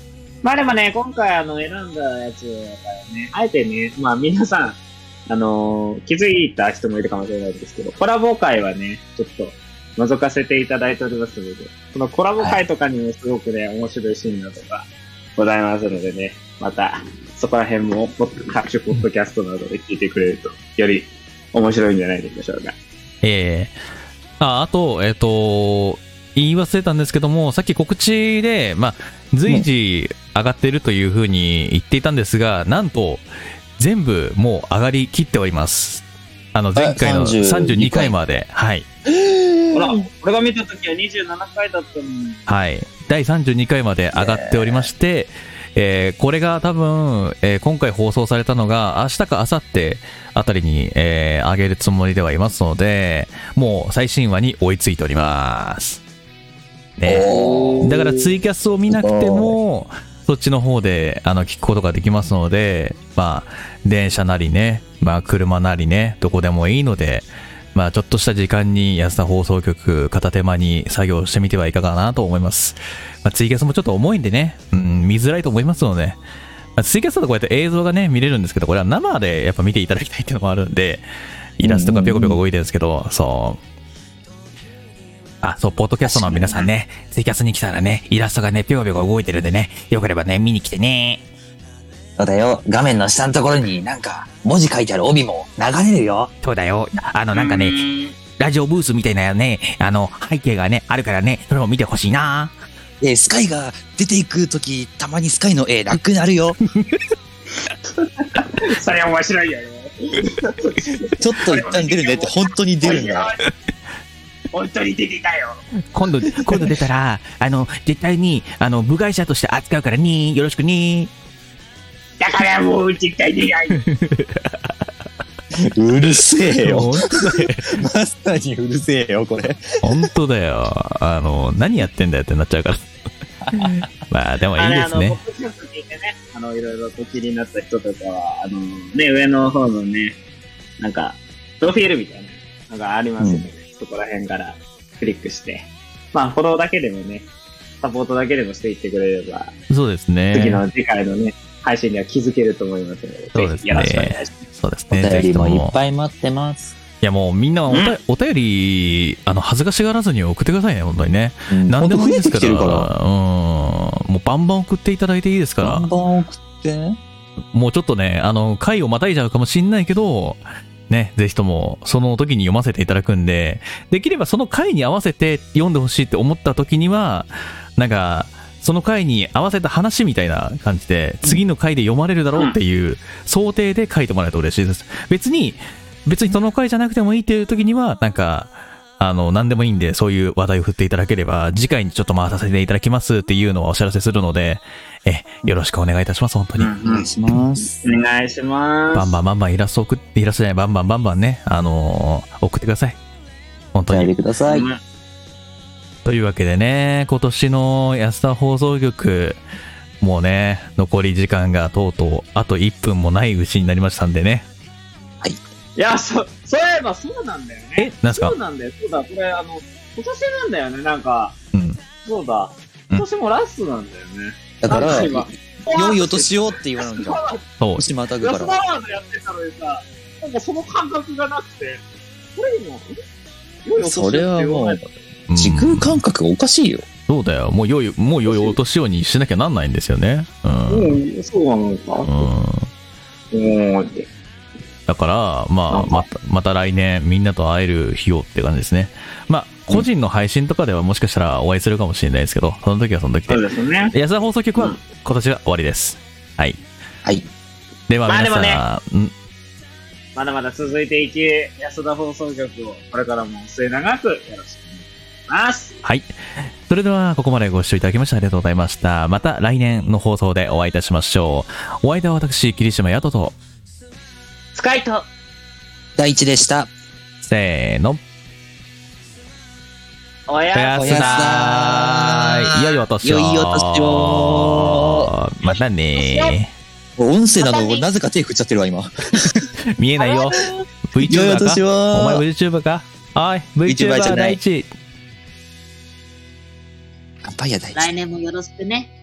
Speaker 2: まあでもね、今回あの選んだやつからね、あえてね、まあ皆さん、あのー気づいた人もいるかもしれないですけど、コラボ会はね、ちょっと覗かせていただいておりますので、このコラボ会とかにもすごくね、面白いシーンなどがございますのでね、また、そこら辺もポッド各種ポッドキャストなどで聞いてくれると、より面白いんじゃないでしょうか。
Speaker 1: ええあ、あと、えっ、と、言い忘れたんですけども、さっき告知で、まあ、随時上がっているというふうに言っていたんですが、なんと、全部もう上がりきっております。あの、前回の32回まで。はい。
Speaker 2: ほら、俺が見た時は27回だったのに。
Speaker 1: はい、第32回まで上がっておりまして、えーこれが多分、えー今回放送されたのが明日か明後日あたりに、えー上げるつもりではいますのでもう最新話に追いついております、ね、だからツイキャスを見なくてもそっちの方であの聞くことができますのでまあ電車なりね、まあ、車なりねどこでもいいのでまあ、ちょっとした時間に安田放送局片手間に作業してみてはいかがなと思います。まあ、ツイキャスもちょっと重いんでね、うん、見づらいと思いますので、まあ、ツイキャスだとこうやって映像がね、見れるんですけど、これは生でやっぱ見ていただきたいっていうのもあるんで、イラストがぴょこぴょこ動いてるんですけど、そう。あ、そう、ポッドキャストの皆さんね、ツイキャスに来たらね、イラストがね、ぴょこぴょこ動いてるんでね、よければね、見に来てね。
Speaker 3: そうだよ、画面の下のところになんか文字書いてある帯も流れるよ。
Speaker 17: そうだよ。あの、なんかね、ラジオブースみたいなね、あの、背景がね、あるからね、それも見てほしいな。
Speaker 3: えースカイが出ていくとき、たまにスカイの絵楽になるよ。
Speaker 2: それ面白いよね。
Speaker 10: ちょっと一旦出る ねって本当に出るんだ。
Speaker 4: 本当に出てたよ。
Speaker 5: 今度、今度出たら、あの、絶対に、あの、部外者として扱うからに、よろしくに。
Speaker 4: だからもう絶対出ない。
Speaker 10: うるせえよ。
Speaker 1: 本当だよ。
Speaker 10: まさにうるせえよ、これ。
Speaker 1: 本当だよ。あの、何やってんだよってなっちゃうから。 まあ、でもいいです
Speaker 18: あれあの
Speaker 1: ね。
Speaker 18: 僕ちょっと聞いてね、あの、いろいろと気になった人とかは、あの、ね、上の方のね、なんか、プロフィールみたいなのがありますよね。そこら辺からクリックして。まあ、フォローだけでもね、サポートだけでもしていってくれれば、
Speaker 1: そうですね。
Speaker 18: 次の次回のね、配信には気づけると思いますので、
Speaker 1: そう
Speaker 18: ぜ
Speaker 1: で
Speaker 18: ひ
Speaker 1: す
Speaker 18: よろしくお願いします。
Speaker 1: ね。そうです
Speaker 19: お
Speaker 1: ね。
Speaker 19: 便
Speaker 1: ぜひ
Speaker 19: り
Speaker 1: と
Speaker 19: もい
Speaker 1: も
Speaker 19: っぱい待ってます。
Speaker 1: いやもうみんなおたお便り、あの、恥ずかしがらずに送ってくださいね、本当にね。何でもいいです
Speaker 19: 本当増えて
Speaker 1: から。
Speaker 19: きてるから
Speaker 1: うん。もうバンバン送っていただいていいですから。
Speaker 19: バンバン送って。
Speaker 1: もうちょっとね、あの、回をまたいじゃうかもしんないけど、ね、ぜひとも、その時に読ませていただくんで、できればその回に合わせて読んでほしいって思った時には、なんか、その回に合わせた話みたいな感じで、次の回で読まれるだろうっていう想定で書いてもらえると嬉しいです。別に、別にその回じゃなくてもいいっていう時には、なんか、あの、何でもいいんで、そういう話題を振っていただければ、次回にちょっと回させていただきますっていうのはお知らせするので、え、よろしくお願いいたします、本当に。
Speaker 18: お願いします。お願いします。
Speaker 1: バンバンバンバンイラスト送って、イラストじゃない、バンバンバンバンね、あのー送ってください。本当に。
Speaker 19: ください。
Speaker 1: というわけでね、今年の安田放送局、もうね、残り時間がとうとう、あと1分もないうちになりましたんでね。
Speaker 2: いや、そ、そういえばそうなんだよね。
Speaker 1: えなんすか
Speaker 2: そうなんだよ。そうだ、これ、あの、今年なんだよね、なんか。
Speaker 1: うん。
Speaker 2: そうだ。今年もラストなんだよね。
Speaker 10: だから
Speaker 2: なん今
Speaker 10: 良いお年をって言わないじゃん。
Speaker 1: そう。
Speaker 10: 年またぐ
Speaker 2: ラ
Speaker 10: か
Speaker 2: スト
Speaker 10: ら。
Speaker 2: アワードやってたのにさ、なんかその感覚がなくて、これ今、え良いお年を
Speaker 10: そ
Speaker 2: って
Speaker 10: れ
Speaker 2: 言わ
Speaker 10: は
Speaker 2: ない
Speaker 10: もう、
Speaker 1: 時空
Speaker 10: 感覚おかしいよ。
Speaker 1: そうだよ。もう良い、もう良いお年をにしなきゃなんないんですよね。うん。
Speaker 2: うん、そうなのか。うん。って。
Speaker 1: だから、まあ、また、また来年みんなと会える日をって感じですね。まあ、個人の配信とかではもしかしたらお会いするかもしれないですけど、その時はその時で。
Speaker 18: そうですね。
Speaker 1: 安田放送局は今年は終わりです。はい。
Speaker 19: はい。
Speaker 1: では
Speaker 2: まあ
Speaker 1: 皆さん、ん
Speaker 2: まだまだ続いていき、安田放送局をこれからも末永くよろしくお願いします。
Speaker 1: はい。それでは、ここまでご視聴いただきましてありがとうございました。また来年の放送でお会いいたしましょう。お相手は私、霧島ヤトと、
Speaker 2: スカイト
Speaker 19: 第一でした。
Speaker 1: せーの、
Speaker 2: お
Speaker 1: おやすだーい。良いお年を。
Speaker 10: 良いお年
Speaker 1: を。またね
Speaker 10: 音声なの俺なぜか手振っちゃってるわ、 今。
Speaker 1: ー。見えないよ。
Speaker 10: 良いお
Speaker 1: VTuber
Speaker 10: 年
Speaker 1: か
Speaker 10: を
Speaker 1: お前 VTuber かおい、
Speaker 10: VTuber じゃ
Speaker 1: VTuber
Speaker 10: な
Speaker 1: 第
Speaker 10: い
Speaker 1: 一。
Speaker 10: 乾杯やだい。
Speaker 20: 来年もよろしくね。